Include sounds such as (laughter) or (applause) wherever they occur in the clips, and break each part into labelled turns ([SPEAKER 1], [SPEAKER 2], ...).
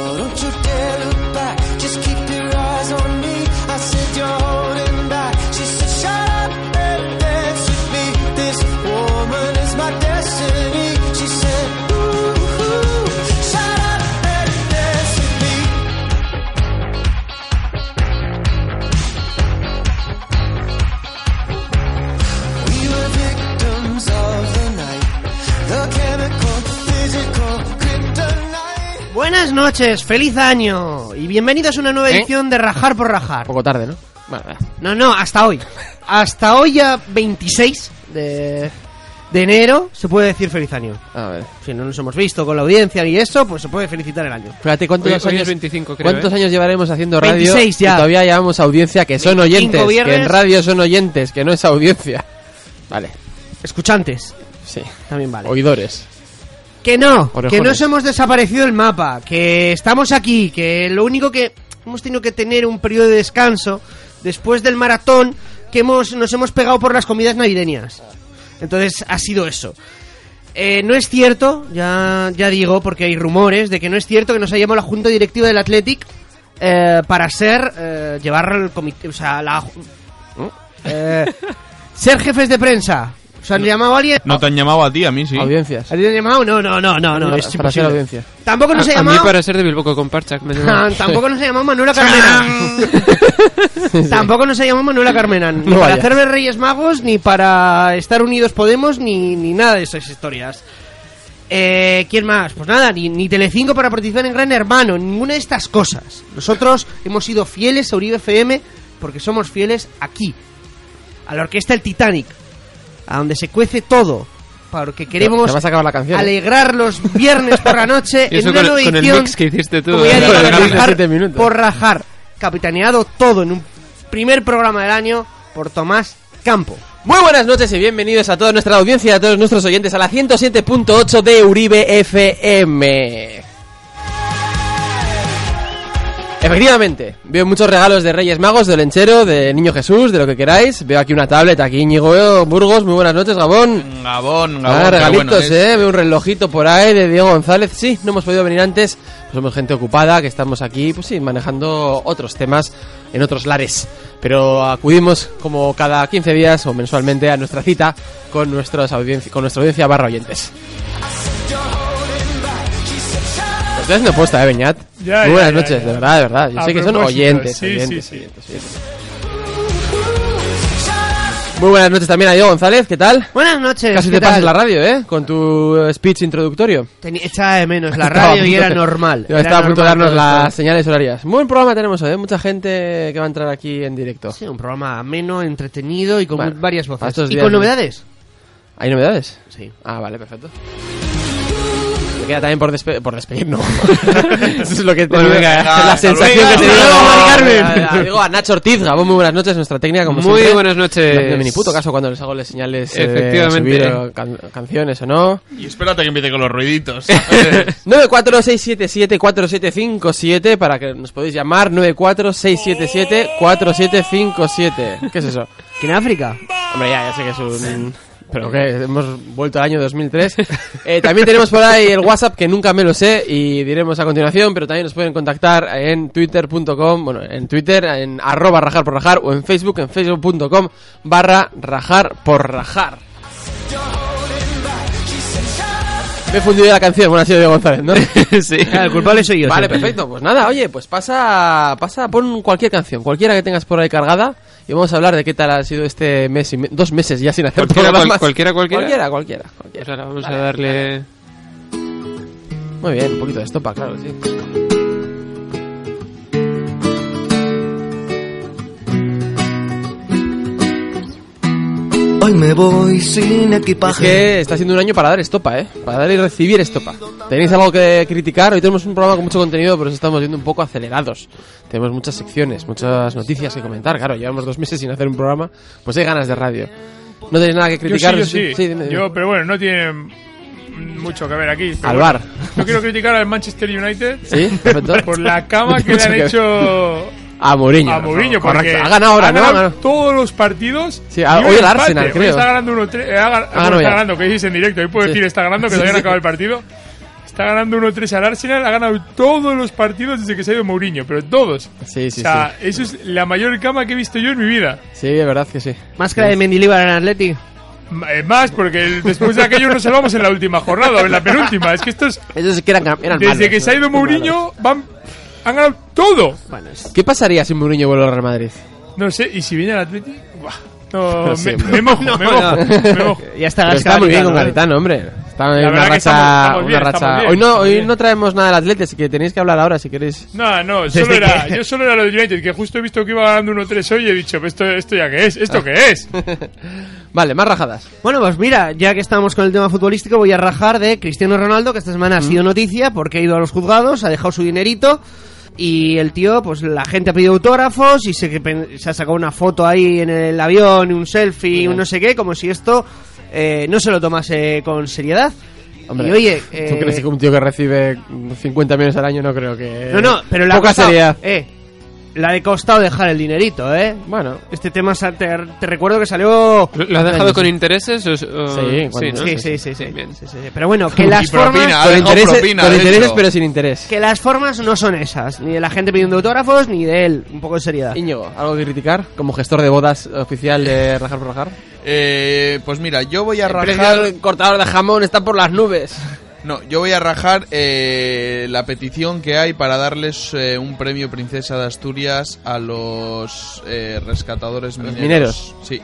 [SPEAKER 1] Oh, don't you dare look back. Just keep your eyes on me. I said you're holding back. She said, shut up and dance with me. This woman is my destiny. She said, ooh, ooh shut up and dance with me. We were victims of the night. The chemical, physical, kryptonite.
[SPEAKER 2] Buenas noches, feliz año y bienvenidos a una nueva
[SPEAKER 3] ¿Eh?
[SPEAKER 2] edición de Rajar por Rajar.
[SPEAKER 3] Poco tarde, ¿no? Vale, vale.
[SPEAKER 2] No, no, hasta hoy. Hasta hoy ya 26 de, de enero se puede decir feliz año.
[SPEAKER 3] A ver.
[SPEAKER 2] Si no nos hemos visto con la audiencia ni eso, pues se puede felicitar el año.
[SPEAKER 3] Fíjate cuántos
[SPEAKER 4] Hoy- hoy
[SPEAKER 3] años.
[SPEAKER 4] es 25, creo,
[SPEAKER 3] ¿Cuántos
[SPEAKER 4] ¿eh?
[SPEAKER 3] años llevaremos haciendo radio?
[SPEAKER 2] 26 ya.
[SPEAKER 3] Y todavía llevamos audiencia que son
[SPEAKER 2] 25
[SPEAKER 3] oyentes. Que en
[SPEAKER 2] viernes.
[SPEAKER 3] radio son oyentes, que no es audiencia. Vale,
[SPEAKER 2] Escuchantes,
[SPEAKER 3] sí.
[SPEAKER 2] también vale.
[SPEAKER 3] Oidores.
[SPEAKER 2] Que no,
[SPEAKER 3] Orejones.
[SPEAKER 2] que nos hemos desaparecido el mapa, que estamos aquí, que lo único que hemos tenido que tener un periodo de descanso después del maratón que hemos, nos hemos pegado por las comidas navideñas. Entonces ha sido eso. Eh, no es cierto, ya, ya digo, porque hay rumores de que no es cierto que nos ha llamado la Junta Directiva del Athletic eh, para ser, eh, llevar el comité, o sea, la...
[SPEAKER 4] (laughs)
[SPEAKER 2] eh, ser jefes de prensa. O sea, han llamado a alguien...
[SPEAKER 5] No te han llamado a ti, a mí sí.
[SPEAKER 3] Audiencias.
[SPEAKER 2] ¿A ti te han llamado? No, no, no, no, no,
[SPEAKER 3] Para-
[SPEAKER 2] es
[SPEAKER 3] para
[SPEAKER 2] imposible.
[SPEAKER 3] ser audiencia.
[SPEAKER 2] Tampoco nos ha
[SPEAKER 4] a, a mí
[SPEAKER 2] llamado.
[SPEAKER 4] para ser de Bilboco con Parchak
[SPEAKER 2] (laughs)
[SPEAKER 4] me llamaban.
[SPEAKER 2] Ah, Tampoco nos ha llamado Manuela Carmena. Tampoco nos ha llamado Manuela Carmena. Ni
[SPEAKER 3] No
[SPEAKER 2] para
[SPEAKER 3] vaya.
[SPEAKER 2] hacerme Reyes Magos, ni para estar unidos Podemos, ni, ni nada de esas historias. Eh, ¿Quién más? Pues nada, ni, ni Telecinco para participar en Gran Hermano, ninguna de estas cosas. Nosotros hemos sido fieles a Uribe FM porque somos fieles aquí, a la orquesta El Titanic, a donde se cuece todo, porque queremos
[SPEAKER 3] Te vas a acabar la canción. ¿eh?
[SPEAKER 2] alegrar los viernes por la noche
[SPEAKER 4] (laughs) (laughs) Y eso
[SPEAKER 2] en una
[SPEAKER 4] con,
[SPEAKER 2] nueva
[SPEAKER 4] con el
[SPEAKER 2] edición,
[SPEAKER 4] mix que hiciste tú.
[SPEAKER 2] como ya
[SPEAKER 4] ¿eh?
[SPEAKER 2] digo,
[SPEAKER 3] Con
[SPEAKER 2] de
[SPEAKER 3] el mix de
[SPEAKER 2] rajar
[SPEAKER 3] siete minutos.
[SPEAKER 2] por rajar, capitaneado todo en un primer programa del año por Tomás Campo.
[SPEAKER 3] Muy buenas noches y bienvenidos a toda nuestra audiencia, a todos nuestros oyentes, a la 107.8 de Uribe FM. Efectivamente, veo muchos regalos de Reyes Magos, del Lenchero, de Niño Jesús, de lo que queráis. Veo aquí una tablet, aquí Íñigo Burgos, muy buenas noches, Gabón.
[SPEAKER 5] Gabón, Gabón.
[SPEAKER 3] Ah,
[SPEAKER 5] qué bueno
[SPEAKER 3] regalitos,
[SPEAKER 5] es.
[SPEAKER 3] eh. Veo un relojito por ahí de Diego González. Sí, no hemos podido venir antes. Pues somos gente ocupada, que estamos aquí, pues sí, manejando otros temas en otros lares. Pero acudimos como cada 15 días o mensualmente a nuestra cita con, nuestras audiencia, con nuestra audiencia barra oyentes. Lo Estoy haciendo posta, eh, Beñat.
[SPEAKER 6] Ya,
[SPEAKER 3] Muy buenas
[SPEAKER 6] ya, ya, ya.
[SPEAKER 3] noches, de verdad, de verdad. Yo
[SPEAKER 6] A
[SPEAKER 3] sé que son
[SPEAKER 6] propósito,
[SPEAKER 3] oyentes,
[SPEAKER 6] sí,
[SPEAKER 3] oyentes,
[SPEAKER 6] sí, sí.
[SPEAKER 3] oyentes, oyentes. Muy buenas noches también a Diego González, ¿qué tal?
[SPEAKER 2] Buenas noches.
[SPEAKER 3] Casi
[SPEAKER 2] ¿qué
[SPEAKER 3] te pasas
[SPEAKER 2] tal?
[SPEAKER 3] la radio, ¿eh? Con tu eh, speech introductorio.
[SPEAKER 2] Tenía- Echaba de menos la
[SPEAKER 3] (laughs) Estaba a
[SPEAKER 2] radio y
[SPEAKER 3] punto
[SPEAKER 2] era
[SPEAKER 3] de-
[SPEAKER 2] normal.
[SPEAKER 3] Yo
[SPEAKER 2] era
[SPEAKER 3] estaba a punto de
[SPEAKER 2] normal
[SPEAKER 3] darnos
[SPEAKER 2] todo esto.
[SPEAKER 3] las señales horarias. Muy buen programa tenemos hoy, ¿eh? Mucha gente que va a entrar aquí en directo.
[SPEAKER 2] Sí, un programa ameno, entretenido y con
[SPEAKER 3] Bueno,
[SPEAKER 2] varias
[SPEAKER 3] para
[SPEAKER 2] voces.
[SPEAKER 3] estos
[SPEAKER 2] ¿Y
[SPEAKER 3] días
[SPEAKER 2] con
[SPEAKER 3] no-
[SPEAKER 2] novedades?
[SPEAKER 3] ¿Hay novedades?
[SPEAKER 2] Sí.
[SPEAKER 3] Ah, vale, perfecto. Me queda también por, despe por despedir, no. (laughs) Eso es lo que tengo.
[SPEAKER 5] venga,
[SPEAKER 3] la
[SPEAKER 5] hasta
[SPEAKER 3] sensación
[SPEAKER 5] luego.
[SPEAKER 3] que tenía.
[SPEAKER 5] Hasta luego, Mari
[SPEAKER 3] Ah,
[SPEAKER 5] Carmen.
[SPEAKER 3] ah, Digo a Nacho Ortiz, Gabón, muy buenas noches, nuestra técnica, como
[SPEAKER 4] Muy
[SPEAKER 3] siempre.
[SPEAKER 4] buenas noches.
[SPEAKER 3] No tiene ni puto caso cuando les hago las señales eh,
[SPEAKER 4] Efectivamente.
[SPEAKER 3] subir eh, can- canciones o no.
[SPEAKER 5] Y espérate que empiece con los ruiditos.
[SPEAKER 3] (laughs)
[SPEAKER 5] Eh,
[SPEAKER 3] 946774757 para que nos podéis llamar 946774757. ¿Qué es eso?
[SPEAKER 2] ¿Que en África?
[SPEAKER 3] Hombre, ya, ya sé que es un... Pero que hemos vuelto al año 2003. Eh, también tenemos por ahí el WhatsApp que nunca me lo sé y diremos a continuación, pero también nos pueden contactar en twitter.com, bueno, en Twitter, en arroba rajar por rajar o en Facebook, en facebook.com barra rajar por rajar. Me he fundido la canción, bueno, ha sido Diego González, (laughs) ¿no? Ah,
[SPEAKER 4] sí.
[SPEAKER 2] el culpable soy yo.
[SPEAKER 3] Vale,
[SPEAKER 2] siempre.
[SPEAKER 3] perfecto. Pues nada, oye, pues pasa, pasa, pon cualquier canción, cualquiera que tengas por ahí cargada y vamos a hablar de qué tal ha sido este mes y me- dos meses ya sin hacer
[SPEAKER 4] Cualquiera,
[SPEAKER 3] programas
[SPEAKER 4] cual-
[SPEAKER 3] más.
[SPEAKER 4] cualquiera, cualquiera.
[SPEAKER 3] cualquiera, cualquiera, cualquiera.
[SPEAKER 4] Pues ahora vamos a darle.
[SPEAKER 3] Muy bien, un poquito de estopa, claro, sí.
[SPEAKER 1] Hoy me voy sin
[SPEAKER 3] Es
[SPEAKER 1] equipaje.
[SPEAKER 3] que está siendo un año para dar estopa, ¿eh? Para dar y recibir estopa. ¿Tenéis algo que criticar? Hoy tenemos un programa con mucho contenido, pero nos estamos viendo un poco acelerados. Tenemos muchas secciones, muchas noticias que comentar. Claro, llevamos dos meses sin hacer un programa, pues hay ganas de radio. ¿No tenéis nada que
[SPEAKER 6] Yo sí,
[SPEAKER 3] criticar?
[SPEAKER 6] yo sí.
[SPEAKER 3] dime, dime.
[SPEAKER 6] Yo, pero bueno, no tiene mucho que ver aquí. pero
[SPEAKER 3] Al
[SPEAKER 6] bueno.
[SPEAKER 3] bar.
[SPEAKER 6] Yo quiero criticar al Manchester United (laughs)
[SPEAKER 3] Sí, perfecto.
[SPEAKER 6] por la cama
[SPEAKER 3] (laughs)
[SPEAKER 6] que le
[SPEAKER 3] Mucho
[SPEAKER 6] han
[SPEAKER 3] que ver.
[SPEAKER 6] hecho
[SPEAKER 3] A Mourinho.
[SPEAKER 6] a Mourinho. porque
[SPEAKER 3] Correcto. Ha ganado ahora,
[SPEAKER 6] ha
[SPEAKER 3] ¿no? Ha
[SPEAKER 6] ganado
[SPEAKER 3] ganado.
[SPEAKER 6] todos los partidos.
[SPEAKER 3] Sí, a-
[SPEAKER 6] y un
[SPEAKER 3] hoy el
[SPEAKER 6] empate.
[SPEAKER 3] Arsenal,
[SPEAKER 6] Hoy
[SPEAKER 3] creo.
[SPEAKER 6] Está ganando uno. tre- eh, ha gan-
[SPEAKER 3] ganado
[SPEAKER 6] bueno,
[SPEAKER 3] ya.
[SPEAKER 6] está ganando, que dices en directo. Hoy puedo
[SPEAKER 3] Sí.
[SPEAKER 6] decir está ganando, que
[SPEAKER 3] Sí,
[SPEAKER 6] todavía no
[SPEAKER 3] sí.
[SPEAKER 6] acaba el partido. Está ganando 1-3 al Arsenal, ha ganado todos los partidos desde que se ha ido Mourinho, pero todos.
[SPEAKER 3] Sí, sí,
[SPEAKER 6] o sea, eso es la mayor cama que he visto yo en mi vida.
[SPEAKER 3] sí. Sí, de verdad que sí.
[SPEAKER 2] Máscara de Mendilibar en Atleti.
[SPEAKER 6] Ma- eh, Más, porque el- después de aquello nos salvamos en la última jornada, o en la penúltima. Es que estos,
[SPEAKER 3] Ellos sí que eran, eran
[SPEAKER 6] desde
[SPEAKER 3] malos,
[SPEAKER 6] que se ha
[SPEAKER 3] ¿no?
[SPEAKER 6] ido Mourinho, van, han ganado todo.
[SPEAKER 2] Bueno, es-
[SPEAKER 3] ¿Qué pasaría si Mourinho vuelve al Real Madrid?
[SPEAKER 6] No sé, y si viene el Atleti, buah, no,
[SPEAKER 3] (laughs) Pero
[SPEAKER 6] Oh, me,
[SPEAKER 3] siempre.
[SPEAKER 6] me mojo, me mojo, me
[SPEAKER 3] (laughs)
[SPEAKER 6] mojo.
[SPEAKER 2] (laughs) ya está
[SPEAKER 3] Pero está
[SPEAKER 2] Garitano,
[SPEAKER 3] muy bien con
[SPEAKER 2] ¿no?
[SPEAKER 3] Garitano, hombre. Está en
[SPEAKER 6] verdad
[SPEAKER 3] una
[SPEAKER 6] que
[SPEAKER 3] racha.
[SPEAKER 6] estamos- estamos bien,
[SPEAKER 3] una racha-
[SPEAKER 6] estamos bien,
[SPEAKER 3] hoy no,
[SPEAKER 6] estamos
[SPEAKER 3] hoy
[SPEAKER 6] bien.
[SPEAKER 3] no traemos nada del Atleti, así que tenéis que hablar ahora si queréis.
[SPEAKER 6] No,
[SPEAKER 3] (laughs)
[SPEAKER 6] no, solo
[SPEAKER 2] Desde
[SPEAKER 6] era,
[SPEAKER 2] que-
[SPEAKER 6] yo solo era lo del United, que justo he visto que iba ganando 1-3 hoy y he dicho, "Pues ¿esto, esto ya qué es? ¿Esto qué es?
[SPEAKER 3] (laughs) Vale, más rajadas.
[SPEAKER 2] Bueno, pues mira, ya que estamos con el tema futbolístico, voy a rajar de Cristiano Ronaldo, que esta semana
[SPEAKER 3] Mm.
[SPEAKER 2] ha sido noticia porque ha ido a los juzgados, ha dejado su dinerito y el tío, pues la gente ha pedido autógrafos y se, que pen- se ha sacado una foto ahí en el avión, un selfie, un no sé qué, como si esto eh, no se lo tomase con seriedad.
[SPEAKER 3] Hombre,
[SPEAKER 2] y oye,
[SPEAKER 3] ¿Tú
[SPEAKER 2] eh,
[SPEAKER 3] crees que un tío que recibe 50 millones al año no creo que.
[SPEAKER 2] no, no, pero la
[SPEAKER 3] Poca
[SPEAKER 2] ha costado-
[SPEAKER 3] seriedad.
[SPEAKER 2] eh, la de costado dejar el dinerito, ¿eh?
[SPEAKER 3] Bueno,
[SPEAKER 2] Este tema sa- te, te recuerdo que salió
[SPEAKER 4] ¿Lo lo has dejado con intereses? o es- o-
[SPEAKER 3] Sí, bueno,
[SPEAKER 4] ¿no?
[SPEAKER 2] Sí, sí, sí, sí,
[SPEAKER 4] Bien.
[SPEAKER 2] sí, sí, sí. Pero bueno,
[SPEAKER 4] (laughs)
[SPEAKER 2] que
[SPEAKER 5] Y
[SPEAKER 2] las
[SPEAKER 5] propina,
[SPEAKER 2] formas
[SPEAKER 5] ha
[SPEAKER 3] con
[SPEAKER 5] dejado
[SPEAKER 3] intereses,
[SPEAKER 5] propina,
[SPEAKER 3] con
[SPEAKER 5] de
[SPEAKER 3] intereses,
[SPEAKER 5] hecho.
[SPEAKER 3] pero sin interés.
[SPEAKER 2] que las formas no son esas, ni de la gente pidiendo autógrafos, ni de él, un poco de seriedad.
[SPEAKER 3] Íñigo, ¿algo que criticar? Como gestor de bodas oficial de Rajar por Rajar.
[SPEAKER 5] Eh, pues mira, yo voy a
[SPEAKER 3] El precio
[SPEAKER 5] rajar.
[SPEAKER 3] del cortador de jamón está por las nubes.
[SPEAKER 5] No, yo voy a rajar eh, la petición que hay para darles eh, un premio Princesa de Asturias a los eh, rescatadores
[SPEAKER 3] los
[SPEAKER 5] mineros.
[SPEAKER 3] mineros.
[SPEAKER 5] Sí.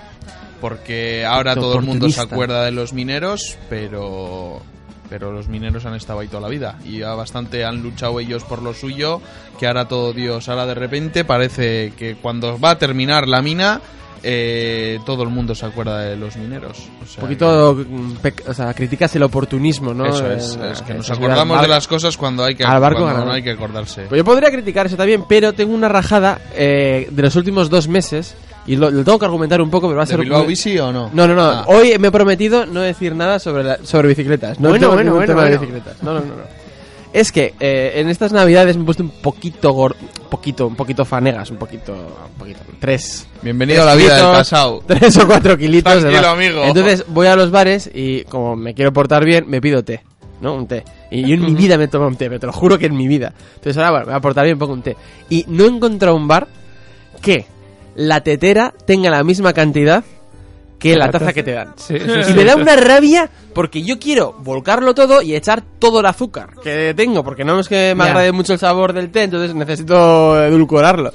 [SPEAKER 5] Porque ahora todo el mundo se
[SPEAKER 3] Oportunista.
[SPEAKER 5] acuerda de los mineros, pero. Pero los mineros han estado ahí toda la vida. Y ya bastante han luchado ellos por lo suyo. Que ahora todo Dios. Ahora de repente parece que cuando va a terminar la mina. eh, todo el mundo se acuerda de los mineros. O sea
[SPEAKER 3] Un poquito, mm, pec- o sea, criticas el oportunismo, ¿no?
[SPEAKER 5] eso es,
[SPEAKER 3] Eh,
[SPEAKER 5] es que
[SPEAKER 3] eh,
[SPEAKER 5] nos
[SPEAKER 3] eh,
[SPEAKER 5] acordamos
[SPEAKER 3] al
[SPEAKER 5] de
[SPEAKER 3] barco.
[SPEAKER 5] las cosas cuando hay que,
[SPEAKER 3] Al barco
[SPEAKER 5] cuando
[SPEAKER 3] ganador.
[SPEAKER 5] no hay que acordarse.
[SPEAKER 3] Pues yo podría criticar eso también, pero tengo una rajada eh, de los últimos dos meses y lo, lo tengo que argumentar un poco, pero va a
[SPEAKER 5] ¿De
[SPEAKER 3] ser...
[SPEAKER 5] Bilbao
[SPEAKER 3] muy-
[SPEAKER 5] Bici o no?
[SPEAKER 3] No, no, no.
[SPEAKER 5] Ah.
[SPEAKER 3] Hoy me he prometido no decir nada sobre, la- sobre bicicletas. No
[SPEAKER 2] Bueno,
[SPEAKER 3] tengo
[SPEAKER 2] bueno,
[SPEAKER 3] ningún
[SPEAKER 2] bueno,
[SPEAKER 3] tema de
[SPEAKER 2] bueno.
[SPEAKER 3] bicicletas. No, no, no. no. Es que eh, en estas navidades me he puesto un poquito gor- un poquito, un poquito fanegas, un poquito, un poquito, tres,
[SPEAKER 5] Bienvenido a la vida del
[SPEAKER 3] kilitos,
[SPEAKER 5] pasado.
[SPEAKER 3] (laughs) Tres o cuatro kilitos. de
[SPEAKER 5] Tranquilo,
[SPEAKER 3] más.
[SPEAKER 5] amigo.
[SPEAKER 3] Entonces voy a los bares y como me quiero portar bien, me pido té. ¿No? Un té. Y yo en mi vida me tomo un té, pero te lo juro que en mi vida. Entonces ahora, bueno, me voy a portar bien, pongo un té. Y no he encontrado un bar que la tetera tenga la misma cantidad que la taza que te dan. (laughs)
[SPEAKER 4] Sí, sí,
[SPEAKER 3] Y
[SPEAKER 4] sí.
[SPEAKER 3] me da una rabia porque yo quiero volcarlo todo y echar todo el azúcar que tengo, porque no es que me
[SPEAKER 2] Ya.
[SPEAKER 3] agrade mucho el sabor del té, entonces necesito edulcorarlo.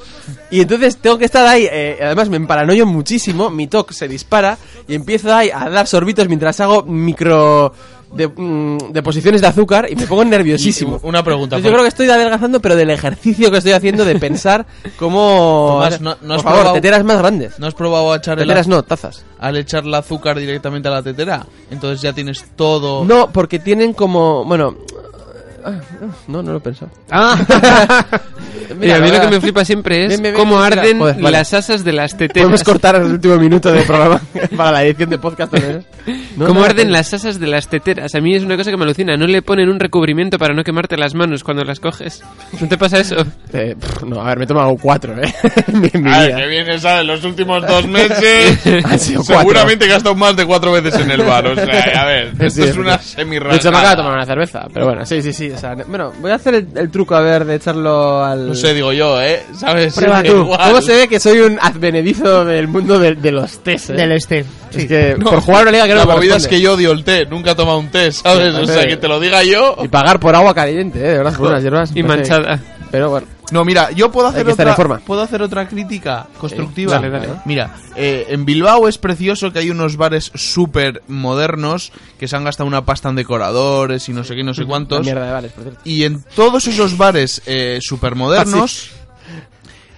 [SPEAKER 3] Y entonces tengo que estar ahí, eh, además me emparanoio muchísimo, mi toque se dispara y empiezo ahí a dar sorbitos mientras hago micro de, mm, deposiciones de azúcar y
[SPEAKER 5] (laughs)
[SPEAKER 3] me pongo nerviosísimo.
[SPEAKER 5] Y uh, Una pregunta.
[SPEAKER 3] Entonces yo creo que estoy adelgazando, pero del ejercicio que estoy haciendo de pensar cómo...
[SPEAKER 5] Tomás, no- no has
[SPEAKER 3] Por favor,
[SPEAKER 5] probado-
[SPEAKER 3] teteras más grandes.
[SPEAKER 5] ¿No has probado a echar el,
[SPEAKER 3] teteras no, tazas.
[SPEAKER 5] al echar el azúcar directamente a la tetera? Entonces ya tienes todo.
[SPEAKER 3] No, porque tienen como. Bueno. ah, No, no lo he pensado. (laughs)
[SPEAKER 2] Ah,
[SPEAKER 4] Mira, a mí lo
[SPEAKER 3] verdad.
[SPEAKER 4] que me flipa siempre es
[SPEAKER 3] Ven, ven, ven,
[SPEAKER 4] cómo
[SPEAKER 3] mira.
[SPEAKER 4] arden
[SPEAKER 3] Joder, vale.
[SPEAKER 4] las asas de las
[SPEAKER 3] Podemos
[SPEAKER 4] teteras.
[SPEAKER 3] cortar el último minuto del
[SPEAKER 4] (laughs)
[SPEAKER 3] programa para la edición de podcast. ¿no? No,
[SPEAKER 4] cómo
[SPEAKER 3] no,
[SPEAKER 4] arden
[SPEAKER 3] no.
[SPEAKER 4] las asas de las teteras. A mí es una cosa que me alucina. No le ponen un recubrimiento para no quemarte las manos cuando las coges. ¿No te pasa eso?
[SPEAKER 3] Eh, pff, no, a ver, me he tomado cuatro, ¿eh? (laughs) en mi- en mi vida.
[SPEAKER 5] Ah, viene, ¿sabes? Los últimos dos meses.
[SPEAKER 3] (laughs) Han sido cuatro. seguramente
[SPEAKER 5] he gastado más de cuatro veces en el bar. O
[SPEAKER 3] (laughs)
[SPEAKER 5] sea, a ver,
[SPEAKER 3] Sí, sí. De hecho, me acabo de tomar una cerveza. Pero bueno, sí, sí, sí. o sea, bueno, voy a hacer el, el truco a ver de echarlo al.
[SPEAKER 5] No sé, digo yo, ¿eh? ¿Sabes?
[SPEAKER 2] Prueba tú.
[SPEAKER 5] Igual.
[SPEAKER 3] ¿Cómo se ve que soy un advenedizo del mundo de, de los test? eh?
[SPEAKER 2] del este.
[SPEAKER 5] (laughs)
[SPEAKER 3] Es que por jugar una liga que no
[SPEAKER 5] La
[SPEAKER 3] me
[SPEAKER 5] movida es
[SPEAKER 3] corresponde.
[SPEAKER 5] que yo odio el té. Nunca he tomado un té, ¿sabes? O sea, que te lo diga yo.
[SPEAKER 3] Y pagar por agua caliente, ¿eh? De
[SPEAKER 5] (laughs)
[SPEAKER 3] verdad, por unas hierbas.
[SPEAKER 4] Y
[SPEAKER 3] me parece-
[SPEAKER 4] manchada.
[SPEAKER 3] Pero bueno.
[SPEAKER 5] No, mira, yo puedo hacer
[SPEAKER 3] que estar
[SPEAKER 5] otra
[SPEAKER 3] en forma.
[SPEAKER 5] puedo hacer otra crítica constructiva.
[SPEAKER 3] dale, dale.
[SPEAKER 5] Mira, eh, en Bilbao es precioso que hay unos bares súper modernos que se han gastado una pasta en decoradores y no sé qué, no sé
[SPEAKER 3] Una
[SPEAKER 5] cuántos.
[SPEAKER 3] Mierda de vales, por cierto.
[SPEAKER 5] Y en todos esos bares eh, supermodernos
[SPEAKER 3] Ah,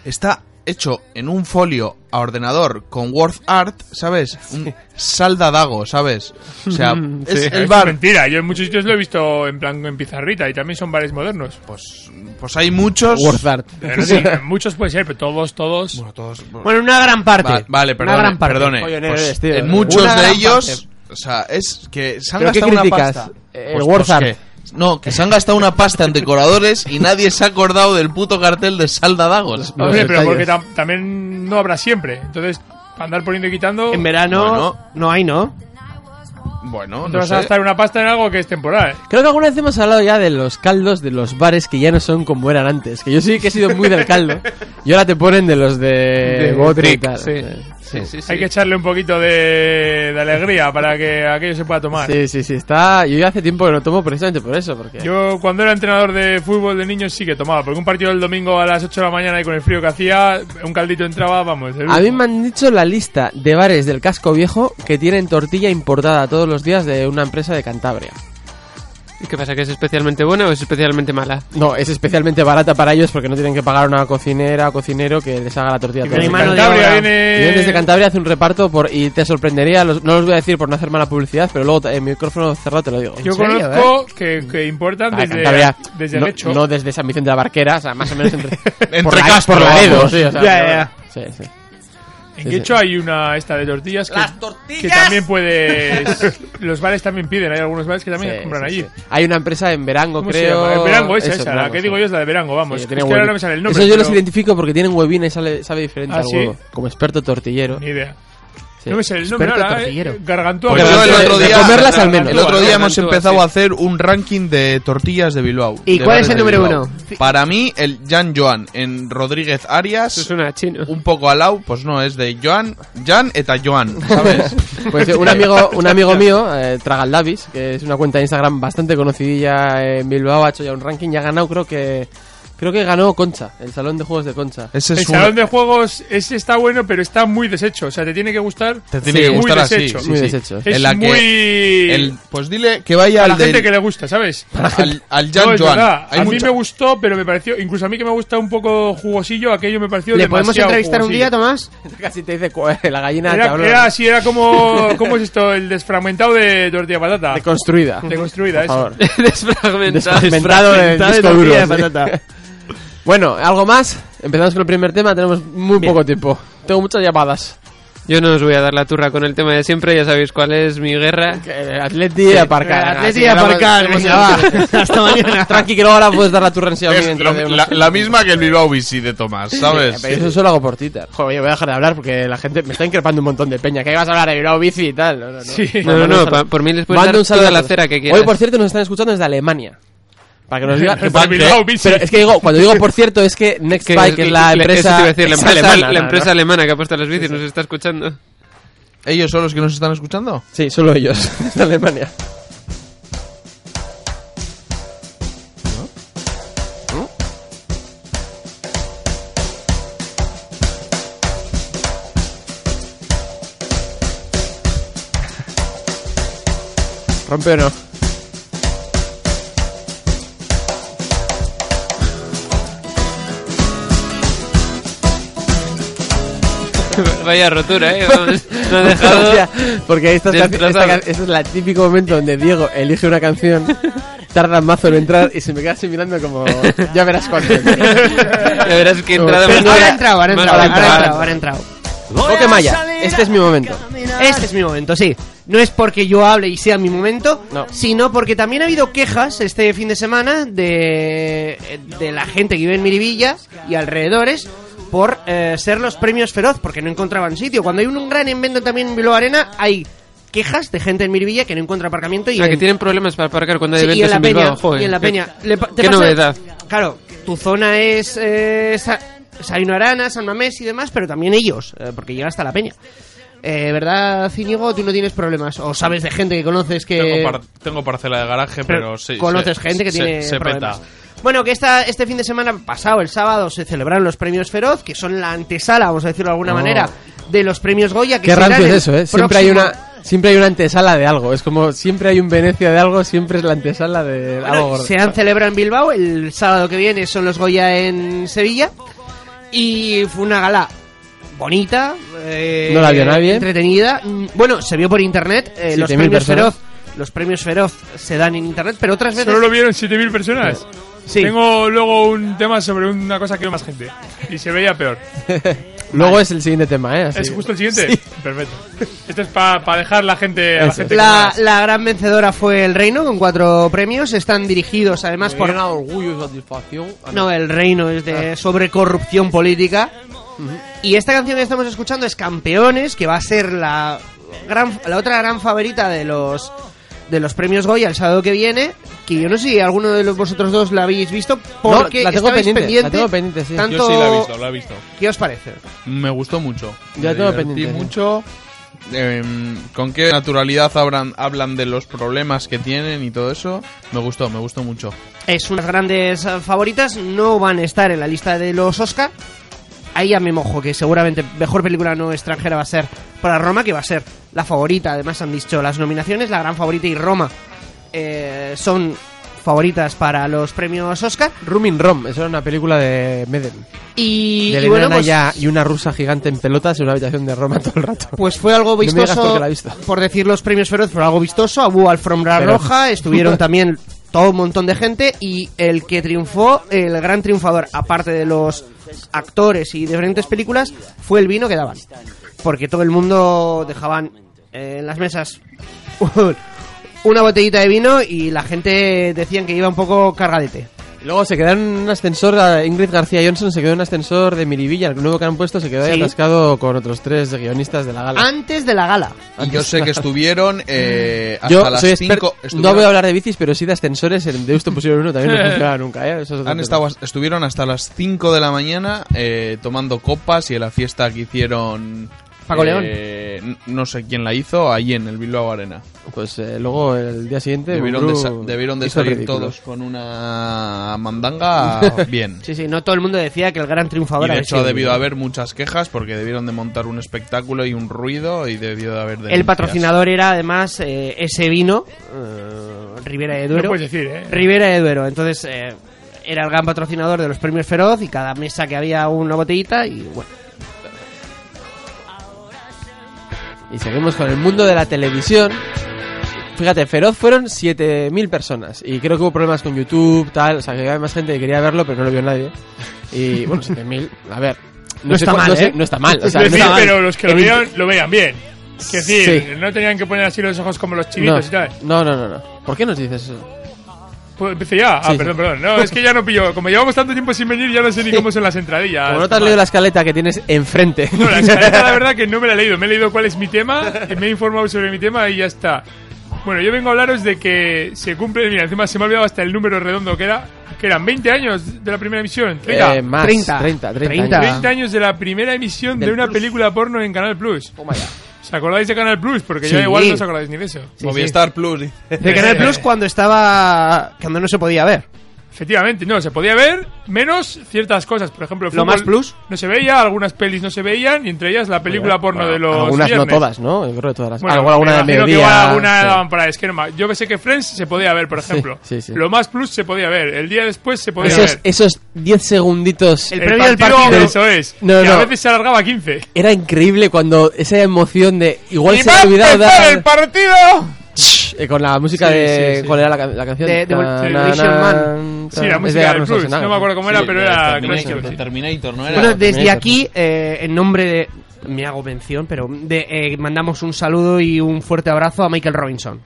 [SPEAKER 5] está hecho en un folio a ordenador con Word Art, ¿sabes? Un salda dago, ¿sabes? O
[SPEAKER 3] (laughs)
[SPEAKER 5] sea,
[SPEAKER 3] Mm.
[SPEAKER 5] es el
[SPEAKER 6] Es
[SPEAKER 5] bar
[SPEAKER 6] mentira, yo en muchos sitios lo he visto en plan en pizarrita y también son bares modernos.
[SPEAKER 5] pues pues hay muchos
[SPEAKER 3] Worth Art.
[SPEAKER 6] Pero sí, en (laughs) muchos puede ser, pero todos, todos.
[SPEAKER 5] Bueno, todos-
[SPEAKER 2] Bueno, una gran parte.
[SPEAKER 5] Va- vale, perdone,
[SPEAKER 2] Una gran parte.
[SPEAKER 5] perdone.
[SPEAKER 3] Pionero
[SPEAKER 5] Pues,
[SPEAKER 3] eres, tío. eh,
[SPEAKER 5] en muchos
[SPEAKER 3] Una
[SPEAKER 5] de
[SPEAKER 3] gran
[SPEAKER 5] ellos,
[SPEAKER 3] parte.
[SPEAKER 5] o sea, es que se han
[SPEAKER 3] ¿Pero qué
[SPEAKER 5] gastado una
[SPEAKER 3] criticas?
[SPEAKER 5] pasta.
[SPEAKER 3] Eh, el Warzone.
[SPEAKER 5] ¿qué? No, que se han gastado una pasta en decoradores y nadie se ha acordado del puto cartel de Salda Dagos.
[SPEAKER 3] Los
[SPEAKER 6] Hombre, pero
[SPEAKER 3] detalles.
[SPEAKER 6] porque tam- también no habrá siempre. Entonces, andar poniendo y quitando.
[SPEAKER 2] En verano
[SPEAKER 5] Bueno.
[SPEAKER 2] no hay, ¿no?
[SPEAKER 5] Bueno,
[SPEAKER 6] Te
[SPEAKER 5] no
[SPEAKER 6] vas a
[SPEAKER 5] sé.
[SPEAKER 6] gastar una pasta en algo que es temporal.
[SPEAKER 3] Creo que alguna vez hemos hablado ya de los caldos de los bares que ya no son como eran antes. Que yo sí que he sido muy del caldo. Y ahora te ponen de los de.
[SPEAKER 4] De
[SPEAKER 3] bote y
[SPEAKER 4] Botrick,
[SPEAKER 3] tal.
[SPEAKER 4] sí.
[SPEAKER 3] Eh,
[SPEAKER 4] Sí, sí, sí.
[SPEAKER 6] Hay que echarle un poquito de, de alegría para que aquello se pueda tomar.
[SPEAKER 3] Sí, sí, sí, está. Yo ya hace tiempo que no tomo precisamente por eso, porque.
[SPEAKER 6] Yo cuando era entrenador de fútbol de niños sí que tomaba, porque un partido del domingo a las 8 de la mañana y con el frío que hacía, un caldito entraba, vamos. el
[SPEAKER 3] A mí
[SPEAKER 6] lujo.
[SPEAKER 3] me han dicho la lista de bares del casco viejo que tienen tortilla importada todos los días de una empresa de Cantabria.
[SPEAKER 4] ¿Y ¿Qué pasa? ¿Que es especialmente buena o es especialmente mala?
[SPEAKER 3] No, es especialmente barata para ellos porque no tienen que pagar a una cocinera o cocinero que les haga la tortilla
[SPEAKER 6] Y
[SPEAKER 3] todos los
[SPEAKER 6] desde
[SPEAKER 2] mano de
[SPEAKER 3] días.
[SPEAKER 6] Cantabria
[SPEAKER 2] obra.
[SPEAKER 6] viene...
[SPEAKER 3] Vienen desde Cantabria, hace un reparto por, y te sorprendería, los- no los voy a decir por no hacer mala publicidad, pero luego ta- en micrófono cerrado te lo digo.
[SPEAKER 6] Yo
[SPEAKER 2] serio,
[SPEAKER 6] conozco
[SPEAKER 3] ¿eh?
[SPEAKER 6] que, que importan
[SPEAKER 3] Ah,
[SPEAKER 6] desde,
[SPEAKER 3] Cantabria,
[SPEAKER 6] desde
[SPEAKER 3] no,
[SPEAKER 6] el hecho.
[SPEAKER 3] no desde San Vicente de la Barquera, o sea, más o
[SPEAKER 6] (laughs)
[SPEAKER 3] menos entre, por,
[SPEAKER 5] Entre
[SPEAKER 3] la,
[SPEAKER 5] Castro,
[SPEAKER 3] por Laredo,
[SPEAKER 5] vamos.
[SPEAKER 3] sí, o sea,
[SPEAKER 2] Ya,
[SPEAKER 3] pero
[SPEAKER 2] ya,
[SPEAKER 3] bueno. Sí, sí.
[SPEAKER 6] En Quecho hay una esta de tortillas que, que también
[SPEAKER 3] (laughs)
[SPEAKER 6] puedes... Pues, los bares también piden, hay algunos bares que también
[SPEAKER 3] Sí,
[SPEAKER 6] compran
[SPEAKER 3] sí,
[SPEAKER 6] allí.
[SPEAKER 3] sí. Hay una empresa en Verango,
[SPEAKER 6] ¿Cómo se
[SPEAKER 3] creo.
[SPEAKER 6] llama? El Verango esa,
[SPEAKER 3] Eso,
[SPEAKER 6] esa, la
[SPEAKER 3] Verango,
[SPEAKER 6] que
[SPEAKER 3] sí.
[SPEAKER 6] digo yo es la de Verango,
[SPEAKER 3] Sí,
[SPEAKER 6] vamos. es que
[SPEAKER 3] tiene
[SPEAKER 6] ahora
[SPEAKER 3] huevi-
[SPEAKER 6] no me sale el nombre.
[SPEAKER 3] Eso yo los
[SPEAKER 6] pero
[SPEAKER 3] identifico porque tienen huevín y sale, sabe diferente
[SPEAKER 6] Ah,
[SPEAKER 3] al
[SPEAKER 6] ¿sí?
[SPEAKER 3] huevo. Como experto tortillero.
[SPEAKER 6] Ni idea.
[SPEAKER 3] Sí.
[SPEAKER 6] No me sale el nombre
[SPEAKER 2] Experto
[SPEAKER 6] ahora,
[SPEAKER 2] tortillero.
[SPEAKER 6] eh, Gargantúa.
[SPEAKER 5] Pues
[SPEAKER 3] Pero
[SPEAKER 5] yo
[SPEAKER 3] de-
[SPEAKER 5] el otro
[SPEAKER 3] de
[SPEAKER 5] día,
[SPEAKER 3] comerlas al menos.
[SPEAKER 5] el otro día
[SPEAKER 4] Gargantúa,
[SPEAKER 5] hemos empezado
[SPEAKER 4] sí.
[SPEAKER 5] a hacer un ranking de tortillas de Bilbao.
[SPEAKER 2] ¿Y
[SPEAKER 5] de
[SPEAKER 2] cuál
[SPEAKER 5] bares
[SPEAKER 2] es el
[SPEAKER 5] de
[SPEAKER 2] número
[SPEAKER 5] Bilbao.
[SPEAKER 2] uno?
[SPEAKER 5] Para mí, el Jan Joan en Rodríguez
[SPEAKER 4] Eso
[SPEAKER 5] Arias.
[SPEAKER 4] suena a chino.
[SPEAKER 5] Un poco al lado, pues no, es de Joan, Jan eta Joan, ¿sabes?
[SPEAKER 6] (laughs)
[SPEAKER 3] Pues eh, un amigo, un amigo mío, eh, Tragaldavis, que es una cuenta de Instagram bastante conocidilla en Bilbao, ha hecho ya un ranking y ha ganado, creo que. Creo que ganó Concha, el salón de juegos de Concha.
[SPEAKER 5] Ese
[SPEAKER 6] El
[SPEAKER 5] es
[SPEAKER 6] salón
[SPEAKER 5] un-
[SPEAKER 6] de juegos ese está bueno, pero está muy deshecho. O sea, te tiene que gustar.
[SPEAKER 5] Te tiene
[SPEAKER 3] Sí,
[SPEAKER 5] que
[SPEAKER 3] muy
[SPEAKER 5] gustar así.
[SPEAKER 6] deshecho.
[SPEAKER 5] sí,
[SPEAKER 3] Muy
[SPEAKER 5] sí.
[SPEAKER 3] deshecho.
[SPEAKER 6] Es
[SPEAKER 5] En la
[SPEAKER 6] muy...
[SPEAKER 5] que el- pues dile que vaya
[SPEAKER 6] A la
[SPEAKER 5] al,
[SPEAKER 6] gente
[SPEAKER 5] del-
[SPEAKER 6] que le gusta, ¿sabes?
[SPEAKER 5] al, al
[SPEAKER 6] No,
[SPEAKER 5] Jan
[SPEAKER 6] es
[SPEAKER 5] Joan.
[SPEAKER 6] verdad.
[SPEAKER 5] Hay
[SPEAKER 6] a mí
[SPEAKER 5] mucha-
[SPEAKER 6] me gustó, pero me pareció, incluso a mí que me gusta un poco jugosillo, aquello me pareció
[SPEAKER 2] ¿Le podemos
[SPEAKER 6] demasiado
[SPEAKER 2] entrevistar un
[SPEAKER 6] jugosillo.
[SPEAKER 2] día, Tomás?
[SPEAKER 3] (laughs) Casi te dice cu- la gallina te
[SPEAKER 6] Era,
[SPEAKER 3] habló.
[SPEAKER 6] era así, era como. ¿Cómo es esto? El desfragmentado de tortilla de patata.
[SPEAKER 3] Deconstruida.
[SPEAKER 6] Deconstruida,
[SPEAKER 3] Por
[SPEAKER 6] eso.
[SPEAKER 3] (laughs) favor.
[SPEAKER 4] Desfragmentado.
[SPEAKER 3] Desfragmentado del disco
[SPEAKER 2] de
[SPEAKER 3] duro,
[SPEAKER 2] tortilla
[SPEAKER 3] sí.
[SPEAKER 2] de patata.
[SPEAKER 3] (laughs) Bueno, ¿algo más? Empezamos con el primer tema, tenemos muy poco tiempo. Tengo muchas llamadas.
[SPEAKER 4] Yo no os voy a dar la turra con el tema de siempre, ya sabéis cuál es mi guerra.
[SPEAKER 3] Que Atleti y aparcar.
[SPEAKER 2] Atleti
[SPEAKER 3] Así
[SPEAKER 2] y
[SPEAKER 3] que hablamos-
[SPEAKER 2] aparcar,
[SPEAKER 3] hemos-
[SPEAKER 2] venga, va. (laughs) Hasta mañana.
[SPEAKER 3] Tranqui, que luego ahora puedes dar la turra en Xiaomi
[SPEAKER 5] Es
[SPEAKER 3] dentro
[SPEAKER 5] lo-
[SPEAKER 3] de unos-
[SPEAKER 5] la, la misma que el Bilbao Bici de Tomás, ¿sabes?
[SPEAKER 3] Pero eso solo hago por Twitter. Joder, yo voy a dejar de hablar porque la gente me está increpando un montón de peña. Que ibas a hablar de Bilbao Bici y tal. No, no, no.
[SPEAKER 6] Sí.
[SPEAKER 4] No, no,
[SPEAKER 3] mando un
[SPEAKER 4] no,
[SPEAKER 3] saludo.
[SPEAKER 4] pa- por mí les puedes
[SPEAKER 3] Mando
[SPEAKER 4] dar
[SPEAKER 3] un saludo
[SPEAKER 4] toda
[SPEAKER 3] a
[SPEAKER 4] la
[SPEAKER 3] todos.
[SPEAKER 4] cera que quieras.
[SPEAKER 3] Hoy, por cierto, nos están escuchando desde Alemania. Para que nos digan.
[SPEAKER 6] Para Bilbao, bici.
[SPEAKER 3] Pero es que digo, cuando digo por cierto, es
[SPEAKER 4] (laughs)
[SPEAKER 3] que Next
[SPEAKER 4] Que-
[SPEAKER 3] Bike, que es la
[SPEAKER 4] le- le- eso
[SPEAKER 3] empresa.
[SPEAKER 4] te iba a decir, la
[SPEAKER 3] es
[SPEAKER 4] empresa,
[SPEAKER 3] alemana,
[SPEAKER 4] la
[SPEAKER 3] ¿no?
[SPEAKER 4] empresa alemana que ha puesto las bicis nos está escuchando.
[SPEAKER 5] ¿Ellos son los que nos están escuchando?
[SPEAKER 3] Sí, solo ellos, (laughs) de Alemania. ¿Rompe o no?
[SPEAKER 4] (laughs) Vaya rotura,
[SPEAKER 3] (laughs)
[SPEAKER 4] eh. Vamos, no ha dejado.
[SPEAKER 3] O sea, porque esta,
[SPEAKER 4] Destrozado.
[SPEAKER 3] este es el típico momento donde Diego elige una canción, tarda mazo en entrar y se me queda así mirando como... Ya verás cuánto.
[SPEAKER 4] (laughs) La verdad es que entrada
[SPEAKER 2] Pero
[SPEAKER 4] más-
[SPEAKER 2] ahora ha entrado, ahora ha
[SPEAKER 4] más
[SPEAKER 2] entrado, ahora ha
[SPEAKER 4] preparada.
[SPEAKER 2] entrado, ahora ha entrado.
[SPEAKER 3] Coque Maya, este es mi momento.
[SPEAKER 2] Este es mi momento, sí. No es porque yo hable y sea mi momento,
[SPEAKER 3] No.
[SPEAKER 2] sino porque también ha habido quejas este fin de semana de, de la gente que vive en Miribilla y alrededores por eh, ser los premios feroz, porque no encontraban sitio. Cuando hay un, un gran invento también en Bilbao Arena, hay quejas de gente en Miribilla que no encuentra aparcamiento y
[SPEAKER 4] Ah, que
[SPEAKER 2] en-
[SPEAKER 4] tienen problemas para aparcar cuando hay
[SPEAKER 2] Sí, y en
[SPEAKER 4] eventos
[SPEAKER 2] la
[SPEAKER 4] en Bilbao,
[SPEAKER 2] peña.
[SPEAKER 4] joder.
[SPEAKER 2] y en la peña. Le pa- te
[SPEAKER 4] qué
[SPEAKER 2] pasa-
[SPEAKER 4] novedad.
[SPEAKER 2] Claro, tu zona es eh, Sa- Sarino Arana, San Mamés y demás, pero también ellos, eh, porque llega hasta la peña. Eh, ¿Verdad, Cínigo? Tú no tienes problemas. O sabes de gente que conoces que.
[SPEAKER 3] Eh,
[SPEAKER 5] Tengo, par- tengo parcela de garaje, pero, sí.
[SPEAKER 2] conoces
[SPEAKER 5] se-
[SPEAKER 2] gente que
[SPEAKER 5] se-
[SPEAKER 2] tiene
[SPEAKER 5] se
[SPEAKER 2] problemas.
[SPEAKER 5] peta.
[SPEAKER 2] Bueno, que esta, este fin de semana pasado, el sábado, se celebraron los premios Feroz, que son la antesala, vamos a decirlo de alguna
[SPEAKER 3] Oh.
[SPEAKER 2] manera, de los premios Goya. Que
[SPEAKER 3] Qué
[SPEAKER 2] serán
[SPEAKER 3] rancio es
[SPEAKER 2] el
[SPEAKER 3] eso, ¿eh? Siempre hay
[SPEAKER 2] próximo-
[SPEAKER 3] una... Siempre hay una antesala de algo, es como siempre hay un Venecia de algo, siempre es la antesala de algo gordo.
[SPEAKER 2] Se han celebrado en Bilbao, el sábado que viene son los Goya en Sevilla. Y fue una gala bonita. eh,
[SPEAKER 3] No la vio nadie.
[SPEAKER 2] Entretenida. Mm, Bueno, se vio por internet. eh, los
[SPEAKER 3] 7.000
[SPEAKER 2] premios
[SPEAKER 3] personas.
[SPEAKER 2] Feroz. Los premios Feroz se dan en internet, pero otras veces.
[SPEAKER 6] Solo lo vieron 7.000 personas.
[SPEAKER 2] Sí.
[SPEAKER 6] Tengo luego un tema sobre una cosa que vio más gente. Y se veía peor.
[SPEAKER 3] (laughs) Luego es el siguiente tema, ¿eh? Así
[SPEAKER 6] ¿Es
[SPEAKER 3] que-
[SPEAKER 6] justo el siguiente? Perfecto. Esto es para dejar la gente, a la
[SPEAKER 3] Eso.
[SPEAKER 6] gente con
[SPEAKER 2] La,
[SPEAKER 6] ganas.
[SPEAKER 2] la gran vencedora fue el Reino, con cuatro premios. Están dirigidos además
[SPEAKER 3] Me
[SPEAKER 2] por.
[SPEAKER 3] llena de orgullo y satisfacción. Ah,
[SPEAKER 2] No, eh, el Reino es de sobre corrupción política. Y esta canción que estamos escuchando es Campeones, que va a ser la gran, la otra gran favorita de los de los premios Goya el sábado que viene, que yo no sé si alguno de los, vosotros dos la habéis visto, porque
[SPEAKER 3] la tengo
[SPEAKER 2] estabais
[SPEAKER 3] pendiente, la tengo pendiente, sí.
[SPEAKER 2] Tanto,
[SPEAKER 5] Yo sí la he visto, la he visto.
[SPEAKER 2] ¿Qué os parece?
[SPEAKER 5] Me gustó mucho.
[SPEAKER 3] Ya
[SPEAKER 5] Me
[SPEAKER 3] tengo
[SPEAKER 5] divertí
[SPEAKER 3] pendiente, sí.
[SPEAKER 5] mucho. Em, con qué naturalidad hablan, hablan de los problemas que tienen y todo eso. Me gustó, me gustó mucho.
[SPEAKER 2] Es unas grandes eh, favoritas, no van a estar en la lista de los Oscar. Ahí ya me mojo, que seguramente mejor película no extranjera va a ser para Roma, que va a ser la favorita. Además han dicho las nominaciones, la gran favorita y Roma eh, son favoritas para los premios Oscar.
[SPEAKER 3] Rumin Rom, eso era una película de Meden.
[SPEAKER 2] Y,
[SPEAKER 3] de
[SPEAKER 2] y bueno,
[SPEAKER 3] Elena
[SPEAKER 2] pues-
[SPEAKER 3] Naya y una rusa gigante en pelotas en una habitación de Roma (laughs) todo el rato.
[SPEAKER 2] Pues fue algo
[SPEAKER 3] me digas
[SPEAKER 2] vistoso,
[SPEAKER 3] porque la he visto.
[SPEAKER 2] por decir los premios feroz, fue algo vistoso. Hubo alfombra
[SPEAKER 3] Pero-
[SPEAKER 2] roja, estuvieron también todo un montón de gente y el que triunfó, el gran triunfador, aparte de los actores y diferentes películas, fue el vino que daban. Porque todo el mundo dejaban eh, en las mesas una botellita de vino y la gente decían que iba un poco cargadete.
[SPEAKER 3] Y Luego se quedaron en un ascensor, a Ingrid García Johnson se quedó en un ascensor de Miribilla, el nuevo que han puesto, se quedó ahí
[SPEAKER 2] Sí.
[SPEAKER 3] atascado con otros tres guionistas de la gala.
[SPEAKER 2] Antes de la gala.
[SPEAKER 5] Y Ah, yo sé
[SPEAKER 3] (laughs)
[SPEAKER 5] que
[SPEAKER 2] (laughs)
[SPEAKER 5] estuvieron eh, hasta
[SPEAKER 3] Yo
[SPEAKER 5] las
[SPEAKER 3] soy experto,
[SPEAKER 5] 5.
[SPEAKER 3] no voy a hablar de bicis, pero sí de ascensores, en Deus te pusieron uno,
[SPEAKER 5] (laughs)
[SPEAKER 3] también no funcionaba nunca, ¿eh? Eso es otro
[SPEAKER 5] Han
[SPEAKER 3] tema.
[SPEAKER 5] estado, estuvieron hasta las 5 de la mañana eh, tomando copas y en la fiesta que hicieron.
[SPEAKER 2] Paco
[SPEAKER 5] eh, n- No sé quién la hizo, allí en el Bilbao Arena.
[SPEAKER 3] Pues eh, luego el día siguiente...
[SPEAKER 5] Debieron de,
[SPEAKER 3] Mumbrú
[SPEAKER 5] sa- debieron de
[SPEAKER 3] hizo el
[SPEAKER 5] salir
[SPEAKER 3] ridículo.
[SPEAKER 5] todos con una
[SPEAKER 3] (laughs)
[SPEAKER 5] mandanga bien.
[SPEAKER 2] Sí, sí, no todo el mundo decía que el gran triunfador
[SPEAKER 5] Y de
[SPEAKER 2] había
[SPEAKER 5] hecho
[SPEAKER 2] sido
[SPEAKER 5] ha
[SPEAKER 2] el
[SPEAKER 5] debido
[SPEAKER 2] vino.
[SPEAKER 5] haber muchas quejas porque debieron de montar un espectáculo y un ruido y debió de haber
[SPEAKER 2] El
[SPEAKER 5] denuncias.
[SPEAKER 2] patrocinador era además eh, ese vino, eh, Ribera de Duero.
[SPEAKER 6] No puedes decir, ¿eh?
[SPEAKER 2] Ribera de Duero. Entonces eh, era el gran patrocinador de los premios Feroz y cada mesa que había una botellita y bueno.
[SPEAKER 3] Y seguimos con el mundo de la televisión. Fíjate, Feroz fueron 7.000 personas. Y creo que hubo problemas con YouTube, tal. O sea, que había más gente que quería verlo, pero no lo vio nadie. Y bueno, 7.000. A ver.
[SPEAKER 2] No está
[SPEAKER 3] cu-
[SPEAKER 2] mal,
[SPEAKER 3] no,
[SPEAKER 2] ¿eh?
[SPEAKER 3] no está mal. O sea,
[SPEAKER 6] Es
[SPEAKER 3] no
[SPEAKER 6] decir,
[SPEAKER 3] está mal.
[SPEAKER 6] pero los que lo
[SPEAKER 3] El-
[SPEAKER 6] vieron lo veían bien. Que decir,
[SPEAKER 3] Sí.
[SPEAKER 6] no tenían que poner así los ojos como los
[SPEAKER 3] No,
[SPEAKER 6] chivitos y tal.
[SPEAKER 3] no, no, no, no. ¿Por qué nos dices eso?
[SPEAKER 6] Pues empecé ya. Ah,
[SPEAKER 3] Sí.
[SPEAKER 6] perdón, perdón. No, es que ya no pillo. Como llevamos tanto tiempo sin venir, ya no sé ni cómo son las entradillas.
[SPEAKER 3] Como no te has leído la escaleta que tienes enfrente.
[SPEAKER 6] Ah, (laughs) No, la
[SPEAKER 3] (laughs)
[SPEAKER 6] escaleta, la verdad que no me la he leído. Me he leído cuál es mi tema, y me he informado sobre mi tema y ya está. Bueno, yo vengo a hablaros de que se cumple, mira, encima se me ha olvidado hasta el número redondo que era, que eran 20 años de la primera emisión. 30,
[SPEAKER 3] Eh, más.
[SPEAKER 2] 30,
[SPEAKER 3] 30, 30,
[SPEAKER 2] 30.
[SPEAKER 6] 20 años de la primera emisión
[SPEAKER 3] Del
[SPEAKER 6] de una
[SPEAKER 3] Plus.
[SPEAKER 6] película porno en Canal Plus. ¿Os acordáis de Canal Plus? Porque ya
[SPEAKER 2] Sí.
[SPEAKER 6] igual no os acordáis ni de eso.
[SPEAKER 5] Movistar Plus. dice.
[SPEAKER 2] De Canal Plus cuando estaba. cuando no se podía ver.
[SPEAKER 6] Efectivamente, no, se podía ver menos ciertas cosas. Por ejemplo, el
[SPEAKER 2] ¿Lo
[SPEAKER 6] fútbol
[SPEAKER 2] más plus?
[SPEAKER 6] no se veía, algunas pelis no se veían, y entre ellas la película porno
[SPEAKER 3] Bueno,
[SPEAKER 6] de los
[SPEAKER 3] Algunas
[SPEAKER 6] viernes.
[SPEAKER 3] no todas, ¿no? Yo creo que todas las.
[SPEAKER 6] Bueno,
[SPEAKER 3] algo- alguna
[SPEAKER 6] me
[SPEAKER 3] de
[SPEAKER 6] imagino que
[SPEAKER 3] mediodía.
[SPEAKER 6] igual alguna
[SPEAKER 3] sí.
[SPEAKER 6] daban para Esquerma. Yo pensé que Friends se podía ver, por ejemplo.
[SPEAKER 3] sí, sí.
[SPEAKER 6] Lo más plus se podía ver. El día después se podía
[SPEAKER 3] Esos,
[SPEAKER 6] ver.
[SPEAKER 3] esos 10 segunditos.
[SPEAKER 2] El previo del partido.
[SPEAKER 6] Eso es.
[SPEAKER 3] No,
[SPEAKER 6] y a
[SPEAKER 3] no.
[SPEAKER 6] veces se alargaba a 15.
[SPEAKER 3] Era increíble cuando esa emoción de igual
[SPEAKER 6] ¡Y
[SPEAKER 3] se
[SPEAKER 6] va
[SPEAKER 3] ha
[SPEAKER 6] a
[SPEAKER 3] olvidado
[SPEAKER 6] empezar
[SPEAKER 3] dar-
[SPEAKER 6] el partido!
[SPEAKER 3] Eh, con la música
[SPEAKER 6] Sí,
[SPEAKER 3] de
[SPEAKER 6] sí, sí.
[SPEAKER 3] cuál era la, can- la canción
[SPEAKER 2] De- de
[SPEAKER 3] Na,
[SPEAKER 6] Demol-
[SPEAKER 3] na,
[SPEAKER 2] Demolition Man.
[SPEAKER 3] na,
[SPEAKER 6] Sí, la
[SPEAKER 3] es de
[SPEAKER 6] música del
[SPEAKER 3] Arnold
[SPEAKER 6] Plus.
[SPEAKER 3] Schwarzenegger.
[SPEAKER 6] No me acuerdo cómo era,
[SPEAKER 5] Sí,
[SPEAKER 6] pero
[SPEAKER 5] de
[SPEAKER 6] era
[SPEAKER 5] Terminator,
[SPEAKER 6] clásico, sí.
[SPEAKER 5] de Terminator, ¿no
[SPEAKER 2] Bueno,
[SPEAKER 5] era?
[SPEAKER 2] desde
[SPEAKER 3] Terminator.
[SPEAKER 2] aquí, eh, en nombre de. Me hago mención, pero de- eh, mandamos un saludo y un fuerte abrazo a Michael Robinson.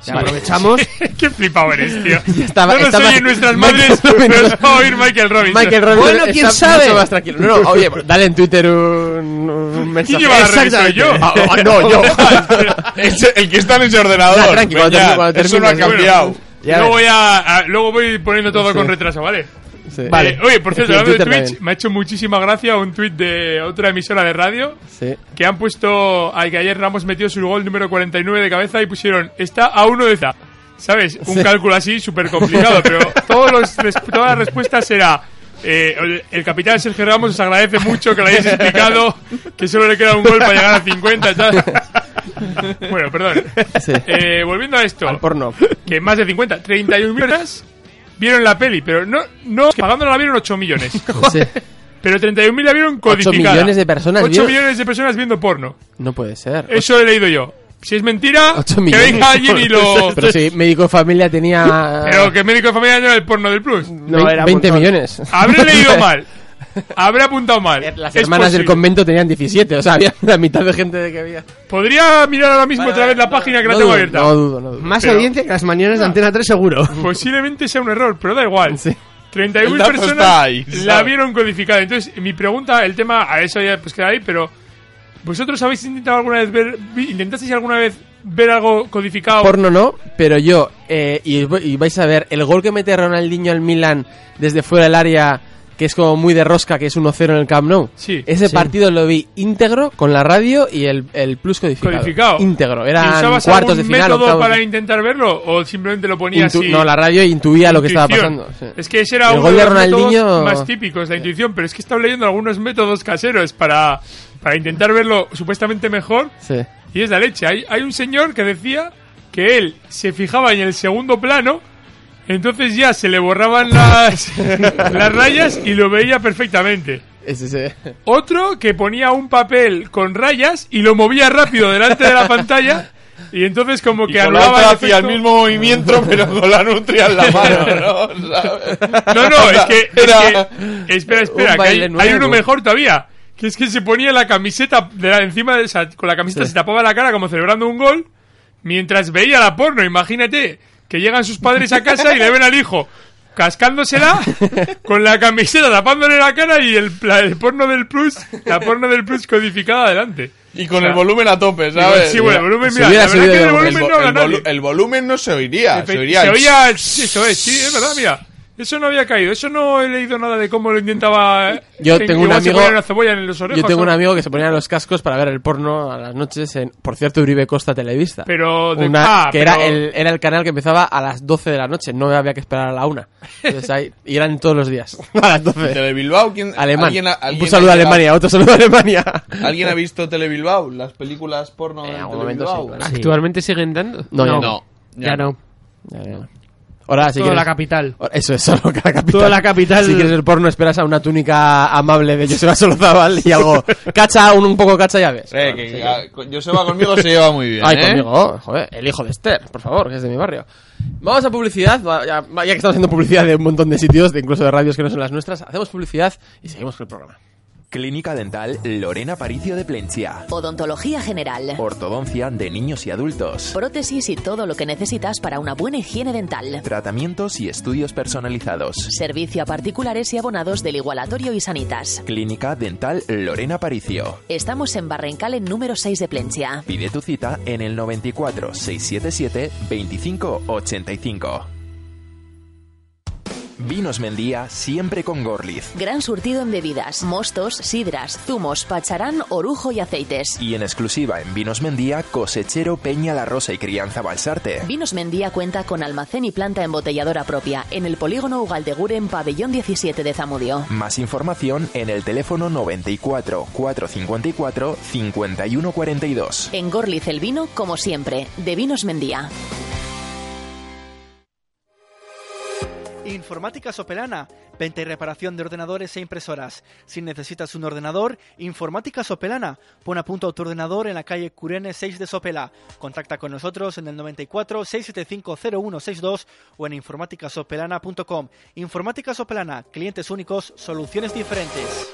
[SPEAKER 3] Sí,
[SPEAKER 2] Aprovechamos.
[SPEAKER 6] (laughs) Qué flipado eres,
[SPEAKER 3] (laughs)
[SPEAKER 6] tío.
[SPEAKER 3] estaba-
[SPEAKER 6] no nos
[SPEAKER 3] estaba-
[SPEAKER 6] oyen nuestras
[SPEAKER 3] Michael
[SPEAKER 6] madres, pero
[SPEAKER 3] Robinson.
[SPEAKER 6] nos va a oír Michael Robinson.
[SPEAKER 3] Michael Robinson
[SPEAKER 2] Bueno, quién
[SPEAKER 3] está
[SPEAKER 2] sabe.
[SPEAKER 3] mucho más tranquilo. No,
[SPEAKER 6] (laughs)
[SPEAKER 3] no, oye, pues dale en Twitter un, un
[SPEAKER 6] ¿Quién
[SPEAKER 3] mensaje.
[SPEAKER 6] lleva la revista? (laughs)
[SPEAKER 3] Exactamente.
[SPEAKER 6] ¿Yo?
[SPEAKER 3] Ah, ah,
[SPEAKER 6] (laughs)
[SPEAKER 3] no, yo.
[SPEAKER 5] Es el que está en ese
[SPEAKER 3] Nah,
[SPEAKER 5] ordenador.
[SPEAKER 3] tranqui, cuando
[SPEAKER 5] Peña,
[SPEAKER 3] termine- cuando
[SPEAKER 5] eso no ha
[SPEAKER 3] termine, sí.
[SPEAKER 5] cambiado.
[SPEAKER 3] Ya
[SPEAKER 6] luego,
[SPEAKER 3] ves.
[SPEAKER 6] voy a, a- luego voy poniendo todo con retraso, ¿vale?
[SPEAKER 3] Sí.
[SPEAKER 2] Vale.
[SPEAKER 6] Eh, oye, por cierto,
[SPEAKER 3] Sí, en
[SPEAKER 6] hablando de
[SPEAKER 3] Twitter
[SPEAKER 6] Twitch,
[SPEAKER 3] también.
[SPEAKER 6] me ha hecho muchísima gracia un tweet de otra emisora de radio
[SPEAKER 3] Sí.
[SPEAKER 6] que han puesto al que ayer Ramos metió su gol número 49 de cabeza y pusieron está a uno de esa. ¿Sabes? Un
[SPEAKER 3] Sí.
[SPEAKER 6] cálculo así súper complicado,
[SPEAKER 3] (laughs)
[SPEAKER 6] pero todos los, res- todas las respuestas será eh, el, el capitán Sergio Ramos os agradece mucho que lo hayáis explicado, que solo le queda un gol para llegar a 50 y
[SPEAKER 3] (laughs)
[SPEAKER 6] tal. Bueno, perdón.
[SPEAKER 3] Sí.
[SPEAKER 6] Eh, volviendo a esto
[SPEAKER 3] Al porno.
[SPEAKER 6] que más de 50, 31 millones vieron la peli, pero no, no, que pagándola la vieron 8 millones.
[SPEAKER 3] Sí.
[SPEAKER 6] Pero 31.000 la vieron codificada.
[SPEAKER 3] millones de personas
[SPEAKER 6] 8
[SPEAKER 3] vieron-
[SPEAKER 6] millones de personas viendo porno.
[SPEAKER 3] No puede ser.
[SPEAKER 6] Eso he leído yo. Si es mentira,
[SPEAKER 3] Ocho
[SPEAKER 6] que
[SPEAKER 3] millones.
[SPEAKER 6] venga alguien y lo...
[SPEAKER 3] (laughs) Pero si médico de familia tenía.
[SPEAKER 6] Pero que médico de familia no era el porno del plus.
[SPEAKER 2] No, era un
[SPEAKER 3] 20
[SPEAKER 2] montón.
[SPEAKER 3] millones.
[SPEAKER 6] Habré leído
[SPEAKER 3] (laughs)
[SPEAKER 6] mal. Habré apuntado mal.
[SPEAKER 3] Las
[SPEAKER 6] Es
[SPEAKER 3] hermanas del
[SPEAKER 6] posible.
[SPEAKER 3] convento tenían 17, o sea, había la mitad de gente que había.
[SPEAKER 6] Podría mirar ahora mismo otra vez la (laughs) página que la
[SPEAKER 3] no,
[SPEAKER 6] tengo
[SPEAKER 3] dudo,
[SPEAKER 6] abierta.
[SPEAKER 3] no dudo, no dudo.
[SPEAKER 2] Más
[SPEAKER 6] Pero-
[SPEAKER 2] audiencia que las mañanas de Antena 3, seguro.
[SPEAKER 6] Posiblemente sea un error, pero da igual.
[SPEAKER 3] Sí.
[SPEAKER 6] 31.000
[SPEAKER 5] El dato
[SPEAKER 6] personas
[SPEAKER 5] está ahí,
[SPEAKER 6] la
[SPEAKER 5] ¿sabes?
[SPEAKER 6] vieron codificada. Entonces, mi pregunta, el tema, a eso ya pues queda ahí, pero ¿Vosotros habéis intentado alguna vez ver, vi- intentasteis alguna vez ver algo codificado?
[SPEAKER 3] Porno no, pero yo, eh, y, os voy- y vais a ver, el gol que mete Ronaldinho al Milan desde fuera del área, que es como muy de rosca, que es 1-0 en el Camp Nou.
[SPEAKER 6] Sí.
[SPEAKER 3] Ese
[SPEAKER 2] Sí.
[SPEAKER 3] partido lo vi íntegro con la radio y el, el plus codificado.
[SPEAKER 6] Codificado.
[SPEAKER 3] Íntegro.
[SPEAKER 6] ¿Y
[SPEAKER 3] Eran
[SPEAKER 6] usabas
[SPEAKER 3] cuartos de
[SPEAKER 6] algún
[SPEAKER 3] final,
[SPEAKER 6] método
[SPEAKER 3] octavos
[SPEAKER 6] para
[SPEAKER 3] de-
[SPEAKER 6] intentar verlo o simplemente lo ponías
[SPEAKER 3] Intu-
[SPEAKER 6] así?
[SPEAKER 3] No, la radio intuía lo que estaba
[SPEAKER 6] Intuición.
[SPEAKER 3] pasando. sí.
[SPEAKER 6] Es que ese era
[SPEAKER 3] El
[SPEAKER 6] uno
[SPEAKER 3] gol
[SPEAKER 6] de
[SPEAKER 3] de
[SPEAKER 6] los
[SPEAKER 3] Ronaldinho-
[SPEAKER 6] métodos más típicos, la intuición, pero es que estaba leyendo algunos métodos caseros para, para intentar verlo supuestamente mejor
[SPEAKER 3] Sí.
[SPEAKER 6] y es la leche. Hay, hay un señor que decía que él se fijaba en el segundo plano, entonces ya se le borraban las, (laughs) las rayas y lo veía perfectamente.
[SPEAKER 3] Ese- ese-
[SPEAKER 6] Otro que ponía un papel con rayas y lo movía rápido delante de la pantalla y entonces como
[SPEAKER 5] Y
[SPEAKER 6] que
[SPEAKER 5] con la
[SPEAKER 6] anulaba
[SPEAKER 5] otra
[SPEAKER 6] el
[SPEAKER 5] hacía el
[SPEAKER 6] efecto.
[SPEAKER 5] mismo movimiento, pero con la nutria en la
[SPEAKER 3] (laughs)
[SPEAKER 5] mano, ¿no? ¿Sabes?
[SPEAKER 6] No, no, es que, es
[SPEAKER 5] Era-
[SPEAKER 6] que- espera, espera,
[SPEAKER 3] Un
[SPEAKER 6] que hay,
[SPEAKER 3] baile
[SPEAKER 6] hay uno
[SPEAKER 3] nuevo.
[SPEAKER 6] mejor todavía. Que es que se ponía la camiseta de la, encima de esa, con la camiseta se tapaba la cara como celebrando un gol mientras veía la porno. Imagínate que llegan sus padres a casa y le ven al hijo cascándosela con la camiseta tapándole la cara y el, pla- el porno del plus, la porno del plus codificada adelante.
[SPEAKER 5] Y con el volumen pues, a tope,
[SPEAKER 6] Y bueno,
[SPEAKER 5] ¿sabes?
[SPEAKER 6] sí, bueno, el volumen, mira,
[SPEAKER 3] hubiera
[SPEAKER 6] la verdad que
[SPEAKER 3] subido
[SPEAKER 6] el
[SPEAKER 3] el-
[SPEAKER 5] El,
[SPEAKER 6] volumen
[SPEAKER 5] vo-
[SPEAKER 6] no habla
[SPEAKER 5] el volu-
[SPEAKER 6] nadie.
[SPEAKER 5] el volumen no se oiría, se
[SPEAKER 6] Efe-
[SPEAKER 5] oiría.
[SPEAKER 6] Se
[SPEAKER 5] el-
[SPEAKER 6] oía, sí, eso es, sí, es verdad, mira. Eso no había caído, eso no he leído nada de cómo lo intentaba.
[SPEAKER 3] Yo
[SPEAKER 6] eh,
[SPEAKER 3] tengo un
[SPEAKER 6] igual se
[SPEAKER 3] amigo-
[SPEAKER 6] ponía una cebolla en los orejas,
[SPEAKER 3] Yo tengo un
[SPEAKER 6] ¿no?
[SPEAKER 3] amigo que se ponía los cascos para ver el porno a las noches en, por cierto, Uribe Costa Televista.
[SPEAKER 6] Pero de-
[SPEAKER 3] Una-
[SPEAKER 6] ah,
[SPEAKER 3] que
[SPEAKER 6] pero-
[SPEAKER 3] era, el, era el canal que empezaba a las 12 de la noche, no había que esperar a la 1. Entonces ahí, y eran todos los días, (laughs) (laughs) a las 12.
[SPEAKER 5] Telebilbao, ¿quién?
[SPEAKER 3] Alemán.
[SPEAKER 5] ¿Alguien, ha- alguien
[SPEAKER 3] Un saludo
[SPEAKER 5] ha
[SPEAKER 3] a
[SPEAKER 5] llegado-
[SPEAKER 3] Alemania, otro saludo a Alemania.
[SPEAKER 5] (laughs) ¿Alguien ha visto Telebilbao? Las películas porno
[SPEAKER 3] En
[SPEAKER 5] de
[SPEAKER 3] algún momento
[SPEAKER 5] Telebilbao.
[SPEAKER 3] sí, claro.
[SPEAKER 4] ¿Actualmente siguen dando?
[SPEAKER 3] No, ya
[SPEAKER 5] No.
[SPEAKER 2] Ya no.
[SPEAKER 3] Ya, ya. Ahora, si
[SPEAKER 2] Toda la
[SPEAKER 3] quieres...
[SPEAKER 2] capital.
[SPEAKER 3] Ahora, Eso es (laughs) solo que la capital.
[SPEAKER 2] Toda la capital.
[SPEAKER 3] Si quieres el porno, esperas a una túnica amable de Joseba Solozábal y algo. Cacha, un, un poco cacha, ya ves.
[SPEAKER 5] Eh, que, que- con- Joseba conmigo se lleva muy bien.
[SPEAKER 3] Ay,
[SPEAKER 5] ¿eh?
[SPEAKER 3] conmigo, joder, el hijo de Esther, por favor, que es de mi barrio. Vamos a publicidad, va- ya, va- ya que estamos haciendo publicidad de un montón de sitios, de incluso de radios que no son las nuestras, hacemos publicidad y seguimos con el programa.
[SPEAKER 7] Clínica Dental Lorena Paricio de Plencia.
[SPEAKER 8] Odontología general.
[SPEAKER 7] Ortodoncia de niños y adultos.
[SPEAKER 8] Prótesis y todo lo que necesitas para una buena higiene dental.
[SPEAKER 7] Tratamientos y estudios personalizados.
[SPEAKER 8] Servicio a particulares y abonados del Igualatorio y Sanitas.
[SPEAKER 7] Clínica Dental Lorena Paricio.
[SPEAKER 8] Estamos en Barrencal en número 6 de Plencia.
[SPEAKER 7] Pide tu cita en el 94 677 2585. Vinos Mendía siempre con Gorliz.
[SPEAKER 8] Gran surtido en bebidas, mostos, sidras, zumos, pacharán, orujo y aceites.
[SPEAKER 7] Y en exclusiva en Vinos Mendía, cosechero Peña La Rosa y Crianza Balsarte.
[SPEAKER 8] Vinos Mendía cuenta con almacén y planta embotelladora propia en el polígono Ugaldegur en pabellón 17 de Zamudio.
[SPEAKER 7] Más información en el teléfono 94 454 5142.
[SPEAKER 8] En Gorliz el vino, como siempre, de Vinos Mendía.
[SPEAKER 9] Informática Sopelana, venta y reparación de ordenadores e impresoras. Si necesitas un ordenador, Informática Sopelana, pon a punto tu ordenador en la calle Curene 6 de Sopela. Contacta con nosotros en el 94 675 0162 o en informáticasopelana.com. Informática Sopelana, clientes únicos, soluciones diferentes.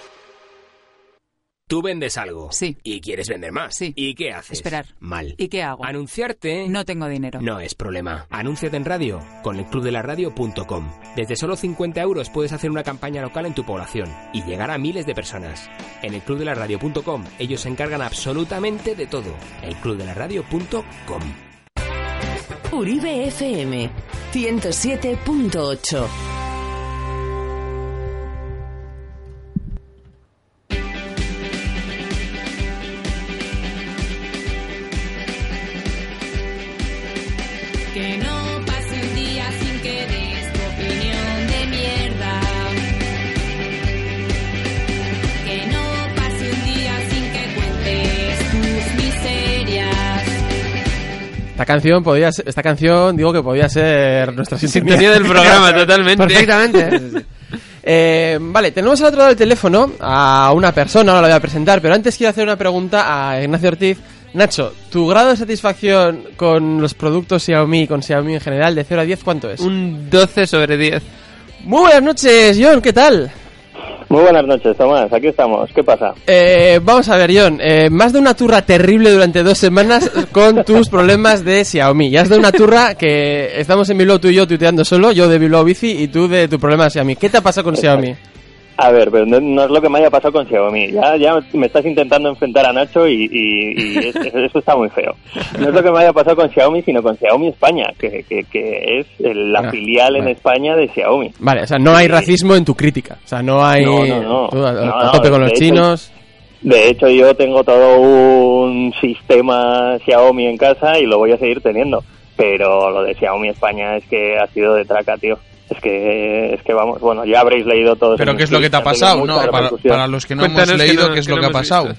[SPEAKER 10] Tú vendes algo.
[SPEAKER 11] Sí.
[SPEAKER 10] Y quieres vender más.
[SPEAKER 11] Sí.
[SPEAKER 10] ¿Y qué haces?
[SPEAKER 11] Esperar.
[SPEAKER 10] Mal.
[SPEAKER 11] ¿Y qué hago?
[SPEAKER 10] Anunciarte.
[SPEAKER 11] No tengo dinero.
[SPEAKER 10] No es problema. Anúnciate en radio con el clubdelaradio.com. Desde solo 50 euros puedes hacer una campaña local en tu población y llegar a miles de personas. En el clubdelaradio.com ellos se encargan absolutamente de todo. El clubdelaradio.com.
[SPEAKER 8] Uribe FM 107.8
[SPEAKER 11] Que no pase un día sin que des tu opinión de mierda. Que no pase un día sin que cuentes tus miserias.
[SPEAKER 3] Esta canción podía ser- esta canción digo que podía ser nuestra sintonía.
[SPEAKER 4] Sintonía del
[SPEAKER 3] (laughs)
[SPEAKER 4] programa, totalmente.
[SPEAKER 2] Perfectamente. ¿eh?
[SPEAKER 3] Eh, vale, tenemos al otro lado del teléfono a una persona, ahora la voy a presentar, pero antes quiero hacer una pregunta a Ignacio Ortiz. Nacho, ¿tu grado de satisfacción con los productos Xiaomi y con Xiaomi en general de 0 a 10 cuánto es?
[SPEAKER 4] Un 12 sobre 10.
[SPEAKER 3] Muy buenas noches, John, ¿qué tal?
[SPEAKER 10] Muy buenas noches, Tomás. Aquí estamos. ¿Qué pasa?
[SPEAKER 3] Eh, vamos a ver, John, eh, más de una turra terrible durante dos semanas con tus problemas de Xiaomi. Ya has dado una turra que estamos en Bilbao tú y yo tuiteando solo, yo de Bilbao Bici y tú de tu problema de Xiaomi. ¿Qué te ha pasado con Xiaomi?
[SPEAKER 12] A ver, pero no, no es lo que me haya pasado con Xiaomi. Ya, ya me estás intentando enfrentar a Nacho y, y- y
[SPEAKER 3] (laughs)
[SPEAKER 12] es- es- eso está muy feo. No es lo que me haya pasado con Xiaomi, sino con Xiaomi España, que, que- que es el- la
[SPEAKER 3] Ah,
[SPEAKER 12] filial en
[SPEAKER 3] vale.
[SPEAKER 12] España de Xiaomi.
[SPEAKER 3] Vale, o sea, no hay racismo en tu crítica. O sea, no hay.
[SPEAKER 12] No, no, no.
[SPEAKER 3] Tú a, a-
[SPEAKER 12] No,
[SPEAKER 3] a
[SPEAKER 12] no,
[SPEAKER 3] tope con
[SPEAKER 12] de
[SPEAKER 3] los
[SPEAKER 12] hecho-
[SPEAKER 3] chinos.
[SPEAKER 12] De hecho, yo tengo todo un sistema Xiaomi en casa y lo voy a seguir teniendo. Pero lo de Xiaomi España es que ha sido de traca, tío. Es que, es que vamos, bueno, ya habréis leído todo.
[SPEAKER 5] Pero ¿qué es lo que te ha pasado? No, para, para los que no hemos
[SPEAKER 12] Cuéntanos que
[SPEAKER 5] leído,
[SPEAKER 12] no-
[SPEAKER 5] ¿qué es
[SPEAKER 12] que
[SPEAKER 5] lo
[SPEAKER 12] no
[SPEAKER 5] que ha
[SPEAKER 12] hemos
[SPEAKER 5] pasado?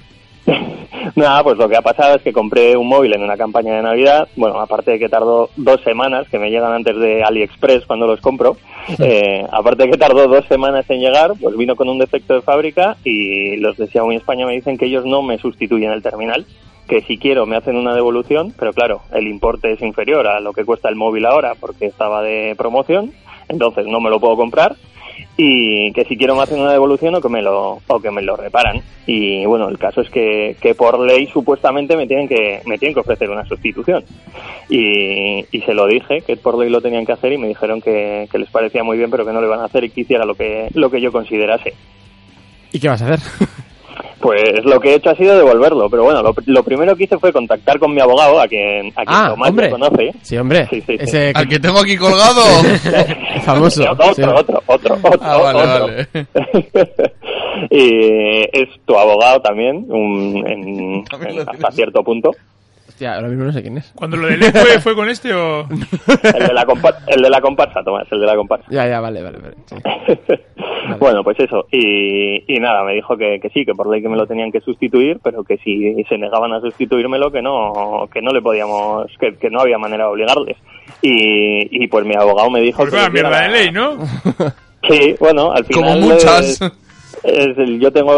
[SPEAKER 12] Nada, pues lo que ha pasado es que compré un móvil en una campaña de Navidad. Bueno, aparte de que tardó dos semanas, que me llegan antes de AliExpress cuando los compro. eh, aparte de que tardó dos semanas en llegar, pues vino con un defecto de fábrica y los de Xiaomi España me dicen que ellos no me sustituyen el terminal, que si quiero me hacen una devolución, pero claro, el importe es inferior a lo que cuesta el móvil ahora porque estaba de promoción, entonces no me lo puedo comprar y que si quiero me hacen una devolución o que me lo o que me lo reparan y bueno el caso es que, que por ley supuestamente me tienen que me tienen que ofrecer una sustitución y, y se lo dije que por ley lo tenían que hacer y me dijeron que, que les parecía muy bien pero que no le iban a hacer y que hiciera lo que lo que yo considerase
[SPEAKER 3] ¿Y qué vas a hacer? (laughs)
[SPEAKER 12] pues lo que he hecho ha sido devolverlo pero bueno lo, pr- lo primero que hice fue contactar con mi abogado a quien a quien
[SPEAKER 3] Ah,
[SPEAKER 12] Tomás ya
[SPEAKER 3] hombre.
[SPEAKER 12] conoce
[SPEAKER 3] Sí, hombre.
[SPEAKER 12] Sí, sí, sí.
[SPEAKER 3] Ese
[SPEAKER 12] Al que tengo aquí colgado.
[SPEAKER 3] (laughs) Famoso.
[SPEAKER 12] (laughs) Otro,
[SPEAKER 3] sí.
[SPEAKER 12] otro, otro, otro,
[SPEAKER 3] Ah, vale,
[SPEAKER 12] otro. (laughs) y es tu abogado también, un-
[SPEAKER 3] (laughs)
[SPEAKER 12] en- en- hasta cierto punto.
[SPEAKER 3] Hostia, ahora mismo no sé quién es.
[SPEAKER 6] Cuando lo de Led fue, fue con este
[SPEAKER 3] (laughs)
[SPEAKER 6] o.
[SPEAKER 12] El de, la compa- el de la comparsa, Tomás, el de la comparsa.
[SPEAKER 3] Ya, ya, vale, vale. vale.
[SPEAKER 12] (laughs)
[SPEAKER 3] sí.
[SPEAKER 12] Bueno, pues eso. Y, y nada, me dijo que, que sí, que por ley que me lo tenían que sustituir, pero que si se negaban a sustituírmelo, que no, que no le podíamos, que, que no había manera de obligarles. Y, y pues mi abogado me dijo
[SPEAKER 6] Pues
[SPEAKER 12] que...
[SPEAKER 6] una
[SPEAKER 12] les diera
[SPEAKER 6] mierda
[SPEAKER 12] la-
[SPEAKER 6] de ley, ¿no?
[SPEAKER 12] Sí, bueno, al final.
[SPEAKER 6] Como muchas.
[SPEAKER 12] es- es el- yo tengo.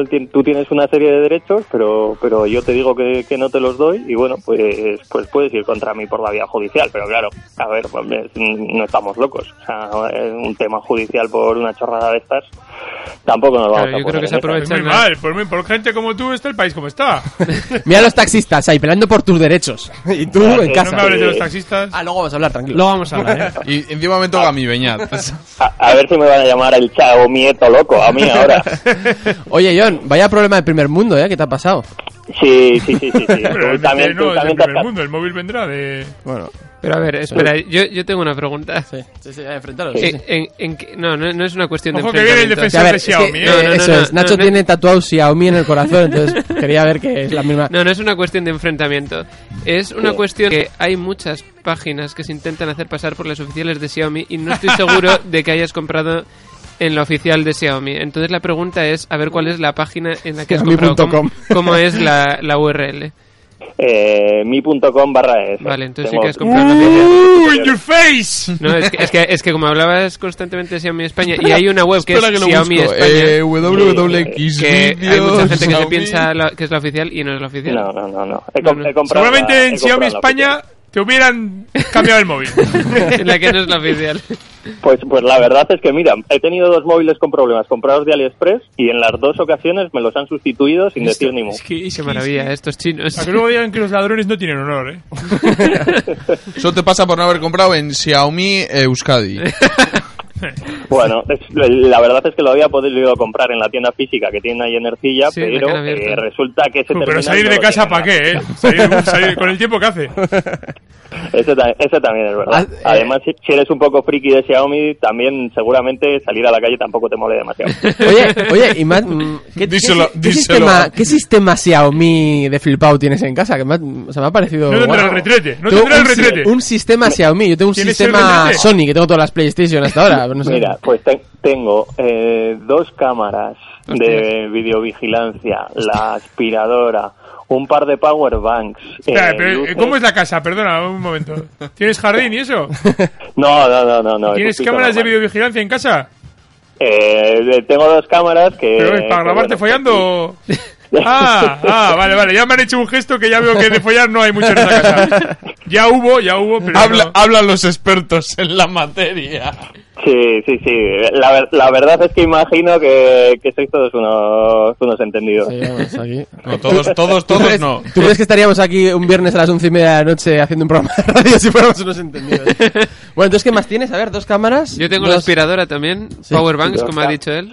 [SPEAKER 12] el- ti- tú tienes una serie de derechos, pero pero yo te digo que, que no te los doy, y bueno, pues pues puedes ir contra mí por la vía judicial, pero claro, a ver, pues, es- no estamos locos. O sea, es un tema judicial por una chorrada de estas, tampoco nos vamos a poner en esa.
[SPEAKER 6] Pues Muy mal, por, muy- por gente como tú está el país como está.
[SPEAKER 3] (laughs) Mira a los taxistas ahí peleando por tus derechos. (laughs) Y tú en casa.
[SPEAKER 6] No me hables de los taxistas.
[SPEAKER 3] Ah, luego vamos a hablar, tranquilo.
[SPEAKER 6] Luego
[SPEAKER 3] vamos a hablar,
[SPEAKER 5] ¿eh? (laughs) Y encima me toca a mí, Beñat.
[SPEAKER 12] A, a ver si me van a llamar el chavo mieto loco a mí ahora.
[SPEAKER 3] Oye, John, vaya problema del primer mundo, ¿eh? ¿Qué te ha pasado?
[SPEAKER 12] Sí, sí, sí, sí.
[SPEAKER 10] (laughs)
[SPEAKER 12] sí.
[SPEAKER 6] Pero
[SPEAKER 12] Tú también,
[SPEAKER 6] no,
[SPEAKER 12] tú
[SPEAKER 6] es el
[SPEAKER 12] también te has
[SPEAKER 6] primer mundo, el móvil vendrá de.
[SPEAKER 3] Bueno.
[SPEAKER 4] Pero a ver, espera, yo, yo tengo una pregunta. Sí,
[SPEAKER 3] sí, sí, enfrentaros.
[SPEAKER 4] Eh, en- en qué- no, no, no es una cuestión
[SPEAKER 6] Ojo
[SPEAKER 4] de
[SPEAKER 6] que viene el
[SPEAKER 4] enfrentamiento.
[SPEAKER 3] A ver, es que, eh, eso es. Nacho
[SPEAKER 4] no, no.
[SPEAKER 3] tiene tatuado Xiaomi en el corazón, entonces quería ver que es la misma.
[SPEAKER 4] No, no es una cuestión de enfrentamiento. Es una cuestión que hay muchas páginas que se intentan hacer pasar por las oficiales de Xiaomi y no estoy
[SPEAKER 3] (laughs)
[SPEAKER 4] seguro de que hayas comprado en la oficial de Xiaomi. Entonces la pregunta es a ver cuál es la página en la que has comprado.
[SPEAKER 12] Xiaomi.com.
[SPEAKER 4] ¿Cómo, cómo es la, la URL?
[SPEAKER 12] Eh, mi.com barra es.
[SPEAKER 4] Vale, entonces sí
[SPEAKER 12] Tengo-
[SPEAKER 4] que has comprado una
[SPEAKER 6] ¡Uh, in your face!
[SPEAKER 4] No, es que, es, que, es que como hablabas constantemente de Xiaomi España y hay una web que es
[SPEAKER 5] Espera que lo
[SPEAKER 4] Xiaomi
[SPEAKER 5] busco.
[SPEAKER 4] España.
[SPEAKER 5] Eh, www.xvideos,
[SPEAKER 4] que hay mucha gente que se
[SPEAKER 5] Xiaomi.
[SPEAKER 4] piensa la- que es la oficial y no es la oficial.
[SPEAKER 12] No, no, no, no. He,
[SPEAKER 4] com- he comprado
[SPEAKER 6] Seguramente
[SPEAKER 4] la-
[SPEAKER 6] en
[SPEAKER 4] he
[SPEAKER 6] Xiaomi
[SPEAKER 4] comprado la
[SPEAKER 6] España te hubieran cambiado el
[SPEAKER 3] (laughs)
[SPEAKER 6] móvil.
[SPEAKER 4] la que no es la oficial.
[SPEAKER 12] Pues, pues la verdad es que, mira, he tenido dos móviles con problemas comprados de AliExpress y en las dos ocasiones me los han sustituido sin decir ni mu.
[SPEAKER 4] Qué maravilla, estos chinos.
[SPEAKER 6] A que luego digan que los ladrones no tienen honor, ¿eh?
[SPEAKER 5] Eso te pasa por no haber comprado en Xiaomi Euskadi.
[SPEAKER 12] Bueno, es- la verdad es que lo había podido comprar en la tienda física que tiene ahí en Ercilla,
[SPEAKER 5] Sí,
[SPEAKER 12] pero
[SPEAKER 5] la que han abierto.
[SPEAKER 12] eh, resulta que ese
[SPEAKER 6] Pero
[SPEAKER 12] terminal
[SPEAKER 6] salir
[SPEAKER 12] no
[SPEAKER 6] de
[SPEAKER 12] lo
[SPEAKER 6] casa,
[SPEAKER 12] tiene.
[SPEAKER 6] ¿para qué,
[SPEAKER 12] (laughs)
[SPEAKER 6] eh? Salir, salir- con el tiempo que hace.
[SPEAKER 12] Eso, ta- eso también es verdad. Además, si- si eres un poco friki de Xiaomi, también seguramente salir a la calle tampoco te mole demasiado.
[SPEAKER 3] Oye, oye, y más, mm, ¿qué,
[SPEAKER 12] Díselo,
[SPEAKER 3] qué- qué
[SPEAKER 12] díselo.
[SPEAKER 3] sistema, ¿qué sistema Xiaomi de flipado tienes en casa? Que me ha, o sea, me ha parecido...
[SPEAKER 6] No tendrá
[SPEAKER 3] guau.
[SPEAKER 6] el retrete, no
[SPEAKER 3] Tú,
[SPEAKER 6] tendrá el
[SPEAKER 3] un si-
[SPEAKER 6] retrete.
[SPEAKER 3] Un sistema Xiaomi, yo tengo un
[SPEAKER 6] ¿Tienes el
[SPEAKER 3] sistema
[SPEAKER 6] retrete?
[SPEAKER 3] Sony, que tengo todas las PlayStation hasta ahora. pero no sé.
[SPEAKER 12] Mira, pues te- tengo eh, dos cámaras de videovigilancia, la aspiradora, un par de power banks.
[SPEAKER 6] Espera,
[SPEAKER 12] eh,
[SPEAKER 6] pero, eh,
[SPEAKER 12] luces.
[SPEAKER 6] ¿Cómo es la casa? Perdona, un momento. ¿Tienes jardín y eso?
[SPEAKER 12] No, no, no, no. no,
[SPEAKER 6] ¿Tienes
[SPEAKER 12] es un pico
[SPEAKER 6] cámaras de
[SPEAKER 12] normal.
[SPEAKER 6] videovigilancia en casa?
[SPEAKER 12] Eh, de- tengo dos cámaras que.
[SPEAKER 6] ¿Pero es para
[SPEAKER 12] que,
[SPEAKER 6] grabarte
[SPEAKER 12] Eh, bueno,
[SPEAKER 6] follando?
[SPEAKER 12] (laughs)
[SPEAKER 6] Ah, ah, vale, vale. Ya me han hecho un gesto que ya veo que de follar no hay mucho en esta casa. Ya hubo, ya hubo, pero
[SPEAKER 5] Habla-
[SPEAKER 6] no.
[SPEAKER 5] Hablan los expertos en la materia.
[SPEAKER 12] Sí, sí, sí. La, ver- la verdad es que imagino que, que sois todos unos, unos entendidos. (laughs)
[SPEAKER 5] No, todos, todos,
[SPEAKER 3] ¿Tú
[SPEAKER 5] todos
[SPEAKER 3] crees-
[SPEAKER 5] no.
[SPEAKER 3] ¿Tú crees que estaríamos aquí un viernes a las once y media de la noche haciendo un programa de (laughs) radio si fuéramos
[SPEAKER 4] (laughs)
[SPEAKER 3] unos entendidos? Bueno, entonces, ¿qué más tienes? A ver, dos cámaras.
[SPEAKER 4] Yo tengo
[SPEAKER 3] dos-
[SPEAKER 4] la aspiradora también,
[SPEAKER 3] Sí.
[SPEAKER 4] powerbanks, como ha
[SPEAKER 3] Ya.
[SPEAKER 4] dicho él.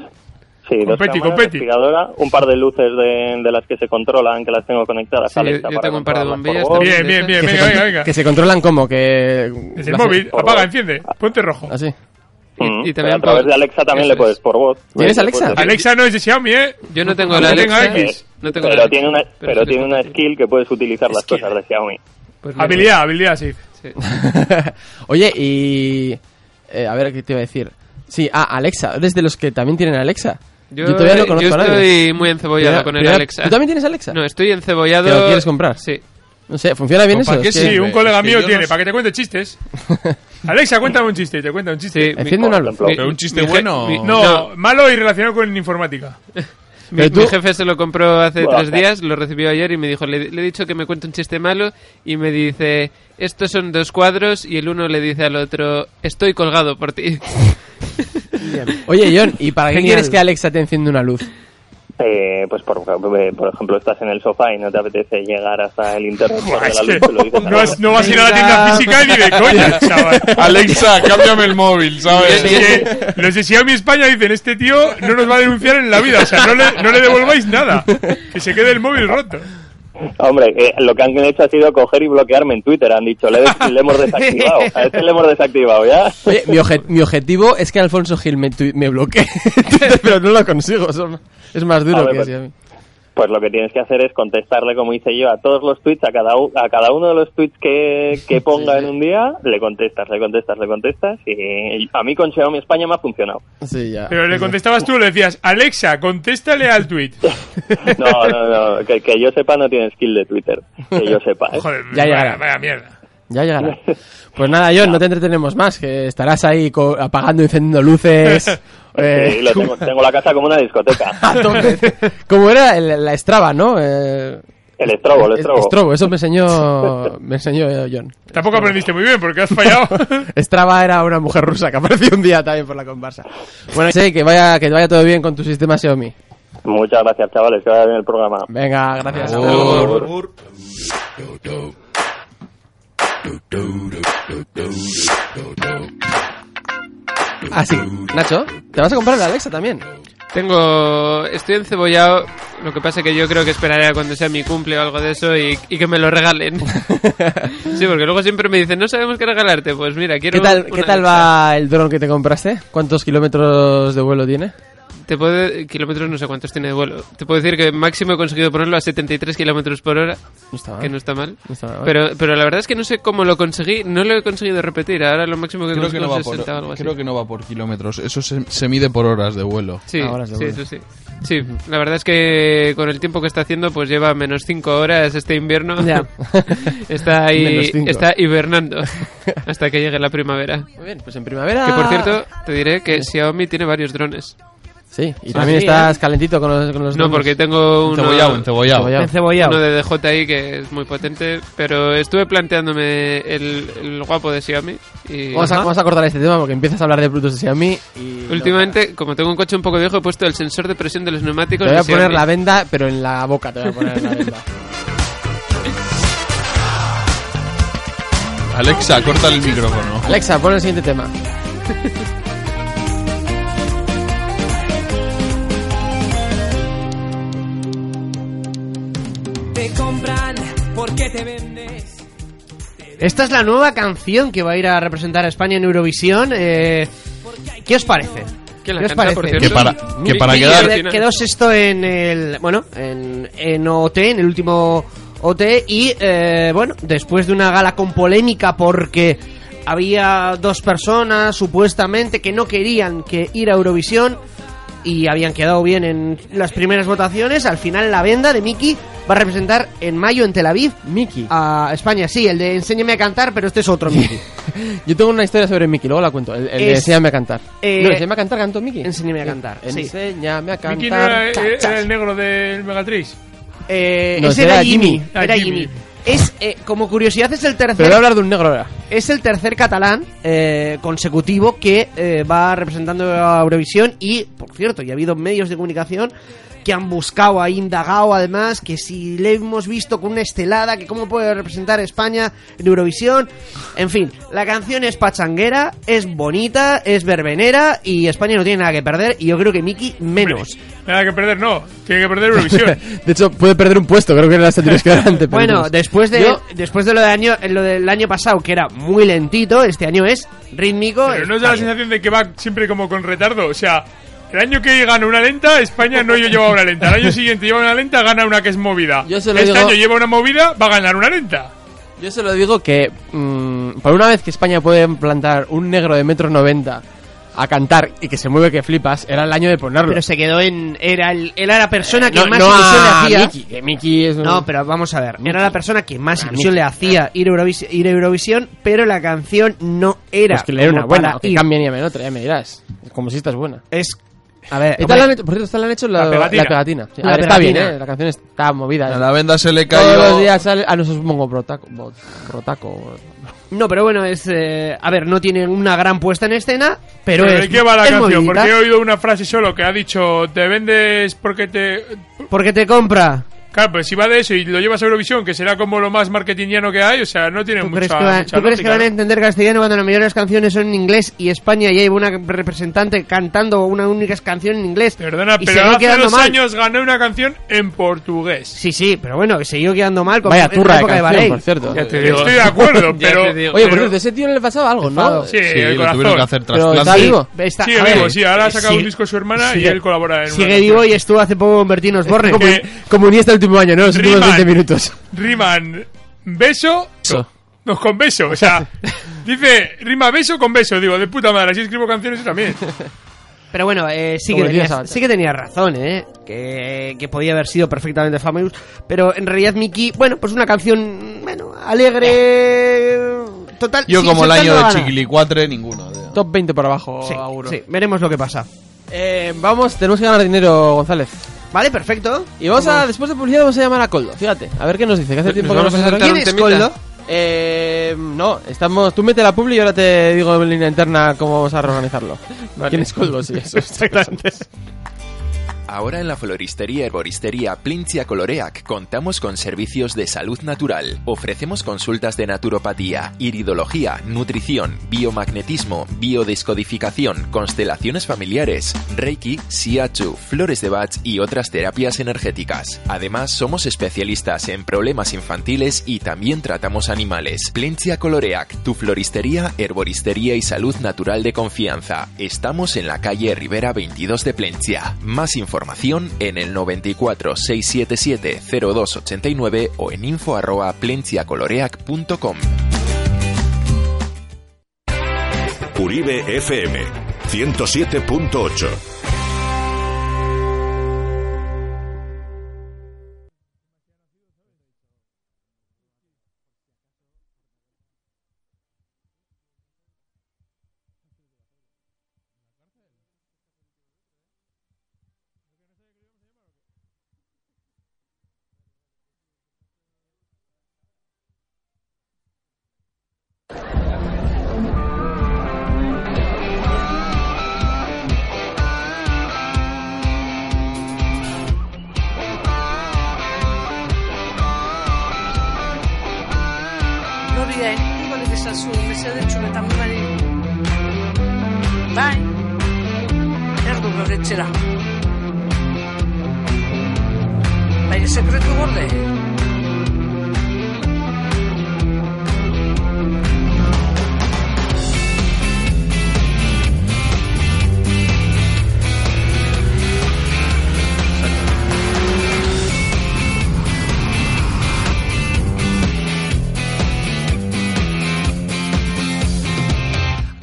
[SPEAKER 12] Sí, dos
[SPEAKER 6] Competi,
[SPEAKER 12] cámaras,
[SPEAKER 6] competi.
[SPEAKER 12] respiradora, un par de luces de, de las que se controlan, que las tengo conectadas.
[SPEAKER 4] Sí,
[SPEAKER 12] Alexa,
[SPEAKER 4] yo- yo
[SPEAKER 12] para
[SPEAKER 4] tengo un par de
[SPEAKER 12] controlarlas
[SPEAKER 4] bombillas
[SPEAKER 12] por voz.
[SPEAKER 4] también de Bien, bien,
[SPEAKER 3] que se con- (laughs) Que se controlan como que...
[SPEAKER 6] Es el móvil, apaga, enciende, ponte rojo.
[SPEAKER 4] Ah,
[SPEAKER 3] Así.
[SPEAKER 12] Mm, a través de Alexa también le puedes por voz.
[SPEAKER 3] ¿Tienes
[SPEAKER 12] Le
[SPEAKER 3] Alexa?
[SPEAKER 12] puedes decir-
[SPEAKER 6] Alexa no es de Xiaomi, ¿eh?
[SPEAKER 4] Yo no tengo
[SPEAKER 6] Aunque
[SPEAKER 4] la Alexa. eh.
[SPEAKER 6] tenga X.
[SPEAKER 4] No tengo
[SPEAKER 12] pero
[SPEAKER 4] la
[SPEAKER 12] tiene una,
[SPEAKER 4] pero
[SPEAKER 12] pero
[SPEAKER 4] sí
[SPEAKER 12] tiene una skill que puedes utilizar las cosas de Xiaomi.
[SPEAKER 4] Pues me-
[SPEAKER 6] Habilidad, habilidad, sí.
[SPEAKER 3] (laughs)
[SPEAKER 4] sí.
[SPEAKER 3] Oye, y... eh, a ver, ¿qué te iba a decir? Sí, ah, Alexa. ¿Eres de los que también tienen Alexa?
[SPEAKER 4] Yo, eh,
[SPEAKER 3] todavía no
[SPEAKER 4] yo
[SPEAKER 3] conozco a nadie.
[SPEAKER 4] estoy muy encebollado
[SPEAKER 3] Primera-
[SPEAKER 4] con el
[SPEAKER 3] primera-
[SPEAKER 4] Alexa.
[SPEAKER 3] ¿Tú también tienes Alexa?
[SPEAKER 4] No, estoy encebollado.
[SPEAKER 3] ¿Te lo quieres comprar?
[SPEAKER 4] Sí.
[SPEAKER 3] No sé, ¿funciona bien
[SPEAKER 6] Pues,
[SPEAKER 3] eso?
[SPEAKER 6] ¿para qué
[SPEAKER 3] Es que-
[SPEAKER 6] sí? Un colega
[SPEAKER 5] es que
[SPEAKER 6] mío
[SPEAKER 5] yo
[SPEAKER 6] tiene,
[SPEAKER 5] no sé.
[SPEAKER 6] para que te cuente
[SPEAKER 5] (laughs)
[SPEAKER 6] chistes. Alexa, cuéntame un chiste, te cuenta un chiste.
[SPEAKER 4] Sí,
[SPEAKER 3] Enciende una luz.
[SPEAKER 5] Pero un chiste
[SPEAKER 4] mi je-
[SPEAKER 5] bueno.
[SPEAKER 4] mi-
[SPEAKER 6] No, malo y relacionado con
[SPEAKER 4] (laughs)
[SPEAKER 6] informática.
[SPEAKER 4] Mi,
[SPEAKER 3] Pero tú-
[SPEAKER 4] mi jefe se lo compró hace
[SPEAKER 12] Bueno,
[SPEAKER 4] tres
[SPEAKER 12] claro.
[SPEAKER 4] días, lo recibió ayer y me dijo, le, le he dicho que me cuente un chiste malo y me dice, estos son dos cuadros y el uno le dice al otro, estoy colgado por ti. (laughs)
[SPEAKER 3] Oye, John,
[SPEAKER 6] (laughs)
[SPEAKER 3] ¿y para qué
[SPEAKER 2] Genial.
[SPEAKER 3] quieres que Alexa te encienda una luz?
[SPEAKER 12] Eh, pues por, por ejemplo, estás en el sofá y no te apetece llegar hasta el interruptor
[SPEAKER 6] Buah,
[SPEAKER 12] de
[SPEAKER 6] (laughs) es
[SPEAKER 12] la
[SPEAKER 6] que
[SPEAKER 12] luz. te lo dices a
[SPEAKER 6] no,
[SPEAKER 12] la
[SPEAKER 6] has- no vas a ir a la tienda física ni de
[SPEAKER 4] (laughs)
[SPEAKER 6] coña, chaval.
[SPEAKER 5] Alexa, cámbiame el móvil,
[SPEAKER 6] Es
[SPEAKER 5] ¿sabes?
[SPEAKER 6] que los de Xiaomi España dicen, este tío no nos va a denunciar en la vida, o sea, no le, no le devolváis nada, que se quede el móvil roto.
[SPEAKER 12] Hombre, eh, lo que han hecho ha sido coger y bloquearme en Twitter. Han dicho, le, des- le
[SPEAKER 4] (laughs)
[SPEAKER 12] hemos desactivado. A este le hemos desactivado, ¿ya?
[SPEAKER 3] Oye, mi, obje- mi objetivo es que Alfonso Gil me, tu- me bloquee, (laughs) pero no lo consigo. son- es más
[SPEAKER 12] A
[SPEAKER 3] duro
[SPEAKER 12] ver,
[SPEAKER 3] que
[SPEAKER 12] pues-
[SPEAKER 3] así a mí.
[SPEAKER 12] Pues lo que tienes que hacer es contestarle, como hice yo, a todos los tweets, a cada, u- a cada uno de los tweets que, que ponga en un día, le contestas, le contestas, le contestas. Y a mí con Xiaomi España me ha funcionado.
[SPEAKER 3] Sí, ya.
[SPEAKER 6] Pero le contestabas tú, le decías, Alexa, contéstale al tweet.
[SPEAKER 12] No, no, no, que, que yo sepa no tiene skill de Twitter. Que yo sepa. ¿eh?
[SPEAKER 6] Joder, vaya,
[SPEAKER 3] Ya llegará.
[SPEAKER 6] vaya mierda.
[SPEAKER 3] Ya llegará. Pues nada, John, no te entretenemos más, que estarás ahí co- apagando y encendiendo luces.
[SPEAKER 12] (laughs)
[SPEAKER 3] eh,
[SPEAKER 12] Sí, lo
[SPEAKER 3] (laughs)
[SPEAKER 12] tengo, tengo la casa como una discoteca.
[SPEAKER 3] a tope. Como era el- la Strava, ¿no? Eh,
[SPEAKER 12] El estrobo, el
[SPEAKER 3] es-
[SPEAKER 12] estrobo.
[SPEAKER 3] estrobo, eso
[SPEAKER 12] (laughs)
[SPEAKER 3] me enseñó, me enseñó eh, John.
[SPEAKER 6] Tampoco aprendiste muy bien porque has fallado.
[SPEAKER 3] Strava era una mujer rusa que apareció un día también por la comparsa. Bueno, sí, que vaya, que vaya todo bien con tu sistema Xiaomi.
[SPEAKER 12] Muchas gracias, chavales. Que vaya bien el programa.
[SPEAKER 3] Venga, gracias. Ah, sí. Nacho, ¿te vas a comprar la Alexa también?
[SPEAKER 4] Tengo, estoy encebollado, lo que pasa que yo creo que esperaré a cuando sea mi cumple o algo de eso y, y que me lo
[SPEAKER 3] (laughs)
[SPEAKER 4] regalen. sí, porque luego siempre me dicen, no sabemos qué regalarte, pues mira, quiero...
[SPEAKER 3] ¿Qué tal,
[SPEAKER 4] una
[SPEAKER 3] ¿qué tal
[SPEAKER 4] Alexa".
[SPEAKER 3] va el dron que te compraste? ¿Cuántos kilómetros de vuelo tiene?
[SPEAKER 4] Te puedo... Kilómetros no sé cuántos tiene de vuelo. Te puedo decir que máximo he conseguido ponerlo a 73 kilómetros por hora,
[SPEAKER 3] No está mal.
[SPEAKER 4] que no está mal.
[SPEAKER 3] No está mal.
[SPEAKER 4] Pero, pero la verdad es que no sé cómo lo conseguí, no lo he conseguido repetir. Ahora lo máximo que
[SPEAKER 5] Creo que,
[SPEAKER 4] consigo
[SPEAKER 5] no va
[SPEAKER 4] es 60 o algo
[SPEAKER 5] por,
[SPEAKER 4] así.
[SPEAKER 5] creo que no va por kilómetros, eso se, se mide por horas de vuelo.
[SPEAKER 4] Sí,
[SPEAKER 3] Ah, horas de
[SPEAKER 4] sí,
[SPEAKER 3] vuelo.
[SPEAKER 4] eso sí. Sí, la verdad es que con el tiempo que está haciendo, pues lleva menos 5 horas este invierno.
[SPEAKER 3] Ya.
[SPEAKER 4] (laughs) está ahí,
[SPEAKER 3] Menos cinco.
[SPEAKER 4] está hibernando (laughs) hasta que llegue la primavera.
[SPEAKER 3] Muy bien, pues en primavera.
[SPEAKER 4] Que por cierto, te diré que Xiaomi tiene varios drones.
[SPEAKER 3] Sí, y también
[SPEAKER 2] sí,
[SPEAKER 3] estás calentito con los, con los
[SPEAKER 4] ¿eh? No,
[SPEAKER 3] drones.
[SPEAKER 4] porque tengo uno,
[SPEAKER 5] Encebollado, encebollado.
[SPEAKER 3] Encebollado.
[SPEAKER 4] uno
[SPEAKER 2] Encebollado.
[SPEAKER 4] de DJI que es muy potente, pero estuve planteándome el, el guapo de Xiaomi. Y
[SPEAKER 3] Vamos a, vamos a cortar este tema porque empiezas a hablar de productos de Xiaomi. Y
[SPEAKER 4] Últimamente, como tengo un coche un poco viejo, he puesto el sensor de presión de los
[SPEAKER 3] Te
[SPEAKER 4] neumáticos.
[SPEAKER 3] voy
[SPEAKER 4] de
[SPEAKER 3] a poner
[SPEAKER 4] Xiaomi.
[SPEAKER 3] la venda, pero en la boca te voy a poner la venda.
[SPEAKER 5] Alexa, corta el micrófono.
[SPEAKER 3] Alexa, pon el siguiente
[SPEAKER 2] (laughs)
[SPEAKER 3] tema.
[SPEAKER 2] Esta es la nueva canción que va a ir a representar a España en Eurovisión. eh, ¿Qué os parece?
[SPEAKER 4] ¿Quién la
[SPEAKER 2] ¿Qué os
[SPEAKER 4] canta,
[SPEAKER 2] parece?
[SPEAKER 4] por
[SPEAKER 5] Que
[SPEAKER 4] cierto?
[SPEAKER 5] para, que
[SPEAKER 4] Mi-
[SPEAKER 5] para
[SPEAKER 4] mi-
[SPEAKER 5] quedar
[SPEAKER 4] mi-
[SPEAKER 2] Quedaos esto en el. Bueno, en, en OT, en el último OT. Y eh, bueno, después de una gala con polémica porque había dos personas supuestamente que no querían que ir a Eurovisión y habían quedado bien en las primeras votaciones, al final la venda de Miki va a representar en mayo en Tel Aviv
[SPEAKER 3] Miki.
[SPEAKER 2] a España. Sí, el de Enséñame a cantar, pero este es otro Miki.
[SPEAKER 3] Yo tengo una historia sobre Miki, luego la cuento. El, el de
[SPEAKER 2] Es-
[SPEAKER 3] Enséñame a cantar.
[SPEAKER 2] eh,
[SPEAKER 3] (laughs) no, Enséñame a cantar, cantó Miki.
[SPEAKER 2] Enséñame a cantar, sí.
[SPEAKER 3] Enséñame a cantar.
[SPEAKER 6] Mickey no era,
[SPEAKER 3] Cha,
[SPEAKER 6] era
[SPEAKER 3] cha.
[SPEAKER 6] el negro del Megatrix.
[SPEAKER 2] Eh,
[SPEAKER 3] No,
[SPEAKER 2] ese
[SPEAKER 3] ese
[SPEAKER 2] era
[SPEAKER 3] era
[SPEAKER 2] Jimmy.
[SPEAKER 3] Jimmy.
[SPEAKER 6] Ah,
[SPEAKER 2] Era
[SPEAKER 6] Jimmy.
[SPEAKER 2] Jimmy. Es, eh, como curiosidad, es el
[SPEAKER 3] Pero voy a
[SPEAKER 2] tercer
[SPEAKER 3] hablar de un negro ahora.
[SPEAKER 2] Es el tercer catalán eh, consecutivo que eh, va representando a Eurovisión y, por cierto, ya ha habido medios de comunicación que han buscado, ha indagado además, que si le hemos visto con una estelada, que cómo puede representar a España en Eurovisión. En fin, la canción es pachanguera, es bonita, es verbenera y España no tiene nada que perder y yo creo que Miki menos.
[SPEAKER 6] Nada que perder, no. Tiene que perder Eurovisión.
[SPEAKER 3] de hecho, puede perder un puesto, creo que era la que era antes.
[SPEAKER 2] (laughs)
[SPEAKER 3] pero
[SPEAKER 2] Bueno,
[SPEAKER 3] no.
[SPEAKER 2] después de
[SPEAKER 3] Yo-
[SPEAKER 2] después de lo, de año, lo del año pasado, que era muy lentito, este año es rítmico.
[SPEAKER 6] Pero
[SPEAKER 2] es-
[SPEAKER 6] no os da la sensación de que va siempre como con retardo. O sea, el año que gana una lenta, España no yo lleva una lenta. El año siguiente lleva una lenta, gana una que es movida.
[SPEAKER 3] Yo se lo
[SPEAKER 6] este
[SPEAKER 3] digo-
[SPEAKER 6] año lleva una movida, va a ganar una lenta.
[SPEAKER 3] Yo se lo digo que mm, por una vez que España puede plantar un negro de metro noventa a cantar y que se mueve que flipas, era el año de ponerlo. Eh,
[SPEAKER 2] Pero se quedó en. Era el, él era la persona que
[SPEAKER 3] no-
[SPEAKER 2] más
[SPEAKER 3] no
[SPEAKER 2] ilusión le
[SPEAKER 3] a
[SPEAKER 2] hacía.
[SPEAKER 3] Miki, que Miki es un-
[SPEAKER 2] No, pero vamos a ver. Era la persona que más
[SPEAKER 3] Ah,
[SPEAKER 2] ilusión
[SPEAKER 3] Miki.
[SPEAKER 2] le hacía ir a, Eurovisi- ir a Eurovisión, pero la canción no era.
[SPEAKER 3] Pues que le dé
[SPEAKER 2] como
[SPEAKER 3] una buena,
[SPEAKER 2] para
[SPEAKER 3] o que
[SPEAKER 2] ir.
[SPEAKER 3] cambien y llamen otra, ya me dirás. Como si estás buena.
[SPEAKER 2] Es. A ver.
[SPEAKER 3] Esta la han hecho- por cierto, esta la han hecho la,
[SPEAKER 2] La pegatina.
[SPEAKER 3] la pegatina. Sí, a
[SPEAKER 2] La
[SPEAKER 3] ver, está bien,
[SPEAKER 2] pegatina.
[SPEAKER 3] ¿eh? La canción está movida.
[SPEAKER 5] A
[SPEAKER 3] ¿eh?
[SPEAKER 5] la venda se le
[SPEAKER 3] Todos
[SPEAKER 5] cayó-
[SPEAKER 3] los días sale... Ah, no, eso es Mongo Brotaco. Bot- Brotaco.
[SPEAKER 2] No, pero bueno, es. eh, a ver, no tiene una gran puesta en escena, pero,
[SPEAKER 6] ¿de
[SPEAKER 2] es.
[SPEAKER 6] qué va la
[SPEAKER 2] es
[SPEAKER 6] canción?
[SPEAKER 2] movidita.
[SPEAKER 6] Porque he oído una frase solo que ha dicho: Te vendes porque te.
[SPEAKER 2] Porque te compra.
[SPEAKER 6] Claro, pues si va de eso y lo llevas a Eurovisión, que será como lo más marketingiano que hay, o sea, no tiene
[SPEAKER 2] ¿Tú
[SPEAKER 6] mucha.
[SPEAKER 2] crees, que, van,
[SPEAKER 6] mucha
[SPEAKER 2] tú crees que
[SPEAKER 6] lógica,
[SPEAKER 2] van a
[SPEAKER 6] ¿no?
[SPEAKER 2] entender castellano cuando las mayores canciones son en inglés y España ya lleva una representante cantando una única canción en inglés?
[SPEAKER 6] Perdona,
[SPEAKER 2] y
[SPEAKER 6] pero
[SPEAKER 2] se
[SPEAKER 6] hace
[SPEAKER 2] quedando
[SPEAKER 6] dos
[SPEAKER 2] mal.
[SPEAKER 6] años gané una canción en portugués.
[SPEAKER 2] Sí, sí, pero bueno, que siguió quedando mal con
[SPEAKER 3] Vaya
[SPEAKER 2] en la
[SPEAKER 3] turra de
[SPEAKER 2] época
[SPEAKER 3] canción,
[SPEAKER 2] Bahrein.
[SPEAKER 3] por cierto.
[SPEAKER 6] Ya te digo. Estoy de acuerdo,
[SPEAKER 3] (laughs) Ya
[SPEAKER 6] pero-
[SPEAKER 3] te
[SPEAKER 6] pero-
[SPEAKER 3] digo. Oye, por cierto, ese tío no le pasaba algo, ¿no?
[SPEAKER 6] Sí, el
[SPEAKER 5] lo
[SPEAKER 6] corazón.
[SPEAKER 5] tuvieron que hacer
[SPEAKER 3] Pero está
[SPEAKER 5] trasplante.
[SPEAKER 3] vivo.
[SPEAKER 2] Está-
[SPEAKER 6] Sigue
[SPEAKER 2] a
[SPEAKER 6] vivo,
[SPEAKER 2] ver,
[SPEAKER 6] sí, ahora ha sacado
[SPEAKER 2] sigue-
[SPEAKER 6] un disco su hermana
[SPEAKER 2] sigue-
[SPEAKER 6] y él colabora en una
[SPEAKER 2] Sigue
[SPEAKER 6] canción.
[SPEAKER 2] vivo y estuvo hace poco con Bertino Osborne.
[SPEAKER 6] Como-
[SPEAKER 3] Como Iniesta el último año, ¿no? Los últimos
[SPEAKER 6] Riemann.
[SPEAKER 3] 20 minutos.
[SPEAKER 6] Riman beso. No, con beso, o (laughs) sea, dice rima beso con beso, digo, de puta madre, así escribo canciones yo también.
[SPEAKER 2] Pero bueno, eh, sí, que
[SPEAKER 6] Como decía
[SPEAKER 2] tenía,
[SPEAKER 6] Sabater.
[SPEAKER 2] sí que tenía razón, ¿eh? Que, que podía haber sido perfectamente Famous. Pero en realidad, Mickey, bueno, pues una canción, bueno, alegre. Total.
[SPEAKER 5] Yo
[SPEAKER 2] sí,
[SPEAKER 5] como el año de
[SPEAKER 2] sentando ganas.
[SPEAKER 5] Chiquilicuatre, ninguno. tío.
[SPEAKER 3] Top 20 para abajo,
[SPEAKER 2] Sí,
[SPEAKER 3] Auro.
[SPEAKER 2] sí, veremos lo que pasa.
[SPEAKER 3] Eh, vamos, tenemos que ganar dinero, González.
[SPEAKER 2] Vale, perfecto.
[SPEAKER 3] Y vamos a, después de publicidad, vamos a llamar a Coldo. Fíjate, a ver qué nos dice. Que hace
[SPEAKER 2] Nos
[SPEAKER 3] tiempo que no
[SPEAKER 2] vamos a
[SPEAKER 3] pasa
[SPEAKER 2] saltar un
[SPEAKER 3] nada.
[SPEAKER 2] ¿Quién es temita? Coldo?
[SPEAKER 3] Eh, no, estamos. Tú mete la publi y ahora te digo en línea interna cómo vamos a reorganizarlo. ¿Quién es Coldo? Sí, eso.
[SPEAKER 2] (laughs)
[SPEAKER 7] Ahora en la floristería herboristería Plintia Coloreac contamos con servicios de salud natural. Ofrecemos consultas de naturopatía, iridología, nutrición, biomagnetismo, biodescodificación, constelaciones familiares, reiki, siachu, flores de bach y otras terapias energéticas. Además, somos especialistas en problemas infantiles y también tratamos animales. Plintia Coloreac, tu floristería, herboristería y salud natural de confianza. Estamos en la calle Rivera 22 de Plencia. Más información en el 94 677 0289 o en info arroba plenciacoloreac.com.
[SPEAKER 13] Uribe FM 107.8.
[SPEAKER 14] No olvidéis ningún de Sasú, deseo de chuleta muy marido. Bye. Erdo horretxera. Baina sekretu gorde.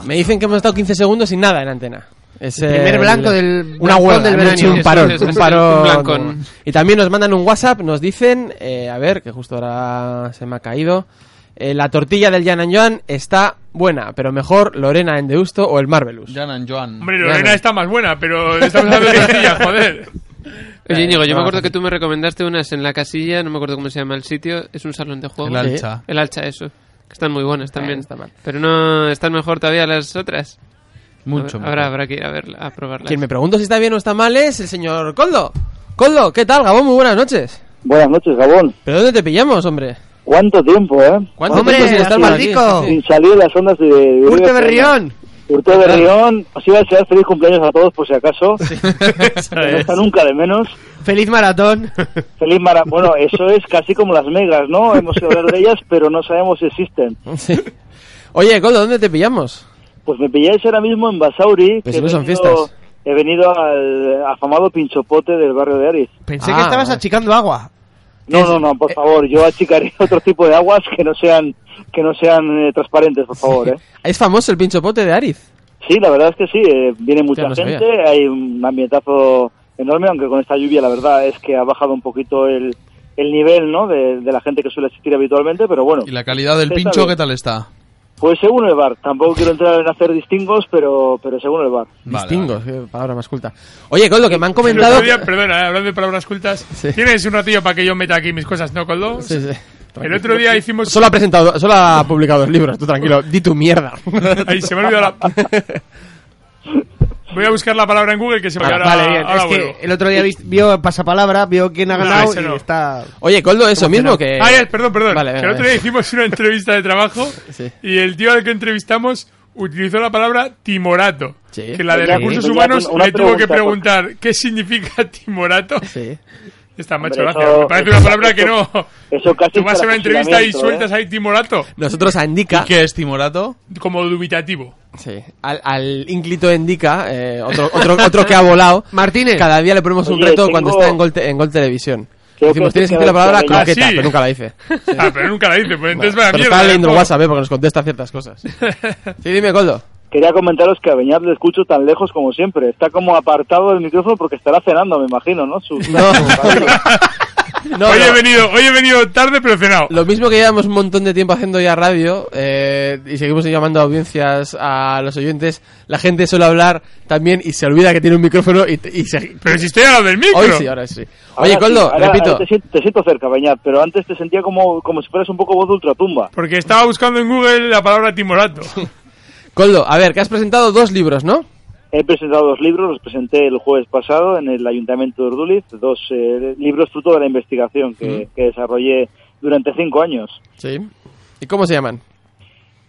[SPEAKER 3] Me dicen que hemos estado 15 segundos sin nada en antena. Es,
[SPEAKER 2] El primer
[SPEAKER 3] eh,
[SPEAKER 2] blanco del-
[SPEAKER 3] una
[SPEAKER 2] blancón
[SPEAKER 3] huelga,
[SPEAKER 2] del
[SPEAKER 3] hemos
[SPEAKER 2] verano.
[SPEAKER 3] hecho un parón,
[SPEAKER 2] Eso es, eso
[SPEAKER 3] un
[SPEAKER 2] es,
[SPEAKER 3] parón.
[SPEAKER 2] un blancón.
[SPEAKER 3] Y también nos mandan un WhatsApp, nos dicen, eh, a ver, que justo ahora se me ha caído. eh, la tortilla del Jan and Joan está buena, pero mejor Lorena en Deusto o el Marvelous.
[SPEAKER 5] Jan and Joan.
[SPEAKER 6] Hombre,
[SPEAKER 3] Ya,
[SPEAKER 6] Lorena
[SPEAKER 3] ya.
[SPEAKER 6] está más buena, (laughs) pero estamos hablando de tortilla, joder.
[SPEAKER 4] Oye, Íñigo, yo me
[SPEAKER 6] Ah,
[SPEAKER 4] acuerdo que tú me recomendaste unas en la casilla, no me acuerdo cómo se llama el sitio, es un salón de juego.
[SPEAKER 5] El Alcha.
[SPEAKER 4] El Alcha, eso. que están muy buenas también.
[SPEAKER 3] Bueno, Eh, está mal.
[SPEAKER 4] Pero no están mejor todavía las otras.
[SPEAKER 3] Mucho
[SPEAKER 4] Habrá- Habrá,
[SPEAKER 3] mejor.
[SPEAKER 4] habrá que ir a, verla- a probarlas.
[SPEAKER 3] Quien me pregunto si está bien o está mal es el señor Coldo. Coldo, ¿qué tal, Gabón? Muy buenas noches.
[SPEAKER 15] Buenas noches, Gabón.
[SPEAKER 3] ¿Pero dónde te pillamos, hombre?
[SPEAKER 15] ¿Cuánto tiempo, eh?
[SPEAKER 3] ¿Cuánto Hombre, tiempo sin estar por aquí? Francisco.
[SPEAKER 15] Sin salir las ondas de... de
[SPEAKER 3] Urte
[SPEAKER 15] de-
[SPEAKER 3] Berrión.
[SPEAKER 15] Urte Berrión. Os iba a desear feliz cumpleaños a todos, por si acaso.
[SPEAKER 3] (laughs)
[SPEAKER 15] no está nunca de menos.
[SPEAKER 2] Feliz maratón.
[SPEAKER 15] (laughs) Feliz mara... Bueno, eso es casi como las megas, ¿no? Hemos ido a hablar de ellas, pero no sabemos si existen.
[SPEAKER 3] Oye, Coldo, ¿dónde te pillamos?
[SPEAKER 15] Pues me pilláis ahora mismo en Basauri.
[SPEAKER 3] Pero
[SPEAKER 15] que
[SPEAKER 3] si no
[SPEAKER 15] he
[SPEAKER 3] son
[SPEAKER 15] venido-
[SPEAKER 3] fiestas.
[SPEAKER 15] He venido al afamado pinchopote del barrio de Ariz.
[SPEAKER 2] Pensé que estabas achicando agua.
[SPEAKER 15] No, no, no, por favor, yo achicaré (laughs) otro tipo de aguas que no sean que no sean eh, transparentes, por favor, ¿eh?
[SPEAKER 3] (laughs) Es famoso el pincho pote de Ariz.
[SPEAKER 15] (laughs) Sí, la verdad es que sí, eh, viene mucha
[SPEAKER 3] no
[SPEAKER 15] gente,
[SPEAKER 3] sabía.
[SPEAKER 15] hay un ambientazo enorme, aunque con esta lluvia la verdad es que ha bajado un poquito el, el nivel, ¿no?, de, de la gente que suele asistir habitualmente, pero bueno.
[SPEAKER 5] ¿Y la calidad del
[SPEAKER 15] Se
[SPEAKER 5] pincho
[SPEAKER 15] sabe.
[SPEAKER 5] qué tal está?
[SPEAKER 15] Pues según el bar, tampoco quiero entrar en hacer distingos, pero pero según el bar.
[SPEAKER 3] Distingos, qué palabra más culta. Oye, Coldo, que me han
[SPEAKER 6] El otro
[SPEAKER 3] comentado...
[SPEAKER 6] día, perdona, eh, hablando de palabras cultas, tienes un ratillo para que yo meta aquí mis cosas, ¿no, Coldo?
[SPEAKER 3] Sí, sí.
[SPEAKER 6] El
[SPEAKER 3] Tranquilo.
[SPEAKER 6] otro día hicimos...
[SPEAKER 3] Solo ha presentado, solo ha publicado dos libros, tú tranquilo. Di tu mierda.
[SPEAKER 6] (laughs) Ahí se me ha olvidado la... Voy a buscar la palabra en Google que se me
[SPEAKER 2] Ah,
[SPEAKER 6] ahora,
[SPEAKER 2] vale, bien.
[SPEAKER 6] ahora
[SPEAKER 2] es que
[SPEAKER 6] vuelvo.
[SPEAKER 2] el otro día vis- vio pasapalabra, vio quién ha
[SPEAKER 6] No,
[SPEAKER 2] ganado
[SPEAKER 6] ese
[SPEAKER 2] y
[SPEAKER 6] no.
[SPEAKER 2] está...
[SPEAKER 3] Oye, Coldo, eso mismo que...
[SPEAKER 6] Ah, ya, perdón, perdón.
[SPEAKER 3] Vale,
[SPEAKER 6] Que el
[SPEAKER 3] venga,
[SPEAKER 6] otro día
[SPEAKER 3] venga.
[SPEAKER 6] hicimos una entrevista de trabajo
[SPEAKER 3] (laughs) Sí.
[SPEAKER 6] y el tío al que entrevistamos utilizó la palabra timorato.
[SPEAKER 3] Sí.
[SPEAKER 6] Que la de
[SPEAKER 3] Oye,
[SPEAKER 6] recursos
[SPEAKER 3] oye,
[SPEAKER 6] humanos
[SPEAKER 3] una- una
[SPEAKER 6] le tuvo que
[SPEAKER 15] pues.
[SPEAKER 3] pregunta,
[SPEAKER 6] preguntar qué significa (laughs) timorato.
[SPEAKER 3] Sí.
[SPEAKER 6] Está macho,
[SPEAKER 15] Hombre, eso-
[SPEAKER 6] gracias. Me parece una
[SPEAKER 15] eso-
[SPEAKER 6] palabra que no.
[SPEAKER 15] eso- Eso casi
[SPEAKER 6] Tú
[SPEAKER 15] es
[SPEAKER 6] vas a
[SPEAKER 15] para
[SPEAKER 6] una entrevista y
[SPEAKER 15] fusilamiento, ¿eh?
[SPEAKER 6] sueltas ahí timorato.
[SPEAKER 3] Nosotros a Indica...
[SPEAKER 5] ¿Qué es timorato?
[SPEAKER 6] Como dubitativo.
[SPEAKER 3] Sí. Al, al ínclito Indica, eh, otro, otro, otro que ha volado...
[SPEAKER 2] Martínez.
[SPEAKER 3] Cada día le ponemos un
[SPEAKER 2] Oye,
[SPEAKER 3] reto
[SPEAKER 2] tengo-
[SPEAKER 3] cuando está en Gol, Te- en Gol Televisión.
[SPEAKER 2] Creo
[SPEAKER 3] Decimos,
[SPEAKER 2] que
[SPEAKER 3] tienes que
[SPEAKER 2] tengo
[SPEAKER 3] decir la palabra
[SPEAKER 2] que- Ah,
[SPEAKER 3] croqueta,
[SPEAKER 2] sí.
[SPEAKER 3] pero nunca
[SPEAKER 6] (laughs)
[SPEAKER 3] la dice.
[SPEAKER 6] Ah, pero nunca la dice, pues entonces va a
[SPEAKER 3] Pero
[SPEAKER 6] mierda.
[SPEAKER 3] estaba leyendo el
[SPEAKER 6] ¿no?
[SPEAKER 3] WhatsApp, eh, porque nos contesta ciertas cosas. Sí, dime, Coldo.
[SPEAKER 15] Quería comentaros que a Beñat le escucho tan lejos como siempre. Está como apartado del micrófono porque estará cenando, me imagino, ¿no? Su- (laughs)
[SPEAKER 3] (laughs)
[SPEAKER 6] hoy, He venido, hoy he venido tarde, pero he cenado.
[SPEAKER 3] Lo mismo que llevamos un montón de tiempo haciendo ya radio eh, y seguimos llamando a audiencias a los oyentes, la gente suele hablar también y se olvida que tiene un micrófono y, y se...
[SPEAKER 6] Pero si estoy al del micro.
[SPEAKER 3] Hoy sí, ahora sí. Oye,
[SPEAKER 15] Ahora sí,
[SPEAKER 3] Coldo,
[SPEAKER 15] ahora-
[SPEAKER 3] repito.
[SPEAKER 15] ahora Te, siento- te siento cerca, Beñat, pero antes te sentía como, como si fueras un poco voz de ultratumba.
[SPEAKER 6] Porque estaba buscando en Google la palabra timorato.
[SPEAKER 3] (laughs) Coldo, a ver, que has presentado dos libros, ¿no?
[SPEAKER 15] He presentado dos libros, los presenté el jueves pasado en el Ayuntamiento de Urduliz, dos eh, libros fruto de la investigación que,
[SPEAKER 3] Ujú.
[SPEAKER 15] que desarrollé durante cinco años.
[SPEAKER 3] Sí. ¿Y cómo se llaman?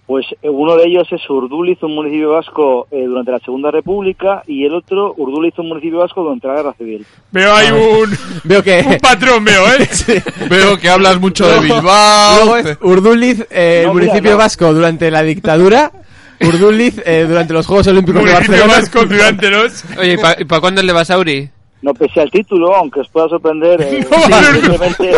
[SPEAKER 15] Pues eh, uno de ellos es Urduliz, un municipio vasco eh, durante la Segunda República, y el otro Urduliz, un municipio vasco durante la Guerra Civil.
[SPEAKER 6] Veo hay un,
[SPEAKER 3] (laughs) Veo que...
[SPEAKER 6] un patrón, veo,
[SPEAKER 3] (laughs)
[SPEAKER 6] ¿eh?
[SPEAKER 5] Veo que hablas mucho de Bilbao.
[SPEAKER 3] Luego es Urduliz, eh,
[SPEAKER 5] No, mira,
[SPEAKER 3] municipio
[SPEAKER 5] no.
[SPEAKER 3] vasco durante
[SPEAKER 6] (laughs)
[SPEAKER 3] la dictadura. Urduliz eh, durante los Juegos Olímpicos de Barcelona.
[SPEAKER 4] Oye, ¿y para cuándo el de Basauri?
[SPEAKER 15] No, pese al título, aunque os pueda sorprender, (laughs) eh, (laughs) simplemente- eh,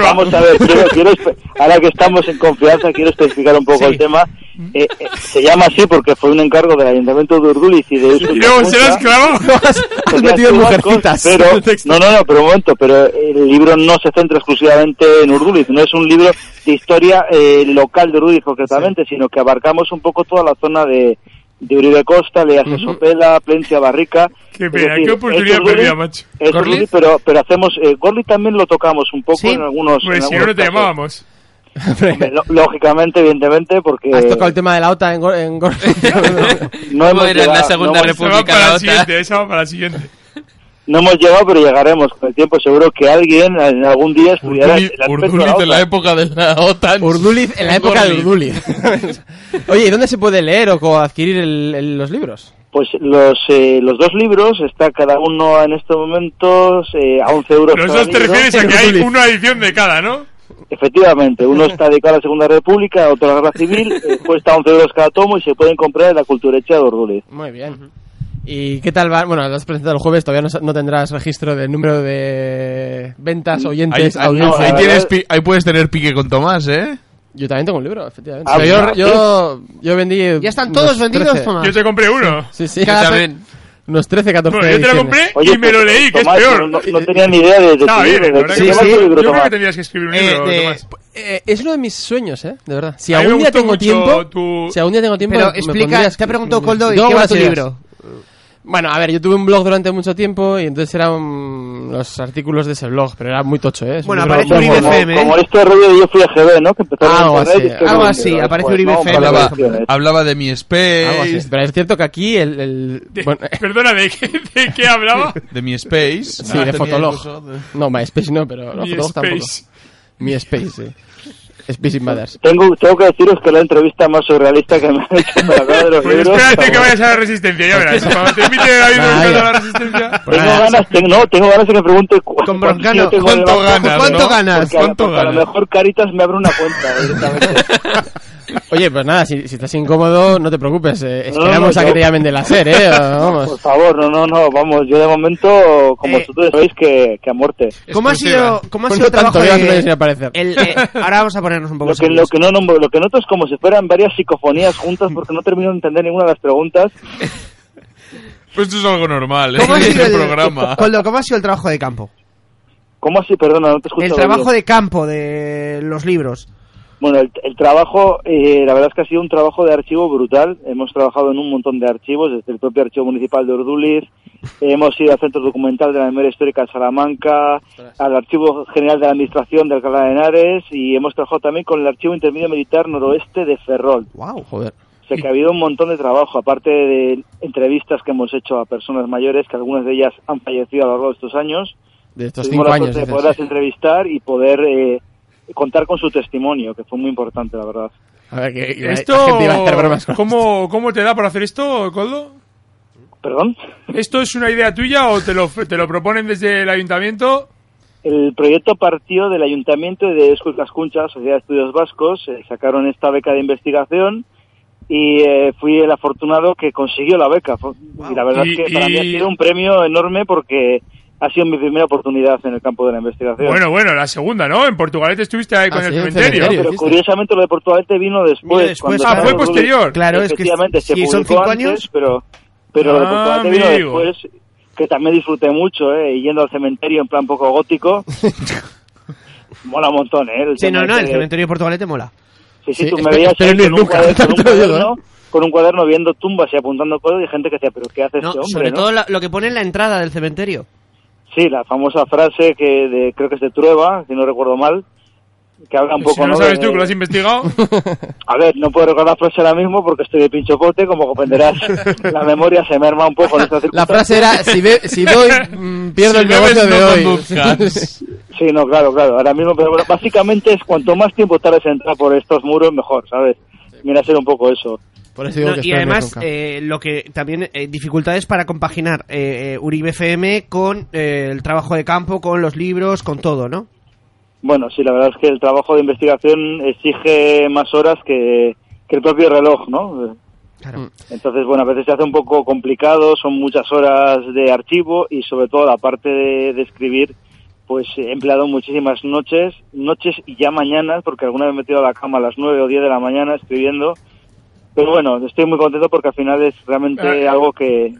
[SPEAKER 15] Vamos a ver, quiero, quiero espe- ahora que estamos en confianza, quiero especificar un poco el tema. Eh, eh, se llama así porque fue un encargo del Ayuntamiento de Urduliz y de Eusko
[SPEAKER 6] Y luego
[SPEAKER 15] Ibarzaharra.
[SPEAKER 6] serás
[SPEAKER 3] (laughs)
[SPEAKER 6] clavado.
[SPEAKER 15] (laughs) Porque
[SPEAKER 6] metido
[SPEAKER 15] las cubas
[SPEAKER 6] mujercitas (laughs)
[SPEAKER 15] con-
[SPEAKER 6] en el
[SPEAKER 15] Pero, no, no, no, pero un momento, pero el libro no se centra exclusivamente en Urduliz, no es un libro de historia eh, local de Urduliz concretamente, sino que abarcamos un poco toda la zona de, de Uribe Costa, Leaje Sopela, Plencia Barrica.
[SPEAKER 6] Qué
[SPEAKER 15] Es
[SPEAKER 6] pena,
[SPEAKER 15] decir,
[SPEAKER 6] qué oportunidad
[SPEAKER 15] es Urduliz-
[SPEAKER 6] perdida, macho.
[SPEAKER 15] es
[SPEAKER 6] ¿Gorliz?
[SPEAKER 15] Urduliz, pero, pero hacemos, eh, Gorliz también lo tocamos un poco en algunos.
[SPEAKER 6] Pues
[SPEAKER 15] en
[SPEAKER 6] si no,
[SPEAKER 15] algunos
[SPEAKER 6] no te
[SPEAKER 15] casos.
[SPEAKER 6] llamábamos.
[SPEAKER 15] Hombre, lo- Lógicamente, evidentemente, porque
[SPEAKER 3] Has tocado el tema de la OTA en, Gor- en Gor-
[SPEAKER 15] no hemos llegado- no hemos-
[SPEAKER 6] Esa va para la siguiente, esa va para la siguiente.
[SPEAKER 15] No hemos llegado, pero llegaremos con el tiempo. Seguro que alguien en algún día estudiará el aspecto de la
[SPEAKER 5] Urduliz
[SPEAKER 15] OTAN.
[SPEAKER 5] en la (laughs)
[SPEAKER 6] (laughs)
[SPEAKER 5] época de la OTAN.
[SPEAKER 3] Urduliz en la época de
[SPEAKER 5] Gorliz.
[SPEAKER 3] Urduliz. Oye, ¿y dónde se puede leer o co- adquirir el- el- los libros?
[SPEAKER 15] Pues los, eh, los dos libros, está cada uno en estos momentos eh, a 11 euros.
[SPEAKER 6] Pero
[SPEAKER 15] cada
[SPEAKER 6] eso te
[SPEAKER 15] libro.
[SPEAKER 6] refieres a que hay una edición de cada, ¿no?
[SPEAKER 15] Efectivamente, uno está dedicado a la Segunda República, otro a la Guerra Civil,
[SPEAKER 6] (laughs)
[SPEAKER 15] eh, cuesta 11 euros cada tomo y se pueden comprar en la Culturecha de Urduliz.
[SPEAKER 3] Muy bien. ¿Y qué tal va? Bueno, lo has presentado el jueves, todavía no, sa- no tendrás registro del número de ventas,
[SPEAKER 5] Ahí,
[SPEAKER 3] oyentes,
[SPEAKER 5] ahí-
[SPEAKER 3] audiencia.
[SPEAKER 5] ahí tienes pi- ahí puedes tener pique con Tomás, ¿eh?
[SPEAKER 3] Yo también tengo un libro, efectivamente.
[SPEAKER 5] Ah,
[SPEAKER 3] Pero
[SPEAKER 5] bueno.
[SPEAKER 3] yo, yo, yo vendí.
[SPEAKER 2] Ya están
[SPEAKER 3] unos
[SPEAKER 2] todos vendidos,
[SPEAKER 3] 13.
[SPEAKER 2] Tomás.
[SPEAKER 6] Yo te compré uno.
[SPEAKER 3] Sí, sí.
[SPEAKER 2] Yo
[SPEAKER 3] Cada
[SPEAKER 2] también.
[SPEAKER 3] tre- Unos 13, 14.
[SPEAKER 6] Bueno, yo te lo
[SPEAKER 3] ediciones.
[SPEAKER 6] compré y me lo leí, que es peor. Estaba bien,
[SPEAKER 15] ¿eh?
[SPEAKER 6] la verdad que sí. Yo creo que tendrías que escribir un
[SPEAKER 3] Eh,
[SPEAKER 6] libro,
[SPEAKER 3] de-
[SPEAKER 6] Tomás.
[SPEAKER 3] eh, es uno de mis sueños, ¿eh? De verdad. Si
[SPEAKER 6] A mí me
[SPEAKER 3] algún día
[SPEAKER 6] gustó
[SPEAKER 3] tengo
[SPEAKER 6] mucho
[SPEAKER 3] tiempo.
[SPEAKER 6] tu-
[SPEAKER 3] Si algún día tengo tiempo.
[SPEAKER 2] Pero
[SPEAKER 3] me
[SPEAKER 2] explica,
[SPEAKER 3] pondría a
[SPEAKER 2] te ha
[SPEAKER 3] escri-
[SPEAKER 2] preguntado Coldo, ¿y
[SPEAKER 3] Tengo
[SPEAKER 2] qué va
[SPEAKER 3] buenas
[SPEAKER 2] tu
[SPEAKER 3] ideas.
[SPEAKER 2] libro?
[SPEAKER 3] Bueno, a ver, yo tuve un blog durante mucho tiempo y entonces eran los artículos de ese blog, pero era muy tocho, ¿eh? Es un
[SPEAKER 2] Bueno,
[SPEAKER 3] blog
[SPEAKER 2] aparece
[SPEAKER 3] muy
[SPEAKER 2] Uribe
[SPEAKER 3] bueno.
[SPEAKER 2] FM, ¿eh?
[SPEAKER 15] Como este rollo de yo fui a GB, ¿no? Que empezó a
[SPEAKER 3] Algo
[SPEAKER 15] internet
[SPEAKER 3] así,
[SPEAKER 15] y estoy
[SPEAKER 3] algo
[SPEAKER 15] con-
[SPEAKER 3] así,
[SPEAKER 15] después,
[SPEAKER 6] Pues,
[SPEAKER 3] aparece Uribe
[SPEAKER 15] ¿no?
[SPEAKER 3] FM.
[SPEAKER 15] Hablaba-
[SPEAKER 5] Hablaba de mi
[SPEAKER 3] Algo así,
[SPEAKER 5] space.
[SPEAKER 3] Pero es cierto que aquí el... el- bueno, (laughs)
[SPEAKER 6] Perdona, ¿de qué, de qué hablaba?
[SPEAKER 5] De mi space.
[SPEAKER 3] sí, de Fotolog. No, MySpace no, pero no,
[SPEAKER 6] Mi
[SPEAKER 3] Fotolog tampoco.
[SPEAKER 6] Space.
[SPEAKER 3] Mi Space, sí. Space Invaders.
[SPEAKER 15] Tengo, tengo que deciros que la entrevista más surrealista que me han hecho para hablar de los
[SPEAKER 6] Pues
[SPEAKER 15] libros.
[SPEAKER 6] espérate que vayas a la resistencia, ya verás. Cuando te invite a ir
[SPEAKER 15] Vaya.
[SPEAKER 6] a la resistencia.
[SPEAKER 15] Tengo ganas, tengo- no, tengo ganas de que me pregunte cu-
[SPEAKER 6] Broncano,
[SPEAKER 15] tengo
[SPEAKER 6] ¿cuánto
[SPEAKER 15] debajo.
[SPEAKER 6] ganas, ¿Cuánto no? ganas?
[SPEAKER 15] Porque a-
[SPEAKER 6] ¿Cuánto
[SPEAKER 15] porque A lo
[SPEAKER 6] ganas?
[SPEAKER 15] mejor Caritas me abre una cuenta directamente.
[SPEAKER 3] Oye, pues nada, si, si estás incómodo, no te preocupes. eh, esperamos
[SPEAKER 15] no,
[SPEAKER 3] a que
[SPEAKER 15] yo-
[SPEAKER 3] te llamen de la SER,
[SPEAKER 15] (laughs)
[SPEAKER 3] ¿eh? O- Vamos.
[SPEAKER 15] Por favor, no, no, no, vamos, yo de momento, como vosotros sabéis, que, que a muerte.
[SPEAKER 2] Eh. ¿Cómo ha sido, cómo ha
[SPEAKER 15] Pues
[SPEAKER 2] sido
[SPEAKER 15] no
[SPEAKER 2] el trabajo
[SPEAKER 15] tanto,
[SPEAKER 2] de-
[SPEAKER 15] llevas un año sin aparecer.
[SPEAKER 2] el, eh, ahora vamos a ponernos un poco
[SPEAKER 15] Lo que, lo,
[SPEAKER 2] serios.
[SPEAKER 15] que no, no, lo que noto es como si fueran varias psicofonías juntas porque no termino de entender ninguna de las preguntas.
[SPEAKER 5] Pues esto es algo normal, ¿eh?
[SPEAKER 6] (laughs)
[SPEAKER 2] ¿Cómo ha
[SPEAKER 5] Es
[SPEAKER 6] Este
[SPEAKER 2] sido
[SPEAKER 5] el
[SPEAKER 2] el-
[SPEAKER 5] programa.
[SPEAKER 2] Coldo, ¿cómo ha sido el trabajo de campo?
[SPEAKER 15] ¿Cómo así? Perdona, no te escucho.
[SPEAKER 2] El trabajo de campo de los libros.
[SPEAKER 15] Bueno, el, el trabajo, eh, la verdad es que ha sido un trabajo de archivo brutal. Hemos trabajado en un montón de archivos, desde el propio Archivo Municipal de Urduliz, hemos ido al Centro Documental de la Memoria Histórica de Salamanca, al Archivo General de la Administración de Alcalá de Henares y hemos trabajado también con el Archivo Intermedio Militar Noroeste de Ferrol.
[SPEAKER 2] ¡Wow!
[SPEAKER 3] Joder.
[SPEAKER 15] O sea que ha habido un montón de trabajo, aparte de entrevistas que hemos hecho a personas mayores, que algunas de ellas han fallecido a lo largo de estos años.
[SPEAKER 3] De estos
[SPEAKER 15] Tuvimos
[SPEAKER 3] cinco
[SPEAKER 15] la
[SPEAKER 3] años.
[SPEAKER 15] suerte de
[SPEAKER 3] dices.
[SPEAKER 15] poderlas entrevistar y poder eh, contar con su testimonio, que fue muy importante, la verdad.
[SPEAKER 3] A ver, que, que
[SPEAKER 6] Esto,
[SPEAKER 3] la gente iba a hacer bromas con-
[SPEAKER 6] ¿cómo, ¿Cómo te da por hacer esto, Coldo?
[SPEAKER 15] ¿Perdón?
[SPEAKER 6] ¿Esto es una idea tuya o te lo, te lo proponen desde el ayuntamiento?
[SPEAKER 15] El proyecto partió del Ayuntamiento de Esculcascuncha, Sociedad de Estudios Vascos, eh, sacaron esta beca de investigación y eh, fui el afortunado que consiguió la beca. Fue- Y la verdad
[SPEAKER 6] Y-
[SPEAKER 15] es que para
[SPEAKER 6] y-
[SPEAKER 15] mí ha sido un premio enorme porque ha sido mi primera oportunidad en el campo de la investigación.
[SPEAKER 6] Bueno, bueno, la segunda, ¿no? En Portugalete estuviste ahí
[SPEAKER 3] Ah,
[SPEAKER 6] con el cementerio. Pues
[SPEAKER 15] No, pero curiosamente lo de Portugalete vino después.
[SPEAKER 6] Vino después,
[SPEAKER 15] cuando
[SPEAKER 6] ah,
[SPEAKER 15] estaba
[SPEAKER 6] fue
[SPEAKER 15] Rubí.
[SPEAKER 6] posterior. Claro, es que
[SPEAKER 15] Efectivamente, se
[SPEAKER 6] si son
[SPEAKER 15] publicó
[SPEAKER 6] cinco
[SPEAKER 15] antes,
[SPEAKER 6] años.
[SPEAKER 15] pero, pero lo de
[SPEAKER 6] Ah,
[SPEAKER 15] Portugalete vino
[SPEAKER 6] amigo.
[SPEAKER 15] después, que también disfruté mucho, ¿eh? yendo al cementerio en plan poco
[SPEAKER 2] (laughs)
[SPEAKER 15] gótico. Mola un montón, ¿eh? El
[SPEAKER 2] Sí,
[SPEAKER 15] tema
[SPEAKER 2] no, no, el
[SPEAKER 15] ese-
[SPEAKER 2] cementerio de Portugalete mola.
[SPEAKER 15] Sí, sí,
[SPEAKER 2] Sí,
[SPEAKER 15] tú me
[SPEAKER 2] espera,
[SPEAKER 15] veías
[SPEAKER 2] espera,
[SPEAKER 15] ahí
[SPEAKER 2] (laughs) no ¿eh? es
[SPEAKER 15] con, un
[SPEAKER 2] nunca,
[SPEAKER 15] cuaderno, con, un
[SPEAKER 2] tanto digo,
[SPEAKER 15] cuaderno, con un cuaderno viendo tumbas y apuntando cosas y gente que decía, pero ¿qué hace
[SPEAKER 2] No,
[SPEAKER 15] este hombre?
[SPEAKER 2] sobre
[SPEAKER 15] no?".
[SPEAKER 2] todo la- lo que pone en la entrada del cementerio.
[SPEAKER 15] Sí, la famosa frase que de- creo que es de Trueba, si no recuerdo mal, que habla un
[SPEAKER 6] Pues
[SPEAKER 15] poco...
[SPEAKER 6] si
[SPEAKER 15] ¿no?
[SPEAKER 6] no
[SPEAKER 15] Eh,
[SPEAKER 6] sabes
[SPEAKER 15] de-
[SPEAKER 6] tú que lo
[SPEAKER 15] (laughs)
[SPEAKER 6] has investigado,
[SPEAKER 15] A ver, no puedo recordar frase ahora mismo porque estoy de pinchocote, como
[SPEAKER 2] (laughs)
[SPEAKER 15] comprenderás, la memoria se merma un poco en esta
[SPEAKER 3] La frase era, si, ve- si doy,
[SPEAKER 15] (laughs)
[SPEAKER 3] mm, pierdo el negocio de hoy. (laughs)
[SPEAKER 15] Sí, no, claro, claro, ahora mismo, pero bueno, básicamente es cuanto más tiempo tardes en entrar por estos muros, mejor, ¿sabes? Mira, ser un poco eso.
[SPEAKER 2] No, y además, eh, lo que también eh, dificultades para compaginar eh, eh, Uribe FM con eh, el trabajo de campo, con los libros, con todo, ¿no?
[SPEAKER 15] Bueno, sí, la verdad es que el trabajo de investigación exige más horas que, que el propio reloj, ¿no?
[SPEAKER 3] Mm.
[SPEAKER 15] Entonces, bueno, a veces se hace un poco complicado, son muchas horas de archivo y sobre todo la parte de, de escribir, pues he empleado muchísimas noches, noches y ya mañanas, porque alguna vez me he metido a la cama a las 9 o 10 de la mañana escribiendo. Pero bueno, estoy muy contento porque al final es realmente
[SPEAKER 6] Ah.
[SPEAKER 15] algo que,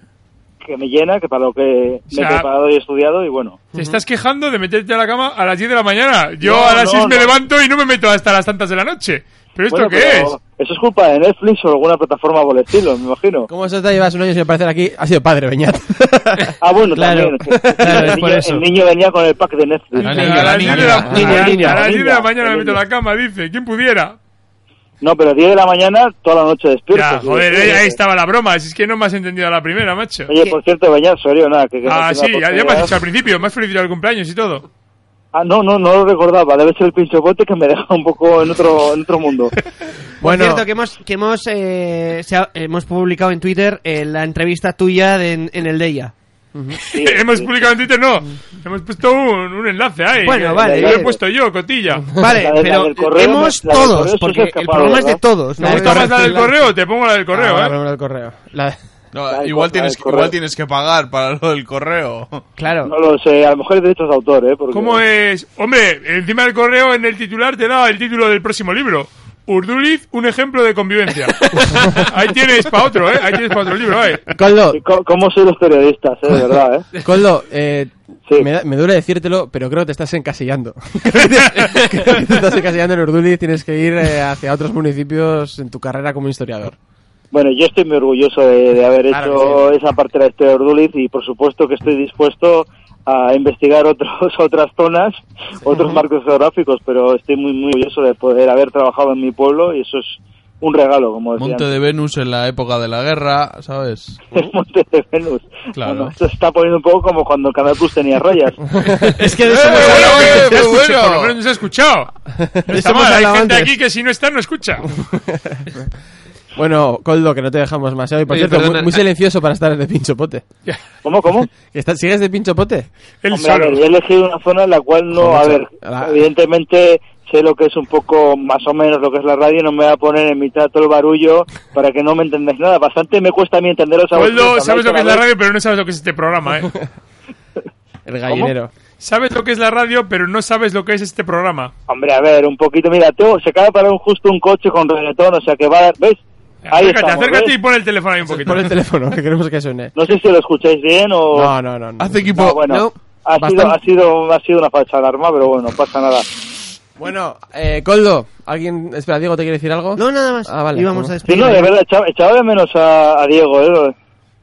[SPEAKER 15] que me llena, que para lo que me
[SPEAKER 6] sea,
[SPEAKER 15] he preparado y he estudiado y bueno.
[SPEAKER 6] te estás quejando de meterte a la cama a las 10 de la mañana. Yo
[SPEAKER 15] No,
[SPEAKER 6] a las
[SPEAKER 15] no,
[SPEAKER 6] 6 me
[SPEAKER 15] no.
[SPEAKER 6] levanto y no me meto hasta las tantas de la noche. ¿Pero esto
[SPEAKER 15] Bueno,
[SPEAKER 6] qué
[SPEAKER 15] pero
[SPEAKER 6] es?
[SPEAKER 15] Eso es culpa de Netflix o alguna plataforma por el estilo, me imagino.
[SPEAKER 3] ¿Cómo eso te llevas un año sin aparecer aquí? Ha sido padre, Beñat.
[SPEAKER 15] Ah, bueno,
[SPEAKER 3] Claro.
[SPEAKER 15] también. es que-
[SPEAKER 3] (laughs) Claro, es
[SPEAKER 15] el,
[SPEAKER 3] por
[SPEAKER 15] niño,
[SPEAKER 3] eso.
[SPEAKER 15] el niño venía con el pack de Netflix.
[SPEAKER 3] La niña, la niña,
[SPEAKER 6] A las- a las 10 de la mañana me meto a la cama, dice. ¿Quién pudiera?
[SPEAKER 15] No, pero 10 de la mañana toda la noche despierto.
[SPEAKER 6] Ya,
[SPEAKER 15] sí,
[SPEAKER 6] joder, eh,
[SPEAKER 15] sí.
[SPEAKER 6] ahí, ahí estaba la broma. Si es que no me has entendido a la primera, macho.
[SPEAKER 15] Oye, por cierto, Beñat
[SPEAKER 2] eh,
[SPEAKER 15] Sorio, nada. Que, que
[SPEAKER 6] Ah,
[SPEAKER 15] no
[SPEAKER 6] sí,
[SPEAKER 15] tengo
[SPEAKER 6] ya, ya me has
[SPEAKER 15] oportunidad.
[SPEAKER 6] dicho al principio. Me has felicitado el cumpleaños y todo.
[SPEAKER 15] Ah, no, no, no lo recordaba. Debe ser el pincho bote que me deja un poco en otro, en otro
[SPEAKER 6] (laughs)
[SPEAKER 15] mundo.
[SPEAKER 2] Bueno. cierto, que hemos, que hemos, eh, se ha- hemos publicado en Twitter eh, la entrevista tuya de- en, en el de ella.
[SPEAKER 6] (laughs) Hemos publicado en Twitter, no. Hemos puesto un, un enlace ahí.
[SPEAKER 2] Bueno,
[SPEAKER 6] que-
[SPEAKER 2] vale,
[SPEAKER 6] que Lo
[SPEAKER 2] vale.
[SPEAKER 6] he puesto yo, cotilla.
[SPEAKER 2] Vale, La de- la pero del correo hemos me- la del todos, correo se os porque el escapaba, programa es de ¿verdad? todos,
[SPEAKER 6] ¿Te
[SPEAKER 2] ¿no?
[SPEAKER 6] gusta más la del
[SPEAKER 2] Correcto.
[SPEAKER 6] correo? Te pongo la del correo,
[SPEAKER 3] Ah,
[SPEAKER 6] ¿eh?
[SPEAKER 3] bueno, el correo. La-
[SPEAKER 15] Ah,
[SPEAKER 5] No, igual, tienes que, igual tienes que pagar para lo del correo.
[SPEAKER 2] Claro.
[SPEAKER 15] No lo sé, a lo mejor es derechos de autor, ¿eh? Porque...
[SPEAKER 6] ¿Cómo es? Hombre, encima del correo, en el titular, te da el título del próximo libro. Urduliz, un ejemplo de
[SPEAKER 2] (laughs)
[SPEAKER 6] convivencia. Ahí tienes para otro, ¿eh? Ahí tienes para otro libro, ¿eh?
[SPEAKER 3] Coldo.
[SPEAKER 15] ¿Cómo soy los periodistas, eh? De verdad, eh.
[SPEAKER 3] Coldo, eh, me, da- me duele decírtelo, pero creo que te estás encasillando. (laughs) creo que te estás encasillando en Urduliz, tienes que ir eh, hacia otros municipios en tu carrera como historiador.
[SPEAKER 15] Bueno, yo estoy muy orgulloso de, de haber
[SPEAKER 16] Claro
[SPEAKER 15] hecho esa parte de la historia de Urduliz y por supuesto que estoy dispuesto a investigar otros, (laughs) otras zonas, otros marcos geográficos, pero estoy muy, muy orgulloso de poder haber trabajado en mi pueblo y eso es un regalo, como decía.
[SPEAKER 5] Monte de Venus en la época de la guerra,
[SPEAKER 15] (laughs)
[SPEAKER 5] ¿sabes?
[SPEAKER 15] antes. Monte de Venus.
[SPEAKER 5] Claro.
[SPEAKER 15] Bueno, esto se está poniendo un poco como cuando Canal Plus tenía rayas.
[SPEAKER 2] es
[SPEAKER 15] que
[SPEAKER 6] Se
[SPEAKER 2] eh,
[SPEAKER 6] ha escuchado, (laughs) Por lo menos se ha escuchado. No
[SPEAKER 15] hemos
[SPEAKER 6] está mal, hay
[SPEAKER 15] hablado
[SPEAKER 6] gente
[SPEAKER 15] antes.
[SPEAKER 6] aquí que si no está, no
[SPEAKER 2] (laughs)
[SPEAKER 6] escucha.
[SPEAKER 3] Bueno, Coldo, que no te dejamos más hoy. Por
[SPEAKER 6] Oye,
[SPEAKER 3] cierto, muy-
[SPEAKER 6] perdona.
[SPEAKER 3] muy, silencioso para estar de pincho pote.
[SPEAKER 15] ¿Cómo,
[SPEAKER 3] (laughs)
[SPEAKER 15] cómo?
[SPEAKER 3] ¿Sigues de pincho pote?
[SPEAKER 15] Hombre, a ver, yo he elegido una zona en la cual no,
[SPEAKER 3] Joder,
[SPEAKER 15] a
[SPEAKER 3] macho.
[SPEAKER 15] ver, evidentemente sé lo que es un poco más o menos lo que es la radio, no me voy a poner en mitad de todo el barullo para que no me entendáis nada. Bastante me cuesta a mí entenderos a vosotros,
[SPEAKER 6] Waldo,
[SPEAKER 15] habláis
[SPEAKER 6] sabes lo
[SPEAKER 15] a
[SPEAKER 6] que es la
[SPEAKER 15] vez.
[SPEAKER 6] radio, pero no sabes lo que es este
[SPEAKER 15] (laughs)
[SPEAKER 6] programa, ¿eh?
[SPEAKER 3] El
[SPEAKER 15] gallinero.
[SPEAKER 6] Sabes lo que es la radio, pero no sabes lo que es este programa.
[SPEAKER 15] Hombre, a ver, un poquito, mira, tengo, se acaba de parar un- justo un coche con reggaetón, o sea que va a dar, ¿ves? Ahí
[SPEAKER 6] acércate,
[SPEAKER 15] estamos,
[SPEAKER 6] acércate
[SPEAKER 15] ¿ves?
[SPEAKER 6] y pon el teléfono ahí un poquito.
[SPEAKER 3] Por el teléfono, que queremos que suene.
[SPEAKER 15] No sé si lo escucháis bien o...
[SPEAKER 3] No, no, no. no.
[SPEAKER 15] Hace equipo. bueno, ha, sido, ha,
[SPEAKER 3] Bastante.
[SPEAKER 15] sido, ha sido una falsa alarma, pero bueno, pasa nada.
[SPEAKER 3] Bueno, eh, Coldo, ¿alguien. Espera, Diego, ¿te quiere decir algo? No,
[SPEAKER 2] nada más.
[SPEAKER 3] Ah, vale.
[SPEAKER 2] Íbamos
[SPEAKER 3] Bueno.
[SPEAKER 2] a
[SPEAKER 15] Sí, no, de verdad, echaba, echaba de menos a, a Diego, ¿eh?